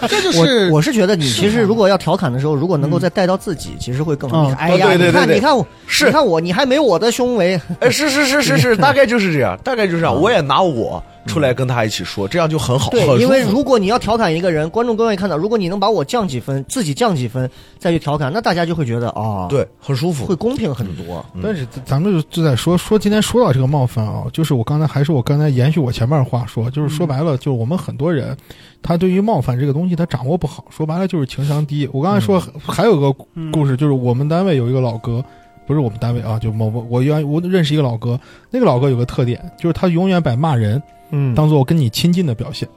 Speaker 2: 这就
Speaker 1: 我
Speaker 2: 是
Speaker 1: 我是觉得你其实如果要调侃的时候，如果能够再带到自己，其实会更好。
Speaker 2: 嗯
Speaker 1: 哎呀，
Speaker 3: 对对
Speaker 1: 你看
Speaker 3: 对对
Speaker 1: 你看我，
Speaker 3: 是
Speaker 1: 你看我，你还没我的胸围。
Speaker 3: 哎，是是是是是，大概就是这样，大概就是这样。我也拿我出来跟他一起说，这样就很好，很
Speaker 1: [laughs] 对
Speaker 3: 舒，服
Speaker 1: 因为如果你要调侃一个人，观众更愿意看到。如果你能把我降几分，自己降几分，再去调侃，那大家就会觉得啊，，
Speaker 3: 对很舒
Speaker 1: 会
Speaker 3: 服。
Speaker 1: 公平很多。
Speaker 4: 但是咱咱们就就在说说今天说到这个冒犯啊，就是我刚才还是我刚才延续我前面的话说，就是
Speaker 1: 嗯
Speaker 4: 说白了，就是我们很多人他对于冒犯这个东西他掌握不好，说白了就是情商低。我刚才说
Speaker 1: 嗯
Speaker 4: 还有个
Speaker 2: 嗯
Speaker 4: 故事，就是我们单位有一个老哥，不是我们单位啊，就某某我原我认识一个老哥，那个老哥有个特点，就是他永远把骂人
Speaker 1: 嗯
Speaker 4: 当做跟你亲近的表现。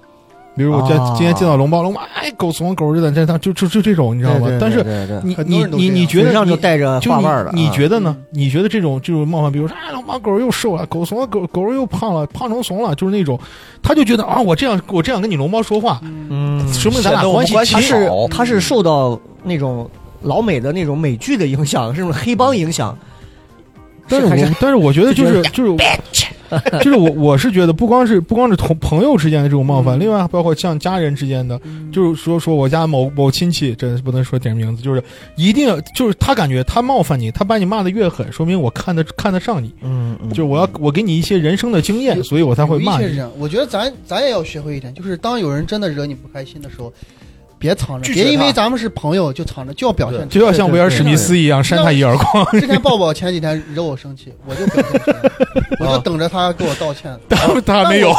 Speaker 4: 比如我今
Speaker 1: 啊
Speaker 4: 今天见到龙猫，龙猫哎狗怂狗日的，这他就就就这种你知道吗？但是
Speaker 1: 对对对
Speaker 4: 你
Speaker 2: 很多
Speaker 4: 你
Speaker 2: 人都
Speaker 4: 你
Speaker 2: 这样
Speaker 4: 你觉
Speaker 1: 嘴
Speaker 4: 得
Speaker 1: 上
Speaker 4: 你
Speaker 1: 就带着
Speaker 4: 就
Speaker 1: 话
Speaker 4: 你
Speaker 1: 味儿了。
Speaker 4: 你
Speaker 1: 啊
Speaker 4: 觉得呢
Speaker 2: 嗯？
Speaker 4: 你觉得这种这种冒犯，比如说啊，老妈狗又瘦了，狗怂了，狗狗又胖了，胖成怂了，就是那种，他就觉得啊，我这样我这样跟你龙猫说话，
Speaker 1: 嗯，
Speaker 4: 说明咱
Speaker 3: 显
Speaker 4: 俩
Speaker 3: 得我们
Speaker 4: 系
Speaker 3: 关系
Speaker 4: 亲。
Speaker 1: 是
Speaker 3: 好
Speaker 1: 他是受到那种老美的那种美剧的影响，是不是黑帮影响？
Speaker 4: 但是
Speaker 1: 还
Speaker 4: 我但是我觉得
Speaker 1: 就觉
Speaker 4: 就是就是 [laughs] 就是我我是觉得不光是不光是同朋友之间的这种冒犯，
Speaker 2: 嗯
Speaker 4: 另外包括像家人之间的，就是说说我家某某亲戚，真是不能说点名字，就是一定要就是他感觉他冒犯你，他把你骂的越狠，说明我看得看得上你，
Speaker 1: 嗯，嗯
Speaker 4: 就是我要我给你一些人生的经验，所以我才会
Speaker 2: 有一
Speaker 4: 骂
Speaker 2: 些
Speaker 4: 你。
Speaker 2: 人，我觉得咱咱也要学会一点，就是当有人真的惹你不开心的时候，别藏着，
Speaker 3: 拒绝他
Speaker 2: 别因为咱们是朋友就藏着，就要表现出
Speaker 4: 就要像威尔史密斯一样
Speaker 2: 对对
Speaker 4: 扇他一耳光。
Speaker 2: 来。之前抱抱前几天惹我生气，我就表现出来，我就等着他给我道歉，
Speaker 4: 他他没有，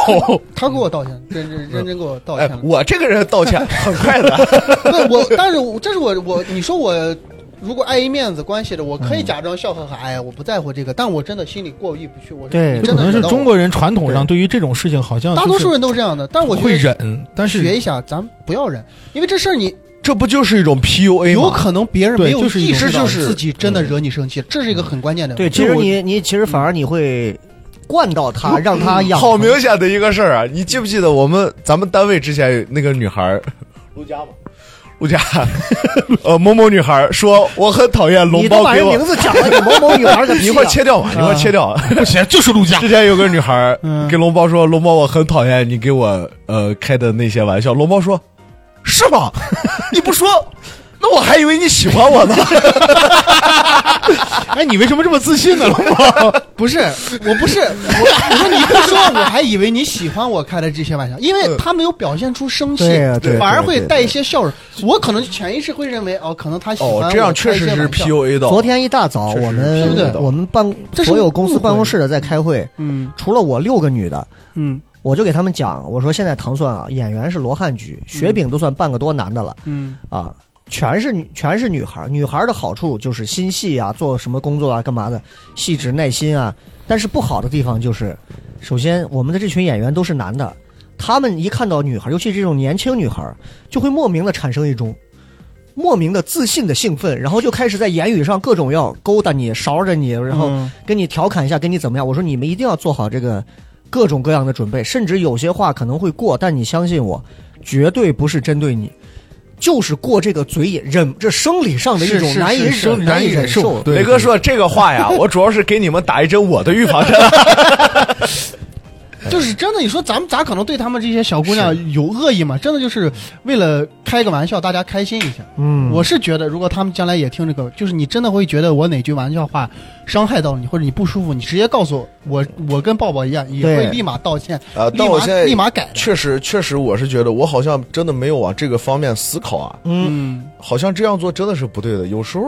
Speaker 2: 他给我道歉，认真认真给我道
Speaker 3: 哎
Speaker 2: 歉了，。
Speaker 3: 我这个人道歉很快的， [laughs]
Speaker 2: 对，我但是我这是我我你说我如果碍于面子关系的，我
Speaker 4: 嗯
Speaker 2: 可以假装笑呵呵，哎呀，我不在乎这个，但我真的心里过意不去，我是
Speaker 1: 对
Speaker 2: 你
Speaker 4: 这
Speaker 2: 真的
Speaker 4: 可能是
Speaker 2: 惹到我
Speaker 4: 中国人传统上对于这种事情好像
Speaker 2: 大多数
Speaker 4: 人
Speaker 2: 人都是这样的，但是我觉得
Speaker 4: 会忍，但
Speaker 2: 学一
Speaker 4: 是
Speaker 2: 下，咱不要忍，因为这事儿你
Speaker 3: 这不就是一种 PUA
Speaker 2: 有
Speaker 3: 吗？
Speaker 2: 可能别人
Speaker 4: 对
Speaker 2: 没有
Speaker 4: 就是一
Speaker 2: 意识
Speaker 3: 种
Speaker 2: 到
Speaker 3: 这就是
Speaker 2: 自己真的
Speaker 4: 嗯
Speaker 2: 惹你生气，这是一个很关键的
Speaker 1: 对，
Speaker 2: 问题。
Speaker 1: 其实你你其实反而你会惯到他，让他养成。
Speaker 3: 嗯好明显的一个事儿啊！你记不记得我们咱们单位之前有那个女孩儿，陆佳嘛？陆陆佳， [laughs] 呃，某某女孩说我很讨厌
Speaker 1: 你
Speaker 3: 龙
Speaker 1: 都
Speaker 3: 包
Speaker 1: 把
Speaker 3: 给
Speaker 1: 人
Speaker 3: 我
Speaker 1: 名，字讲了，你某某女孩个
Speaker 3: [laughs] 你
Speaker 1: 屁
Speaker 3: 一
Speaker 1: 啊
Speaker 3: 会儿切掉嘛，你一会儿切掉。
Speaker 4: 啊不行，就是陆家
Speaker 3: 之前有个女孩
Speaker 2: 嗯
Speaker 3: 跟龙包说：“龙包，我很讨厌你给我呃开的那些玩笑。”龙包说：“是
Speaker 1: [laughs]
Speaker 3: 吗？你不说，那我还以为你喜欢
Speaker 1: [laughs]
Speaker 3: 我呢。
Speaker 4: 哎，你为什么这么自信呢，龙
Speaker 1: [laughs]
Speaker 4: 包？
Speaker 2: 不是，我不是，我我说你不说，我还以为你喜欢我开的这些玩笑，因
Speaker 4: 嗯
Speaker 2: 为他没有表现出生气，
Speaker 1: 对
Speaker 4: 啊
Speaker 1: 呀对
Speaker 2: 反而
Speaker 1: 对
Speaker 2: 会
Speaker 1: 对
Speaker 2: 带一些笑容。我可能潜意识会认为，哦，可能他”喜欢
Speaker 3: 哦
Speaker 2: 我，
Speaker 3: 这样确
Speaker 2: 开
Speaker 3: 实
Speaker 2: 一些
Speaker 3: 是
Speaker 2: 玩笑
Speaker 3: PUA 的。
Speaker 1: 昨天一大早，
Speaker 3: 确实
Speaker 1: 我
Speaker 3: 是
Speaker 2: 是
Speaker 1: 们
Speaker 2: 的
Speaker 1: 我们办
Speaker 2: 这是
Speaker 1: 所有公司
Speaker 2: 误会
Speaker 1: 办公室的在开会，
Speaker 2: 嗯
Speaker 1: 除了我六个女的，
Speaker 2: 嗯
Speaker 1: 我就给他们讲，我说现在糖蒜啊，演员是罗汉局，雪饼都算半个多男的了
Speaker 2: 嗯
Speaker 1: 啊，全是女全是女孩儿。女孩儿的好处就是心细啊，做什么工作啊，干嘛的，细致耐心啊。但是不好的地方就是，首先我们的这群演员都是男的，他们一看到女孩儿，尤其这种年轻女孩儿，就会莫名的产生一种。莫名的自信的兴奋，然后就开始在言语上各种要勾搭你、勺着你，然后
Speaker 2: 嗯
Speaker 1: 跟你调侃一下，跟你怎么样？我说你们一定要做好这个各种各样的准备，甚至有些话可能会过，但你相信我，绝对不是针对你，就是过这个嘴瘾，忍这生理上的一种
Speaker 2: 是是
Speaker 1: 难以
Speaker 2: 是
Speaker 1: 忍、
Speaker 4: 是
Speaker 1: 难
Speaker 4: 难以
Speaker 1: 忍
Speaker 4: 忍受
Speaker 1: 受。
Speaker 4: 对
Speaker 3: 雷哥说这个话 [laughs] 呀，我主要是给你们打一针我的预防针。
Speaker 2: 就是真的，你说咱们咋可能对他们这些小姑娘有恶意嘛？真的就是为了开个玩笑，大家开心一下。
Speaker 1: 嗯，
Speaker 2: 我是觉得，如果他们将来也听这个，就是你真的会觉得我哪句玩笑话伤害到你，或者你不舒服，你直接告诉我，我我跟抱抱一样，也
Speaker 1: 对啊
Speaker 2: 会立马道歉，
Speaker 3: 呃
Speaker 2: 立
Speaker 3: 但我
Speaker 2: 马
Speaker 3: 现在
Speaker 2: 立马改的。
Speaker 3: [laughs] 确实，确实，我是觉得我好像真的没有往这个方面思考啊，
Speaker 1: 嗯，
Speaker 2: 嗯，
Speaker 3: 好像这样做真的是不对的。有时候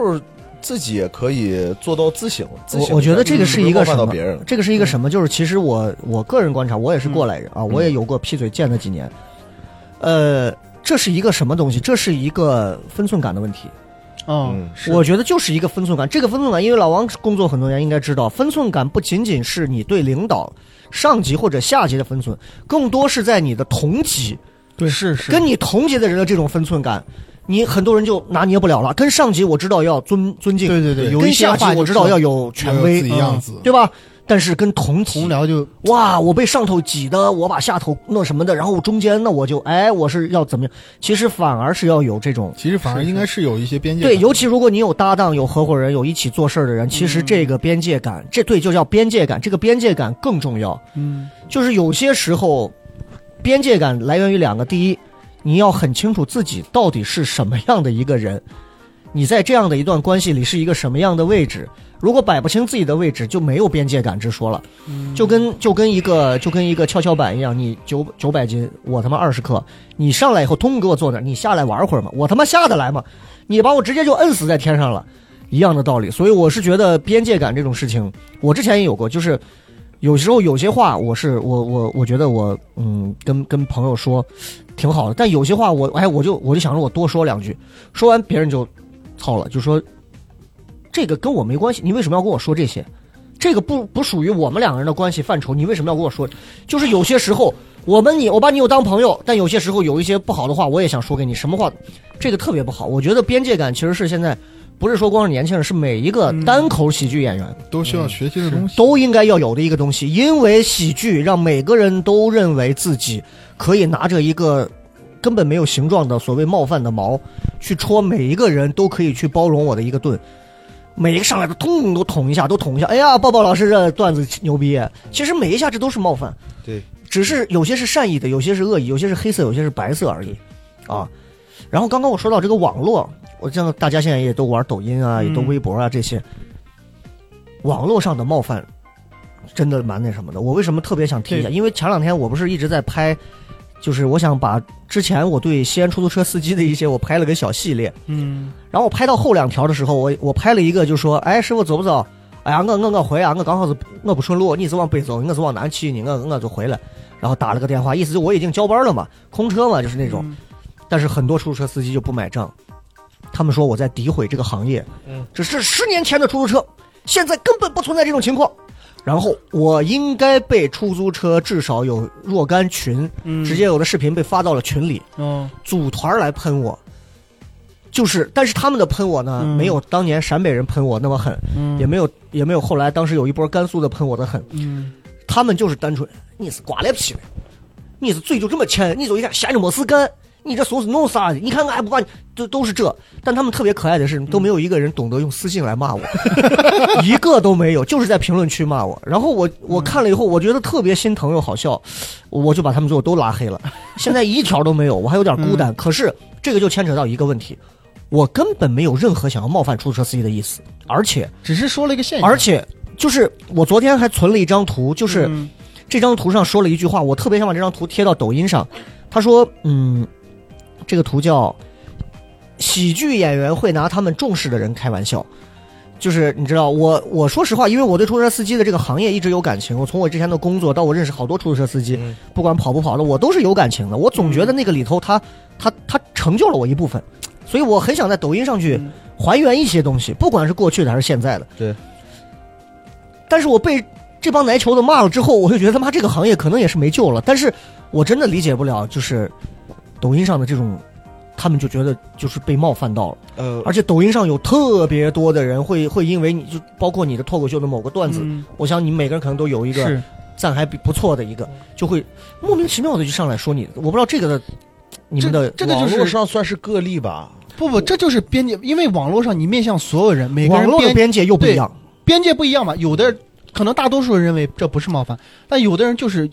Speaker 3: 自己也可以做到自省。自省嗯
Speaker 1: 我我觉得嗯这个是一
Speaker 3: 不会
Speaker 1: 个
Speaker 3: 冒
Speaker 1: 什
Speaker 3: 犯到
Speaker 1: 么
Speaker 3: 别人？。
Speaker 1: 这个是一个什么？就是其实我呃我个人观察，我也是过来人啊，我也有过劈嘴贱的几年。呃，这是一个什么东西？这是一个分寸感的问题。
Speaker 2: 哦，
Speaker 3: 嗯
Speaker 2: 是
Speaker 1: 我觉得就是一个分寸感。这个分寸感，因为老王工作很多年，应该知道，分寸感不仅仅是你对领导、上级或者下级的分寸，更多是在你的同级
Speaker 2: 对是是
Speaker 1: 跟你同级的人的这种分寸感，你很多人就拿捏不了了。跟上级我知道要尊尊敬，
Speaker 2: 对对对，有一
Speaker 1: 跟
Speaker 2: 些
Speaker 1: 下级
Speaker 2: 话就
Speaker 1: 我知道要有权
Speaker 4: 要有
Speaker 1: 威，
Speaker 4: 自己样子
Speaker 1: 嗯对吧？但是跟同级
Speaker 2: 同僚就
Speaker 1: 哇，我被上头挤的，我把下头那什么的，然后中间那我就哎，我是要怎么样？其实反而是要有这种
Speaker 4: 其实反而应该是有一些边界感。
Speaker 1: 对，尤其如果你有搭档、有合伙人、有一起做事儿的人，其
Speaker 4: 嗯
Speaker 1: 实这个边界感，这对就叫边界感。这个边界感更重要，
Speaker 2: 嗯
Speaker 1: 就是有些时候，边界感来源于两个：第一，你要很清楚自己到底是什么样的一个人，你在这样的一段关系里是一个什么样的位置。如果摆不清自己的位置，就没有边界感之说了，就跟就跟一个就跟一个跷跷板一样，你九九百斤，我他妈二十克，你上来以后通给我坐那儿，你下来玩会儿嘛，我他妈下得来吗？你把我直接就摁死在天上了，一样的道理。所以我是觉得边界感这种事情，我之前也有过，就是有时候有些话我是我我我觉得我嗯跟跟朋友说挺好的，但有些话我哎我就我就想着我多说两句，说完别人就操了，就说这个跟我没关系，你为什么要跟我说这些？这个不不属于我们两个人的关系范畴，你为什么要跟我说？就是有些时候，我们你我把你有当朋友，但有些时候有一些不好的话，我也想说给你，什么话，这个特别不好。我觉得边界感其实是现在不是说光是年轻人，是每一个单口喜剧演员
Speaker 4: 都需要学习的东西。
Speaker 1: 嗯都应该要有的一个东西，因为喜剧让每个人都认为自己可以拿着一个根本没有形状的所谓冒犯的毛去戳每一个人，都可以去包容我的一个盾。每一个上来的通都捅一下，都捅一下。哎呀，抱抱老师这段子牛逼！其实每一下这都是冒犯，
Speaker 3: 对，
Speaker 1: 只是有些是善意的，有些是恶意，有些是黑色，有些是白色而已，啊。然后刚刚我说到这个网络，我见到大家现在也都玩抖音啊，也都微博啊这些，网络上的冒犯真的蛮那什么的。我为什么特别想提一下？因为前两天我不是一直在拍，就是我想把之前我对西安出租车司机的一些我拍了个小系列，
Speaker 2: 嗯
Speaker 1: 然后我拍到后两条的时候，我我拍了一个就说，哎，师傅走不走？哎呀，我我我回啊，我刚好是我不顺路，你是往北走，我是往南去呢，我我就回来，然后打了个电话，意思就我已经交班了嘛，空车嘛，就是那种。但是很多出租车司机就不买账，他们说我在诋毁这个行业，嗯，只是十年前的出租车，现在根本不存在这种情况。然后我应该被出租车至少有若干群，
Speaker 2: 嗯
Speaker 1: 直接有的视频被发到了群里，
Speaker 2: 哦
Speaker 1: 组团儿来喷我，就是，但是他们的喷我呢，
Speaker 2: 嗯
Speaker 1: 没有当年陕北人喷我那么狠，
Speaker 2: 嗯
Speaker 1: 也没有也没有后来当时有一波甘肃的喷我的狠，
Speaker 2: 嗯
Speaker 1: 他们就是单纯，你是瓜来皮的，你是嘴就这么欠，你就应该闲着没事干，你这怂死弄啥？你看看还不把你，都都是这。但他们特别可爱的是，都没有一个人懂得用私信来骂我，一个都没有，就是在评论区骂我。然后我我看了以后，我觉得特别心疼又好笑，我就把他们最后都拉黑了。现在一条都没有，我还有点孤单。可是这个就牵扯到一个问题，我根本没有任何想要冒犯出租车司机的意思，而且
Speaker 2: 只是说了一个现象，
Speaker 1: 而且就是我昨天还存了一张图，就是
Speaker 2: 嗯
Speaker 1: 这张图上说了一句话，我特别想把这张图贴到抖音上。他说：“嗯，这个图叫喜剧演员会拿他们重视的人开玩笑。”就是你知道，我我说实话，因为我对出租车司机的这个行业一直有感情。我从我之前的工作到我认识好多出租车司机，不管跑不跑的，我都是有感情的。我总觉得那个里头他他他成就了我一部分，所以我很想在抖音上去还原一些东西，不管是过去的还是现在的。
Speaker 3: 对。
Speaker 1: 但是我被这帮奶球子骂了之后，我就觉得他妈这个行业可能也是没救了。但是我真的理解不了，就是抖音上的这种，他们就觉得就是被冒犯到了。
Speaker 3: 呃，
Speaker 1: 而且抖音上有特别多的人会会因为你就包括你的脱口秀的某个段子，
Speaker 2: 嗯
Speaker 1: 我想你每个人可能都有一个
Speaker 2: 是
Speaker 1: 赞还比不错的一个，就会莫名其妙的就上来说你，我不知道这个的你们的
Speaker 2: 这个就
Speaker 3: 网
Speaker 2: 是
Speaker 3: 络上算是个例吧。
Speaker 2: 不不，这就是边界，因为网络上你面向所有人，每个
Speaker 1: 网
Speaker 2: 人
Speaker 1: 络的
Speaker 2: 边
Speaker 1: 边界又不一样，
Speaker 2: 边界不一样嘛，有的可能大多数人认为这不是冒犯，但有的人就是，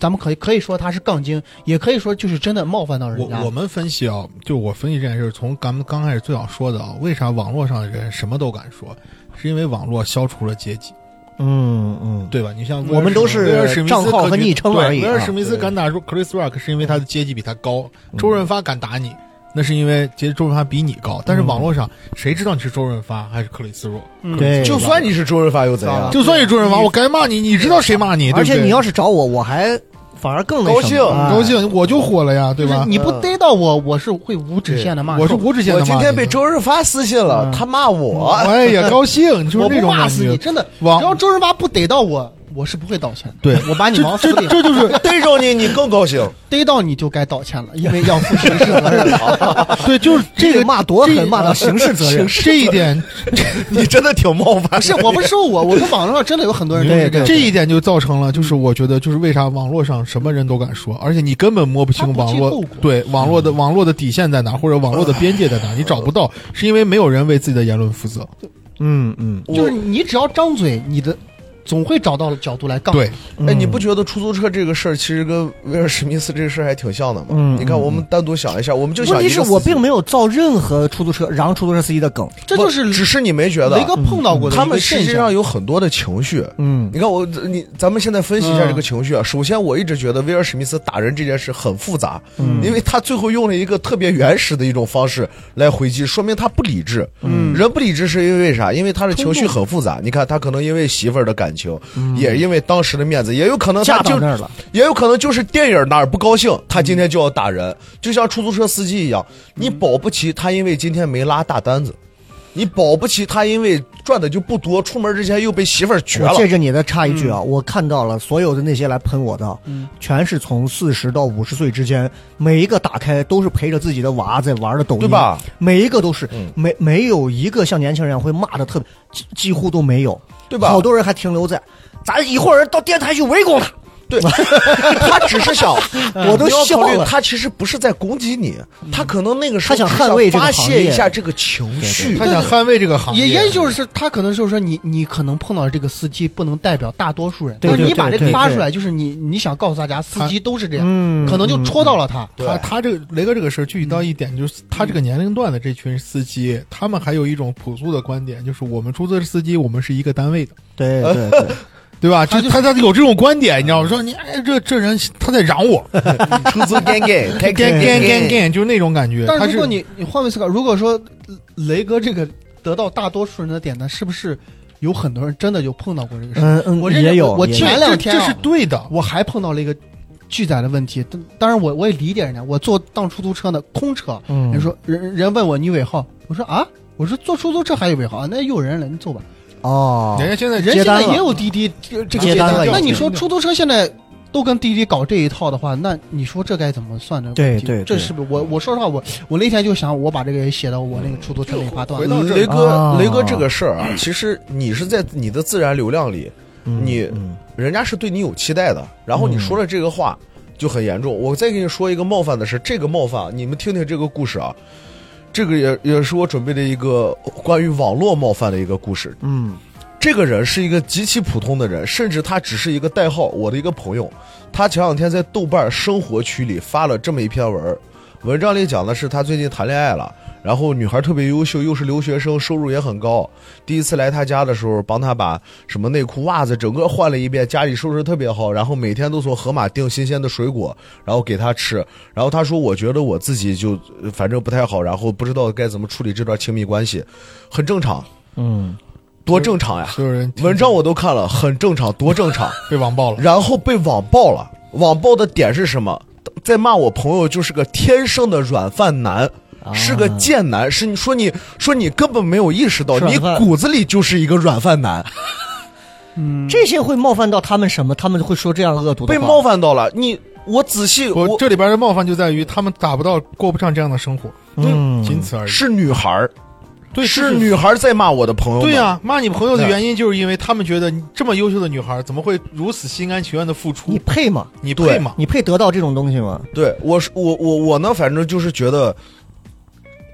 Speaker 2: 咱们可以可以说他是杠精，也可以说就是真的冒犯到人
Speaker 4: 我
Speaker 2: 家。
Speaker 4: 我们分析啊，就我分析这件事，从咱们刚开始最早说的啊，为啥网络上的人什么都敢说，是因为网络消除了阶级，
Speaker 1: 嗯嗯，
Speaker 4: 对吧？你像
Speaker 1: 我们都是
Speaker 4: 威尔史密斯
Speaker 1: 账号和昵称而已
Speaker 4: 对威尔
Speaker 1: 啊
Speaker 4: 史密斯敢打入 Chris Rock 是因为他的阶级比他高，
Speaker 1: 嗯
Speaker 4: 周润发敢打你。那是因为其实周润发比你高，但是网络上谁知道你是周润发还是克里斯
Speaker 1: 啊
Speaker 4: 若？
Speaker 2: 嗯
Speaker 1: 对
Speaker 3: 就算你是周润发又怎样？
Speaker 4: 就算是周润发，我该骂你，你知道谁骂你？
Speaker 1: 啊而且你要
Speaker 4: 是
Speaker 1: 是找我，我还反而更那
Speaker 3: 高
Speaker 1: 什么
Speaker 3: 兴
Speaker 1: 哎
Speaker 4: 高兴，我就火了呀，对
Speaker 2: 就是
Speaker 4: 吧？
Speaker 2: 你不逮到我，我是会无止境的骂你。
Speaker 4: 我是无止境的
Speaker 3: 我
Speaker 4: 骂
Speaker 3: 今
Speaker 4: 你。
Speaker 3: 天被周润发私信了，
Speaker 1: 嗯
Speaker 3: 他骂我。 [laughs]
Speaker 4: 哎
Speaker 2: [laughs]
Speaker 4: 呀高兴，就是
Speaker 2: 我
Speaker 4: 那
Speaker 2: 不
Speaker 4: 种
Speaker 2: 骂
Speaker 4: 感
Speaker 2: 死你，
Speaker 4: 觉。
Speaker 2: 真的。
Speaker 4: 网
Speaker 2: 只要周润发不逮到我，我是不会道歉的。 [laughs]
Speaker 4: 对
Speaker 2: 我把你往死
Speaker 4: 这
Speaker 2: 里
Speaker 4: 这就是
Speaker 3: 逮着你，你更高兴。
Speaker 2: 逮到你就该道歉了，因为要负刑事责
Speaker 4: [laughs]
Speaker 2: 任。
Speaker 4: 对，就是这
Speaker 1: 这
Speaker 4: 个
Speaker 1: 个骂多
Speaker 4: 这
Speaker 1: 狠，骂到刑事责
Speaker 2: [laughs]
Speaker 1: 任。
Speaker 4: 这一点，
Speaker 3: [laughs] 你真的挺冒犯
Speaker 2: 不是，我不是说我，我们网络上真的有很多人都是这样。
Speaker 4: 这一点就造成了，
Speaker 2: 嗯
Speaker 4: 就是我觉得，就是为啥网络上什么人都敢说，而且你根本摸不清网
Speaker 2: 他不计后
Speaker 4: 络
Speaker 2: 果嗯哎
Speaker 4: 对网络的网络的底线在哪，或者网络的边界在哪，你找不到，是因为没有人为自己的言论负责。
Speaker 1: 嗯嗯，
Speaker 2: 就是你只要张嘴，你的总会找到角度来杠。
Speaker 4: 对，
Speaker 3: 哎，你不觉得出租车这个事儿其实跟威尔史密斯这个事儿还挺像的吗？
Speaker 1: 嗯
Speaker 3: 你看，我们单独想一下，我们就
Speaker 1: [laughs]
Speaker 3: 想
Speaker 1: 问题
Speaker 3: 一个
Speaker 1: 是
Speaker 3: 司机
Speaker 1: 我并没有造任何出租车让出租车司机的梗。
Speaker 2: 这
Speaker 3: 不
Speaker 2: 就是
Speaker 3: 只是你没觉得
Speaker 2: 雷哥碰到过的
Speaker 3: 嗯他
Speaker 2: 一个
Speaker 3: 们实
Speaker 2: 现
Speaker 3: 际
Speaker 2: 象
Speaker 3: 上。有很多的情绪。
Speaker 1: 嗯
Speaker 3: 你看我，你咱们现在分析一下这个情绪啊。首先，我一直觉得威尔史密斯打人这件事很复杂，因为他最后用了一个特别原始的一种方式来回击，说明他不理智。嗯，人不理智是因为啥？因为他的情绪很复杂。你看，他可能因为媳妇儿的感情，也因为当时的面子，也有可能他
Speaker 1: 架到
Speaker 3: 就
Speaker 1: 那儿了，
Speaker 3: 也有可能就是电影哪儿不高兴，他今天就要打人，就像出租车司机一样，你保不齐他因为今天没拉大单子，你保不齐他因为赚的就不多，出门之前又被媳妇儿绝
Speaker 1: 我
Speaker 3: 了
Speaker 1: 借。着你的插一句啊，我看到了所有的那些来喷我的，全是从四十到五十岁之间，每一个打开都是陪着自己的娃在玩的抖音，
Speaker 3: 对吧？嗯
Speaker 1: 每一个都是，没没有一个像年轻人一样会骂的特别，几几乎都没有，
Speaker 3: 对吧
Speaker 1: 好多人还停留在，咱一会儿到电台去围攻他，
Speaker 3: 对，他只
Speaker 1: [laughs]
Speaker 3: 是想，
Speaker 1: 我都
Speaker 3: 你要
Speaker 1: 笑
Speaker 3: 考虑
Speaker 1: 了
Speaker 3: 他其实不是在攻击你，他可能那个时候
Speaker 1: 他想
Speaker 3: 只是
Speaker 1: 捍卫这个
Speaker 3: 发
Speaker 1: 行
Speaker 3: 泄一
Speaker 1: 业
Speaker 3: 下这个情绪
Speaker 4: 他。想捍卫这个行业，
Speaker 2: 也也就是他可能就是说你你可能碰到这个司机不能代表大多数人，
Speaker 1: 对
Speaker 2: 就是
Speaker 1: 对
Speaker 2: 你把
Speaker 1: 对
Speaker 2: 这个
Speaker 1: 对
Speaker 2: 发
Speaker 1: 对
Speaker 2: 出来，就是你你想告诉大家司机都是这
Speaker 1: 嗯
Speaker 2: 样，可能就戳到了他。
Speaker 3: 对
Speaker 4: 他他这个雷哥这个事儿具体
Speaker 2: 嗯
Speaker 4: 到一点，就是他这个年龄段的这群司机，他们还有一种朴素的观点，就是我们出租车司机，我们是一个单位的，
Speaker 1: 对对对，
Speaker 4: 对吧？就
Speaker 2: 他就
Speaker 4: 他他有这种观点，你知道吗？说你哎，这这人他在嚷我，
Speaker 1: 哎
Speaker 3: 出租 gang
Speaker 1: [laughs]
Speaker 3: gang gang
Speaker 4: 干干干干，就是那种感觉。
Speaker 2: 但
Speaker 4: 他
Speaker 2: 是如果
Speaker 4: 是
Speaker 2: 你你换位思考，如果说呃雷哥这个得到大多数人的点呢，是不是有很多人真的就碰到过这个事儿？
Speaker 1: [laughs] 嗯嗯，
Speaker 2: 我认
Speaker 1: 也有，
Speaker 2: 我
Speaker 1: 也
Speaker 2: 前
Speaker 1: 有
Speaker 2: 两
Speaker 4: 这
Speaker 2: 天
Speaker 4: 这
Speaker 2: 啊
Speaker 4: 是对的，
Speaker 2: 我还碰到了一个拒载的问题，当当然我我也理解人家，我坐当出租车呢，空车，
Speaker 1: 嗯
Speaker 2: 人说人人问我你尾号，我说啊，我说坐出租车还有尾号啊，那有人了，你走吧。
Speaker 1: 哦，
Speaker 4: 人家现在
Speaker 2: 人
Speaker 1: 接
Speaker 2: 现
Speaker 1: 单
Speaker 2: 在
Speaker 1: 了
Speaker 2: 也有滴滴这这个
Speaker 1: 接单了
Speaker 2: 哎那
Speaker 1: 已
Speaker 2: 你
Speaker 1: 经
Speaker 2: 说出租车现在都跟滴滴搞这一套的话，那你说这该怎么算呢？
Speaker 1: 对对
Speaker 2: 这
Speaker 1: 对
Speaker 2: 是不是我我说实话，我我那天就想，我把这个也写到我那个出租车那发段
Speaker 4: 回
Speaker 2: 子。
Speaker 4: 到这
Speaker 3: 雷
Speaker 4: 里，
Speaker 3: 哥
Speaker 1: 啊，
Speaker 3: 雷哥这个事儿啊，其实你是在你的自然流量里，
Speaker 1: 嗯
Speaker 3: 你
Speaker 1: 嗯
Speaker 4: 嗯
Speaker 3: 人家是对你有期待的，然后你说了这个话，就很严重。我再给你说一个冒犯的事，这个冒犯啊你们听听这个故事啊，这个也也是我准备的一个关于网络冒犯的一个故事。
Speaker 1: 嗯
Speaker 3: 这个人是一个极其普通的人，甚至他只是一个代号。我的一个朋友，他前两天在豆瓣生活区里发了这么一篇文儿，文章里讲的是他最近谈恋爱了，然后女孩特别优秀，又是留学生，收入也很高。第一次来他家的时候，帮他把什么内裤、袜子整个换了一遍，家里收拾特别好，然后每天都从盒马订新鲜的水果，然后给他吃。然后他说：“我觉得我自己就呃反正不太好，然后不知道该怎么处理这段亲密关系，很正常，
Speaker 1: 嗯，
Speaker 3: 多正常呀。”
Speaker 4: 所有人听
Speaker 3: 文章我都看了，很正常，多正常。
Speaker 4: 被网暴了，
Speaker 3: 然后被网暴了，网暴的点是什么？在骂我朋友就是个天生的软饭男，
Speaker 4: 啊
Speaker 3: 是个贱男，是你说你说你根本没有意识到，
Speaker 1: 是软
Speaker 3: 你
Speaker 1: 饭
Speaker 3: 骨子里就是一个软饭男，
Speaker 1: 这些会冒犯到他们什么？他们会说这样恶毒的
Speaker 3: 被
Speaker 1: 话。
Speaker 3: 冒犯到了。你我仔细
Speaker 4: 我
Speaker 3: 我
Speaker 4: 这里边的冒犯就在于他们达不到过不上这样的生活，
Speaker 1: 嗯
Speaker 4: 仅此而已。
Speaker 3: 是女孩儿，
Speaker 4: 对，
Speaker 3: 是女孩儿在骂我的朋友们，
Speaker 4: 对呀、骂你朋友的原因就是因为他们觉得你这么优秀的女孩怎么会如此心甘情愿的付
Speaker 1: 你
Speaker 4: 出？
Speaker 1: 配吗？
Speaker 4: 你配吗？
Speaker 1: 你配得到这种东西吗？
Speaker 3: 对我是我我我呢，反正就是觉得。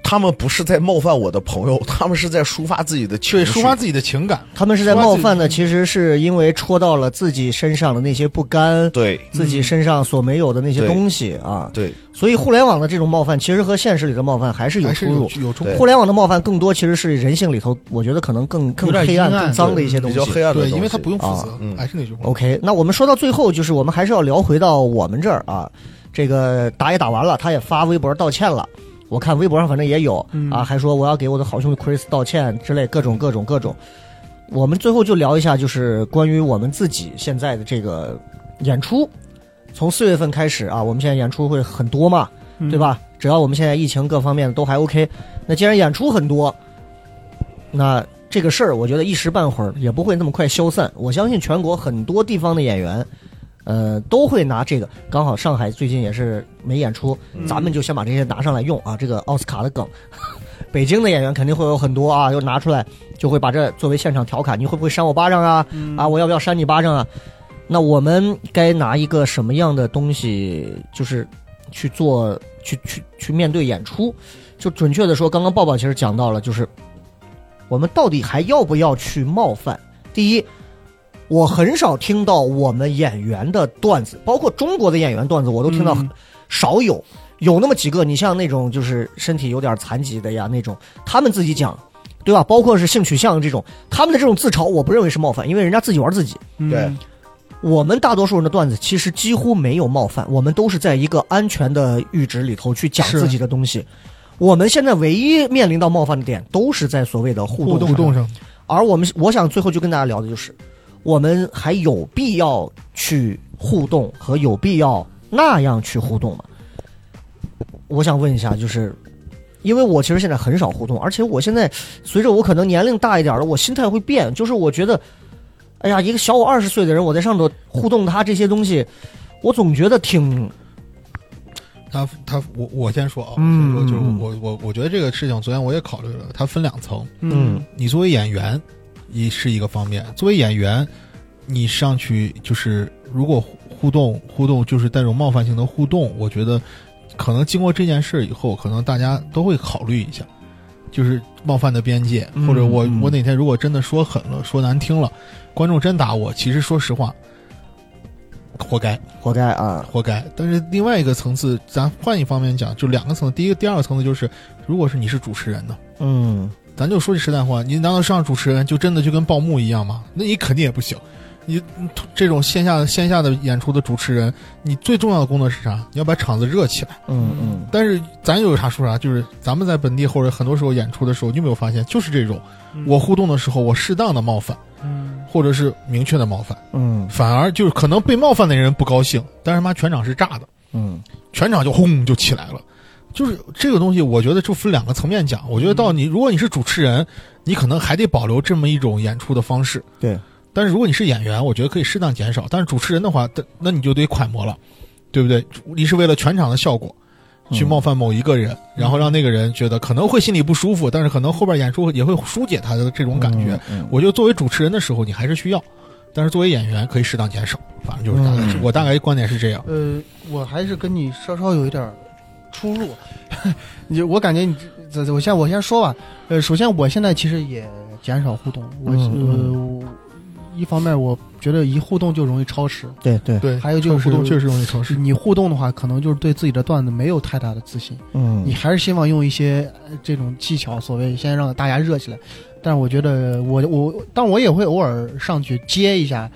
Speaker 3: 他们不是在冒犯我的朋友，他们是在抒发自己的情
Speaker 4: 对，
Speaker 3: 绪，
Speaker 4: 抒发自己的情感。
Speaker 1: 他们是在冒犯的，其实是因为戳到了自己身上的那些不甘，
Speaker 3: 对
Speaker 1: 自己身上所没有的那些
Speaker 3: 嗯对
Speaker 1: 东西啊。
Speaker 3: 对，
Speaker 1: 所以互联网的这种冒犯，其实和现实里的冒犯还是有
Speaker 4: 还
Speaker 1: 出
Speaker 4: 是
Speaker 1: 入
Speaker 4: 有。有冲
Speaker 3: 对
Speaker 1: 互联网的冒犯更多其实是人性里头，我觉得可能更更
Speaker 2: 有点
Speaker 1: 黑暗、
Speaker 2: 阴暗
Speaker 1: 更脏的一些东
Speaker 3: 比
Speaker 1: 西
Speaker 3: 较。黑暗的
Speaker 4: 对，
Speaker 3: 东
Speaker 4: 因为
Speaker 3: 西
Speaker 4: 他不用负责
Speaker 1: 啊，
Speaker 3: 嗯
Speaker 4: 还是那句话，
Speaker 1: OK，那我们说到最后，就是我们还是要聊回到我们这儿啊。这个打也打完了，他也发微博道歉了。我看微博上反正也有、啊，还说我要给我的好兄弟 Chris 道歉之类，各种各种各种。我们最后就聊一下，就是关于我们自己现在的这个演出。从四月份开始啊，我们现在演出会很多嘛，对吧？只要我们现在疫情各方面都还 OK，那既然演出很多，那这个事儿，我觉得一时半会儿也不会那么快消散。我相信全国很多地方的演员，呃，都会拿这个。刚好上海最近也是没演出，咱们就先把这些拿上来用啊，这个奥斯卡的梗。 [laughs] 北京的演员肯定会有很多啊，又拿出来就会把这作为现场调侃，你会不会扇我巴掌啊？啊，我要不要扇你巴掌啊？那我们该拿一个什么样的东西，就是去做，去去去面对演出？就准确的说，刚刚抱抱其实讲到了，就是我们到底还要不要去冒犯？第一，我很少听到我们演员的段子，包括中国的演员段子，我都听到很
Speaker 4: 嗯
Speaker 1: 少有，有那么几个。你像那种就是身体有点残疾的呀，那种他们自己讲，对吧？包括是性取向这种，他们的这种自嘲，我不认为是冒犯，因为人家自己玩自己。
Speaker 2: 嗯
Speaker 3: 对，
Speaker 4: 嗯
Speaker 1: 我们大多数人的段子其实几乎没有冒犯，我们都是在一个安全的阈值里头去讲
Speaker 4: 是
Speaker 1: 自己的东西。我们现在唯一面临到冒犯的点，都是在所谓的互
Speaker 4: 互
Speaker 1: 动
Speaker 4: 互动
Speaker 1: 上。
Speaker 4: 上，
Speaker 1: 而我们，我想最后就跟大家聊的就是，我们还有必要去互动和有必要那样去互动吗？我想问一下，就是因为我其实现在很少互动，而且我现在随着我可能年龄大一点了，我心态会变，就是我觉得，哎呀，一个小我二十岁的人，我在上头互动他这些东西，我总觉得挺
Speaker 4: 他他我我先说啊，
Speaker 1: 嗯
Speaker 4: 我先说就是
Speaker 1: 嗯
Speaker 4: 我我我觉得这个事情，昨天我也考虑了，它分两层。
Speaker 1: 嗯
Speaker 4: 你作为演员，也是一个方面；作为演员，你上去就是如果互互动互动，就是带有冒犯性的互动，我觉得可能经过这件事以后，可能大家都会考虑一下，就是冒犯的边界，
Speaker 1: 嗯
Speaker 4: 或者我
Speaker 1: 嗯
Speaker 4: 我哪天如果真的说狠了，说难听了，观众真打我，其实说实话，活该。
Speaker 1: 活该啊，
Speaker 4: 活该。但是另外一个层次，咱换一方面讲，就两个层次。第一个、第二个层次就是，如果是你是主持人呢，
Speaker 1: 嗯
Speaker 4: 咱就说句实在话，你难道上主持人就真的就跟报幕一样吗？那你肯定也不行。你这种线下线下的演出的主持人，你最重要的工作是啥？你要把场子热起来。
Speaker 1: 嗯嗯，
Speaker 4: 但是咱有啥说啥，就是咱们在本地或者很多时候演出的时候，你有没有发现，就是这种我互动的时候，我适当的冒犯，
Speaker 2: 嗯
Speaker 4: 或者是明确的冒犯，
Speaker 1: 嗯
Speaker 4: 反而就是可能被冒犯的人不高兴，但是妈全场是炸的。
Speaker 1: 嗯
Speaker 4: 全场就轰就起来了。就是这个东西，我觉得就分两个层面讲。我觉得到你，如果你是主持人，你可能还得保留这么一种演出的方式。
Speaker 1: 对。
Speaker 4: 但是如果你是演员，我觉得可以适当减少。但是主持人的话，那那你就得揣摩了，对不对？你是为了全场的效果去冒犯某一个人，然后让那个人觉得可能会心里不舒服，但是可能后边演出也会疏解他的这种感觉。
Speaker 1: 嗯嗯
Speaker 4: 我觉得作为主持人的时候，你还是需要但是作为演员可以适当减少，反正就是大概是、
Speaker 3: 嗯
Speaker 4: 我大概观点是这样。
Speaker 2: 呃，我还是跟你稍稍有一点儿出入。 [laughs] 你就我感觉你这，这我先我先说吧。呃，首先我现在其实也减少互动，我、
Speaker 1: 嗯
Speaker 2: 呃我一方面我觉得一互动就容易超时，
Speaker 1: 对对，
Speaker 4: 对，
Speaker 2: 还有就是
Speaker 4: 互动确实容易超时。
Speaker 2: 你互动的话，可能就是对自己的段子没有太大的自信，
Speaker 1: 嗯
Speaker 2: 你还是希望用一些呃这种技巧，所谓先让大家热起来。但是我觉得我我，但我也会偶尔上去接一下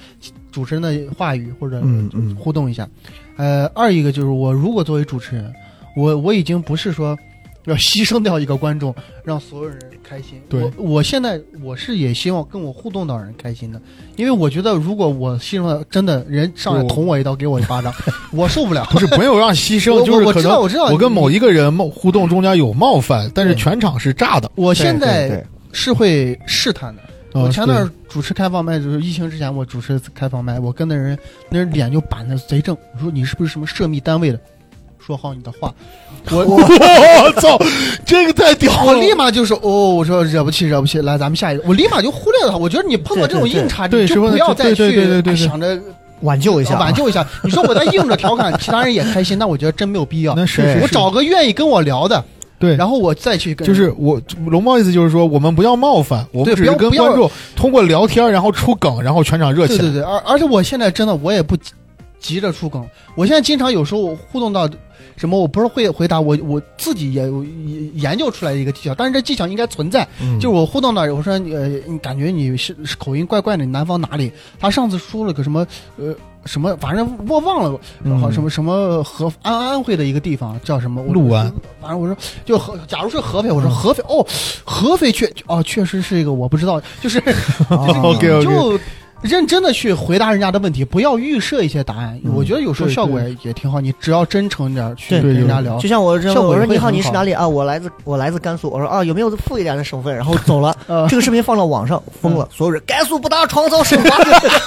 Speaker 2: 主持人的话语或者
Speaker 1: 嗯嗯
Speaker 2: 互动一下。呃，二一个就是我如果作为主持人，我我已经不是说要牺牲掉一个观众，让所有人开心。
Speaker 4: 对
Speaker 2: 我我现在我是也希望跟我互动的人开心的，因为我觉得如果我牺牲了，真的人上来
Speaker 4: 我
Speaker 2: 捅我一刀，给我一巴
Speaker 4: [laughs]
Speaker 2: 掌，我受不了。
Speaker 4: 不是 [laughs] 没有让牺
Speaker 2: 我
Speaker 4: 牲，就是
Speaker 2: 我
Speaker 4: 可
Speaker 2: 知
Speaker 4: 能
Speaker 2: 道，我知道，
Speaker 4: 我跟某一个人冒互动中间有冒犯，但是全场是炸的。
Speaker 2: 我现
Speaker 1: 对对
Speaker 2: 在
Speaker 1: 对
Speaker 2: 是会试探的。
Speaker 4: 啊
Speaker 2: 我前段
Speaker 4: 对
Speaker 2: 儿主持开放麦，就是疫情之前我主持开放麦，我跟那人那人脸就板的贼正，我说你是不是什么涉密单位的？说好你的话，
Speaker 4: [laughs]
Speaker 2: 我我
Speaker 4: 我操，这个太屌
Speaker 2: 我
Speaker 4: 了！
Speaker 2: 立马就说哦，我说惹不起惹不起，来咱们下一个，我立马就忽略了他。我觉得你碰到这种硬茬，
Speaker 4: 对
Speaker 2: 你
Speaker 4: 对
Speaker 2: 就
Speaker 4: 对
Speaker 2: 不要再
Speaker 4: 对对
Speaker 2: 去
Speaker 4: 对对对对
Speaker 2: 哎想着
Speaker 1: 挽救一下，
Speaker 2: 挽。救一下。你说我在硬着调侃，其他人也开心，那我觉得真没有必要。
Speaker 4: 那是
Speaker 1: 对
Speaker 4: 是
Speaker 2: 我
Speaker 4: 是
Speaker 2: 找个愿意跟我聊的，
Speaker 4: 对，
Speaker 2: 然后我再去跟
Speaker 4: 就是我龙猫意思就是说，我们不要冒犯，我们
Speaker 2: 对
Speaker 4: 只
Speaker 2: 不
Speaker 4: 是
Speaker 2: 要
Speaker 4: 跟
Speaker 2: 不要
Speaker 4: 观众通过聊天，然后出梗，然后全场热起
Speaker 2: 对对
Speaker 4: 来。
Speaker 2: 对，而而且我现在真的我也不急急着出梗，我现在经常有时候我互动到什么，我不是会回答我我自己也有研究出来一个技巧，但是这技巧应该存
Speaker 4: 嗯
Speaker 2: 在。就是我互动到我说呃，你感觉你是是口音怪怪的，你南方哪里？他上次说了个什么呃什么，反正我忘了，然后什么什么合安安徽的一个地方叫什么？我
Speaker 4: 嗯陆安，嗯
Speaker 2: 反正我说就合，假如是合肥，我说合肥哦，合肥确哦确实是一个我不知道， [laughs] 就是
Speaker 1: 啊
Speaker 4: 哦 OK，OK
Speaker 2: 就认真的去回答人家的问题，不要预设一些答案。
Speaker 1: 嗯
Speaker 2: 我觉得有时候
Speaker 4: 对
Speaker 2: 效果也挺好，你只要真诚一点去
Speaker 1: 对
Speaker 2: 跟人家
Speaker 4: 对
Speaker 2: 聊
Speaker 1: 就像我这样，
Speaker 2: 效果
Speaker 1: 我说
Speaker 2: 会
Speaker 1: 你好，
Speaker 2: 很
Speaker 1: 你是
Speaker 2: 好
Speaker 1: 哪里啊？我来自我来自甘肃。我说啊，有没有富一点的省份？然后走
Speaker 2: [laughs]
Speaker 1: 了。
Speaker 2: 呃
Speaker 1: 这个视频放到网上，疯
Speaker 2: 嗯
Speaker 1: 了，所有人甘肃不搭床遭省罚，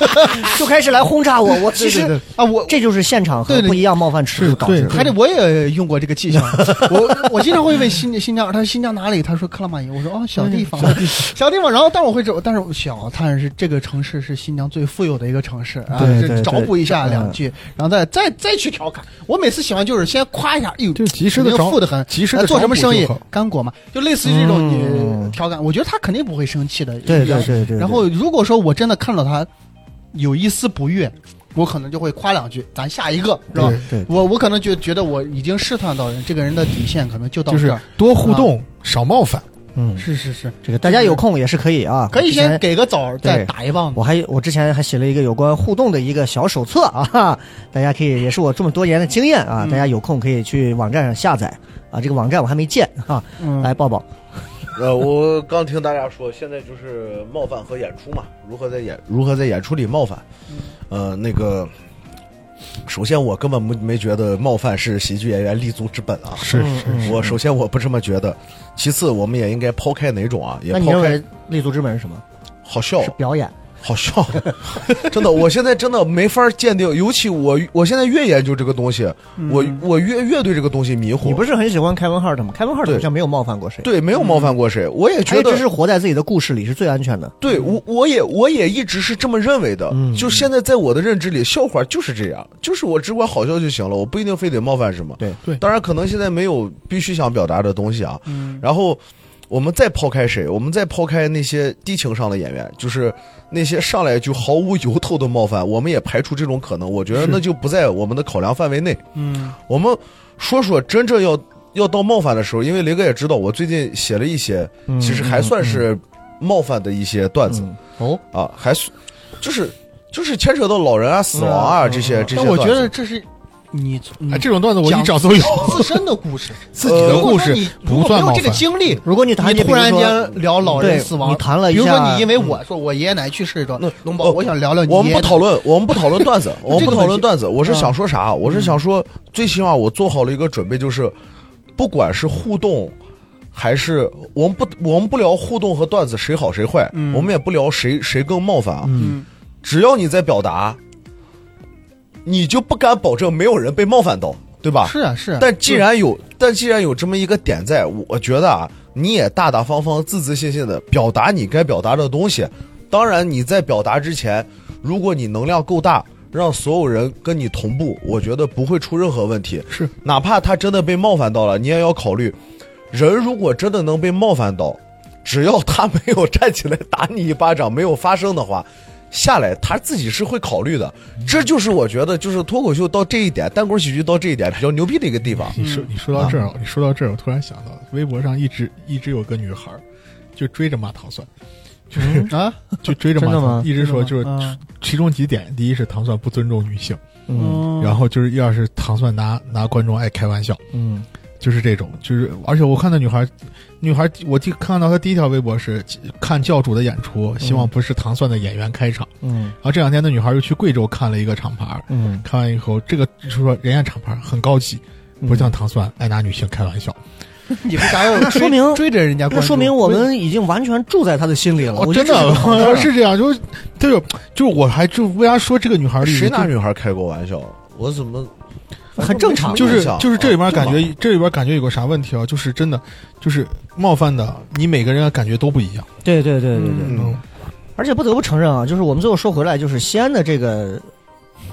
Speaker 1: [laughs] 就开始来轰炸我。我其
Speaker 2: 对对
Speaker 1: 实
Speaker 2: 对啊，我
Speaker 1: 这就是现场和
Speaker 2: 对对
Speaker 1: 不一样冒犯尺
Speaker 4: 是
Speaker 1: 度导致
Speaker 4: 对
Speaker 1: 的。
Speaker 2: 还得我也用过这个技巧，我我经常会问新新 [laughs] 疆，他说新疆哪里？他说克拉玛依，我说哦小地方，小地方。然后但我会走，但是我小探是这个城市是新疆最富有的一个城市啊，
Speaker 1: 对
Speaker 2: 是
Speaker 1: 对对
Speaker 2: 找补一下两句，然后再再再去调侃。我每次喜欢就是先夸一下，哎呦，
Speaker 4: 就及时的
Speaker 2: 肯定
Speaker 4: 找
Speaker 2: 富的很，
Speaker 4: 及时的
Speaker 2: 哎做什么生意
Speaker 4: 找补就好，
Speaker 2: 干果嘛，就类似于这种
Speaker 1: 嗯
Speaker 2: 你调侃，我觉得他肯定不会生气的。
Speaker 1: 对对对对。
Speaker 2: 然后如果说我真的看到他有一丝不悦，我可能就会夸两句，咱下一个是吧？
Speaker 1: 对对
Speaker 2: 我我可能就觉得我已经试探到人这个人的底线，可能就到
Speaker 4: 就
Speaker 2: 这
Speaker 4: 是
Speaker 2: 儿。
Speaker 4: 多互动，少冒犯。
Speaker 1: 嗯，
Speaker 2: 是是是，
Speaker 1: 这个大家有空也是可以啊，
Speaker 2: 可以
Speaker 1: 之前
Speaker 2: 先给个枣儿，再
Speaker 1: 对
Speaker 2: 打一棒子
Speaker 1: 我。还我之前还写了一个有关互动的一个小手册啊，大家可以也是我这么多年的经验啊，
Speaker 2: 嗯
Speaker 1: 大家有空可以去网站上下载啊，这个网站我还没建啊，
Speaker 2: 嗯，
Speaker 1: 来抱抱，
Speaker 3: [laughs] 呃，我刚听大家说，现在就是冒犯和演出嘛，如何在演如何在演出里冒犯？
Speaker 1: 嗯
Speaker 3: 呃，那个，首先我根本没没觉得冒犯是喜剧演员立足之本啊。
Speaker 4: 是是
Speaker 3: 我首先我不这么觉得，其次我们也应该抛开哪种啊，也
Speaker 1: 那你
Speaker 3: 抛
Speaker 1: 认
Speaker 3: 开
Speaker 1: 为立足之本是什么？
Speaker 3: 好笑
Speaker 1: 是表演，
Speaker 3: 好笑， [laughs] 真的，我现在真的没法鉴定，尤其我我现在越研究这个东西，我我越越对这个东西迷糊。
Speaker 1: 嗯你不是很喜欢凯文哈特吗？凯文哈特
Speaker 3: 对
Speaker 1: 好像没有冒犯过谁，
Speaker 3: 对没有冒犯过谁，我也
Speaker 1: 他
Speaker 3: 觉
Speaker 1: 一
Speaker 3: 得
Speaker 1: 直哎是活在自己的故事里是最安全的。
Speaker 3: 对我，我也我也一直是这么认为的。就现在在我的认知里，笑话就是这样，就是我只管好笑就行了，我不一定非得冒犯什么。
Speaker 1: 对
Speaker 4: 对
Speaker 3: 当然可能现在没有必须想表达的东西啊。
Speaker 2: 嗯
Speaker 3: 然后我们再抛开谁？我们再抛开那些低情商的演员，就是那些上来就毫无由头的冒犯，我们也排除这种可能。我觉得那就不在我们的考量范围内。
Speaker 2: 嗯
Speaker 3: 我们说说真正要要到冒犯的时候，因为雷哥也知道，我最近写了一些，
Speaker 2: 嗯
Speaker 3: 其实还算是冒犯的一些段子、
Speaker 4: 哦，
Speaker 3: 啊，还是就是就是牵扯到老人啊、死亡
Speaker 2: 嗯
Speaker 3: 啊、这些这些
Speaker 2: 但
Speaker 3: 段子。
Speaker 2: 我觉得这是你你
Speaker 4: 哎，这种段子我一找都有。
Speaker 2: 嗯自身的故事，
Speaker 4: 自己
Speaker 3: 呃
Speaker 4: 的故
Speaker 2: 如
Speaker 4: 事
Speaker 2: 果说你如
Speaker 4: 不
Speaker 2: 果没
Speaker 4: 算
Speaker 2: 有
Speaker 4: 冒
Speaker 2: 这个
Speaker 4: 犯。
Speaker 2: 经历。
Speaker 1: 如果你谈
Speaker 2: 你突然
Speaker 1: 比如说嗯
Speaker 2: 间聊老人
Speaker 1: 对
Speaker 2: 死亡，
Speaker 1: 你谈了一
Speaker 2: 比如说
Speaker 1: 下嗯
Speaker 2: 你因为我说我爷爷奶奶去世一段，龙宝，我想聊聊你
Speaker 3: 我
Speaker 2: 爷
Speaker 3: 们
Speaker 2: 爷
Speaker 3: 不
Speaker 2: 奶
Speaker 3: 讨论，我们不讨论
Speaker 2: [laughs]
Speaker 3: 段子，我们
Speaker 2: 这
Speaker 3: 不
Speaker 2: 个
Speaker 3: 讨
Speaker 2: 问
Speaker 3: 论
Speaker 2: 题
Speaker 3: 段子。我是
Speaker 2: 嗯
Speaker 3: 想说啥？我是想说，最起码我做好了一个准备，就是不管是互动。还是我们不，我们不聊互动和段子谁好谁坏，
Speaker 2: 嗯
Speaker 3: 我们也不聊谁谁更冒犯啊。
Speaker 2: 嗯
Speaker 3: 只要你在表达，你就不敢保证没有人被冒犯到，对吧？
Speaker 2: 是啊是啊，
Speaker 3: 但既然有，但既然有这么一个点在，我觉得啊，你也大大方方、自自信信的表达你该表达的东西。当然，你在表达之前，如果你能量够大，让所有人跟你同步，我觉得不会出任何问题。
Speaker 4: 是，
Speaker 3: 哪怕他真的被冒犯到了，你也要考虑，人如果真的能被冒犯到，只要他没有站起来打你一巴掌，没有发生的话。下来，他自己是会考虑的，这就是我觉得，就是脱口秀到这一点，单口喜剧到这一点比较牛逼的一个地方。
Speaker 4: [laughs] 你
Speaker 2: 嗯
Speaker 4: 说你说到
Speaker 2: 啊
Speaker 4: 这儿，你说到这儿，我突然想到，微博上一直一直有个女孩儿，就追着骂糖蒜，就是、
Speaker 2: 啊，
Speaker 4: 就追着骂
Speaker 1: 真的吗
Speaker 4: 糖，一直嗯说就是
Speaker 2: 嗯
Speaker 4: 其中几点，第一是糖蒜不尊重女性，
Speaker 1: 嗯
Speaker 4: 然后就是一二是糖蒜拿拿观众爱开玩笑，
Speaker 1: 嗯
Speaker 4: 就是这种，就是而且我看到女孩，女孩我记看到她第一条微博是看教主的演出，希望不是糖蒜的演员开场。
Speaker 1: 嗯
Speaker 4: 然后这两天那女孩又去贵州看了一个厂牌，
Speaker 1: 嗯
Speaker 4: 看完以后，这个就是说人家厂牌很高级，不
Speaker 1: 嗯
Speaker 4: 像糖蒜爱拿女性开玩笑。
Speaker 2: 你们咋有追
Speaker 1: [laughs] 说明
Speaker 2: 追着人家关
Speaker 1: 那
Speaker 2: 注？
Speaker 1: 说明我们已经完全住在他的心里了。我
Speaker 4: 哦真
Speaker 1: 觉哦 [laughs] 得这是个好事儿
Speaker 4: 的 [laughs] 啊是这样，就是就是就是我还就为啥说这个女孩儿
Speaker 3: 谁拿
Speaker 4: 就
Speaker 3: 女孩开过玩笑？我怎么
Speaker 1: 很正常
Speaker 4: 就是
Speaker 3: 啊
Speaker 1: 哦
Speaker 4: 就是这里边感
Speaker 3: 正
Speaker 4: 觉这里边感觉有个啥问题啊？就是真的就是冒犯的，你每个人的感觉都不一样。
Speaker 1: 对对对对对，
Speaker 3: 嗯，
Speaker 1: 而且不得不承认啊，就是我们最后说回来，就是西安的这个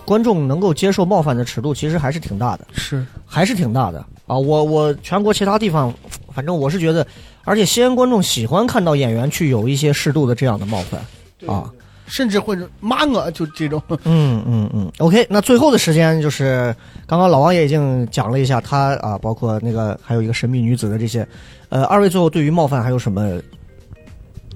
Speaker 1: 观众能够接受冒犯的尺度，其实还是挺大的。
Speaker 4: 是
Speaker 1: 还是挺大的啊！我我全国其他地方，反正我是觉得，而且西安观众喜欢看到演员去有一些适度的这样的冒犯啊。
Speaker 2: 甚至会骂我，就这种。
Speaker 1: 嗯嗯嗯，OK，那最后的时间就是刚刚老王也已经讲了一下他啊，包括那个还有一个神秘女子的这些，呃，二位最后对于冒犯还有什么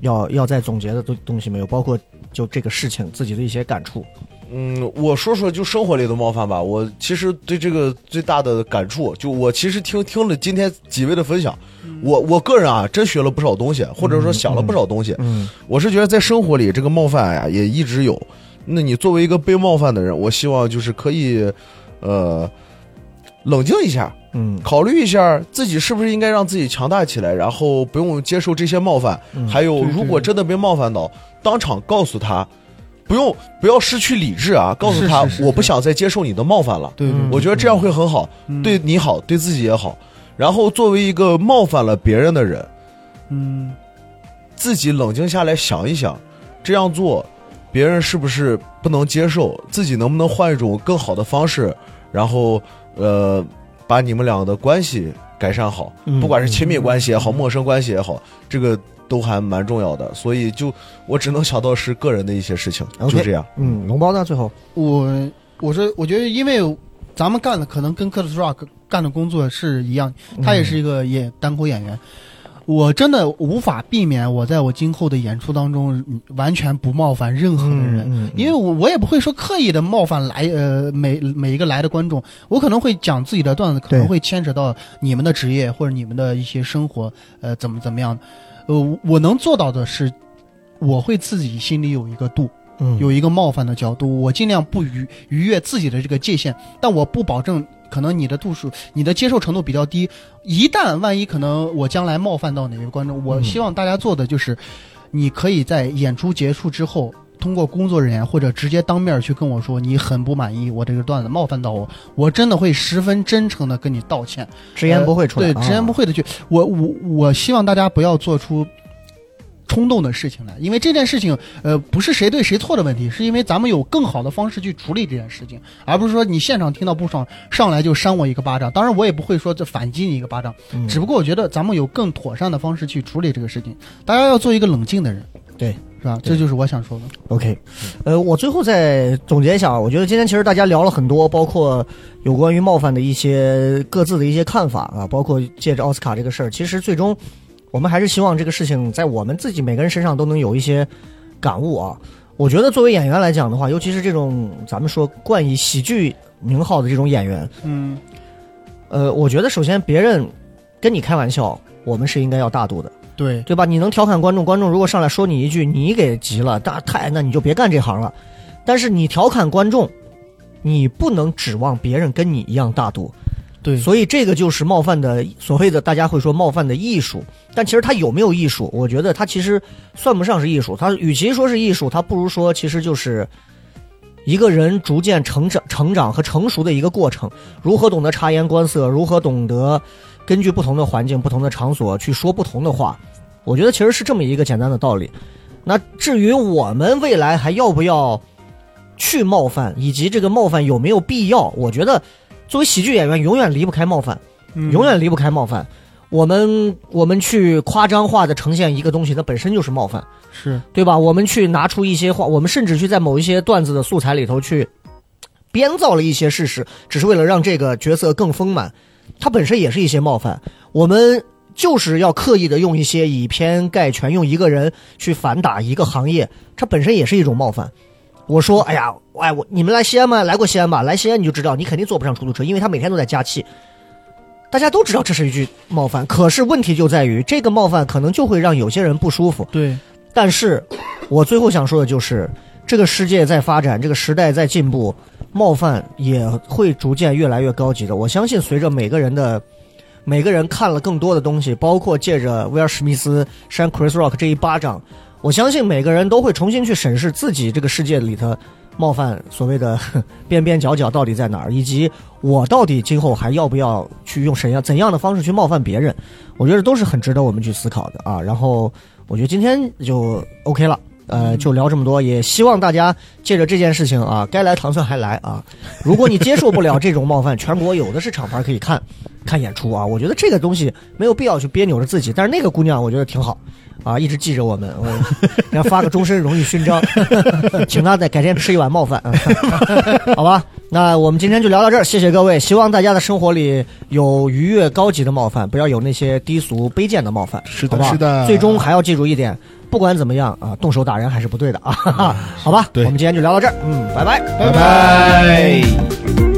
Speaker 1: 要要再总结的东东西没有？包括就这个事情自己的一些感触。
Speaker 3: 嗯，我说说就生活里的冒犯吧。我其实对这个最大的感触，就我其实听听了今天几位的分享，我我个人啊，真学了不少东西，或者说想了不少东西。
Speaker 1: 嗯
Speaker 3: 我是觉得在生活里这个冒犯呀、啊也一直有。那你作为一个被冒犯的人，我希望就是可以，呃，冷静一下，
Speaker 1: 嗯
Speaker 3: 考虑一下自己是不是应该让自己强大起来，然后不用接受这些冒犯。
Speaker 1: 嗯
Speaker 3: 还有，
Speaker 4: 对对
Speaker 3: 如果真的被冒犯到，当场告诉他，不用不要失去理智啊，告诉他
Speaker 2: 是是是
Speaker 3: 我不想再接受你的冒犯了。
Speaker 2: 对
Speaker 1: 嗯
Speaker 3: 我觉得这样会很好，对，你好，对自己也好。然后作为一个冒犯了别人的人，
Speaker 2: 嗯，
Speaker 3: 自己冷静下来想一想，这样做，别人是不是不能接受？自己能不能换一种更好的方式，然后呃，把你们俩的关系改善好，
Speaker 1: 嗯
Speaker 3: 不管是亲密关系也好，陌生关系也好，这个都还蛮重要的。所以就我只能想到是个人的一些事情，
Speaker 1: OK
Speaker 3: 就这样。
Speaker 1: 嗯，龙包呢？最后
Speaker 2: 我我说，我觉得因为咱们干的可能跟 Curtis Rock 干的工作是一样，他也是一个演单口演员。我真的无法避免我在我今后的演出当中嗯完全不冒犯任何的人，
Speaker 1: 嗯嗯嗯
Speaker 2: 因为我我也不会说刻意的冒犯来呃每每一个来的观众，我可能会讲自己的段子，可能
Speaker 1: 对
Speaker 2: 会牵扯到你们的职业或者你们的一些生活，呃怎么怎么样，呃我能做到的是，我会自己心里有一个度，
Speaker 4: 음.
Speaker 1: 嗯
Speaker 2: 有一个冒犯的角度，我尽量不逾逾越自己的这个界限，但我不保证可能你的度数、你的接受程度比较低。一旦万一可能我将来冒犯到哪位观众，我希望大家做的就是，你可以在演出结束之后。通过工作人员或者直接当面去跟我说你很不满意我这个段子冒犯到我，我真的会十分真诚的跟你道歉。
Speaker 1: 直言不讳出来，啊
Speaker 2: 对，直言不讳的去。我我我希望大家不要做出冲动的事情来，因为这件事情，呃，不是谁对谁错的问题，是因为咱们有更好的方式去处理这件事情，而不是说你现场听到不爽，上来就扇我一个巴掌。当然，我也不会说这反击你一个巴掌，
Speaker 1: 嗯
Speaker 2: 只不过我觉得咱们有更妥善的方式去处理这个事情。大家要做一个冷静的人，
Speaker 1: 对，
Speaker 2: 是吧？
Speaker 1: 对
Speaker 2: 这就是我想说的。
Speaker 1: OK，呃，我最后再总结一下啊，我觉得今天其实大家聊了很多，包括有关于冒犯的一些各自的一些看法啊，包括借着奥斯卡这个事儿，其实最终我们还是希望这个事情在我们自己每个人身上都能有一些感悟啊。我觉得作为演员来讲的话，尤其是这种咱们说冠以喜剧名号的这种演员，
Speaker 2: 嗯，
Speaker 1: 呃，我觉得首先别人跟你开玩笑，我们是应该要大度的。
Speaker 2: 对，
Speaker 1: 对吧？你能调侃观众，观众如果上来说你一句，你给急了，那太那你就别干这行了。但是你调侃观众，你不能指望别人跟你一样大度，
Speaker 2: 对，
Speaker 1: 所以这个就是冒犯的所谓的大家会说冒犯的艺术，但其实它有没有艺术？我觉得它其实算不上是艺术，它与其说是艺术，它不如说其实就是一个人逐渐成长、成长和成熟的一个过程。如何懂得察言观色，如何懂得根据不同的环境、不同的场所去说不同的话，我觉得其实是这么一个简单的道理。那至于我们未来还要不要去冒犯，以及这个冒犯有没有必要，我觉得作为喜剧演员，永远离不开冒犯，永远离不开冒犯。我们我们去夸张化的呈现一个东西，它本身就是冒犯，
Speaker 4: 是
Speaker 1: 对吧？我们去拿出一些话，我们甚至去在某一些段子的素材里头去编造了一些事实，只是为了让这个角色更丰满。它本身也是一些冒犯，我们就是要刻意的用一些以偏概全，用一个人去反打一个行业，它本身也是一种冒犯。我说，哎呀，哎，我你们来西安吗？来过西安吧？来西安你就知道，你肯定坐不上出租车，因为他每天都在加气。大家都知道这是一句冒犯，可是问题就在于这个冒犯可能就会让有些人不舒服。
Speaker 2: 对，
Speaker 1: 但是，我最后想说的就是，这个世界在发展，这个时代在进步，冒犯也会逐渐越来越高级的。我相信，随着每个人的每个人看了更多的东西，包括借着威尔史密斯扇 Chris Rock 这一巴掌，我相信每个人都会重新去审视自己这个世界里头冒犯所谓的 [laughs] 哼边边角角到底在哪儿，以及我到底今后还要不要去用怎样怎样的方式去冒犯别人。我觉得都是很值得我们去思考的啊。然后我觉得今天就 OK 了。呃，就聊这么多，也希望大家借着这件事情啊，该来糖蒜还来啊。如果你接受不了这种冒犯，全国有的是厂牌可以看，看演出啊。我觉得这个东西没有必要去别扭着自己，但是那个姑娘我觉得挺好啊，一直记着我们，我 [laughs] 给她发个终身荣誉勋章， [laughs] 请她再改天吃一碗冒饭啊。 [laughs] 好吧，那我们今天就聊到这儿，谢谢各位。希望大家的生活里有愉悦、高级的冒犯，不要有那些低俗、卑贱的冒犯，
Speaker 4: 是
Speaker 1: 好
Speaker 4: 的，
Speaker 1: 不好？
Speaker 4: 是的，
Speaker 1: 最终还要记住一点，不管怎么样啊，动手打人还 [laughs] 是不对的啊，哈哈好吧？
Speaker 4: 对
Speaker 1: 我们今天就聊到这儿，嗯，拜拜。
Speaker 4: 拜拜。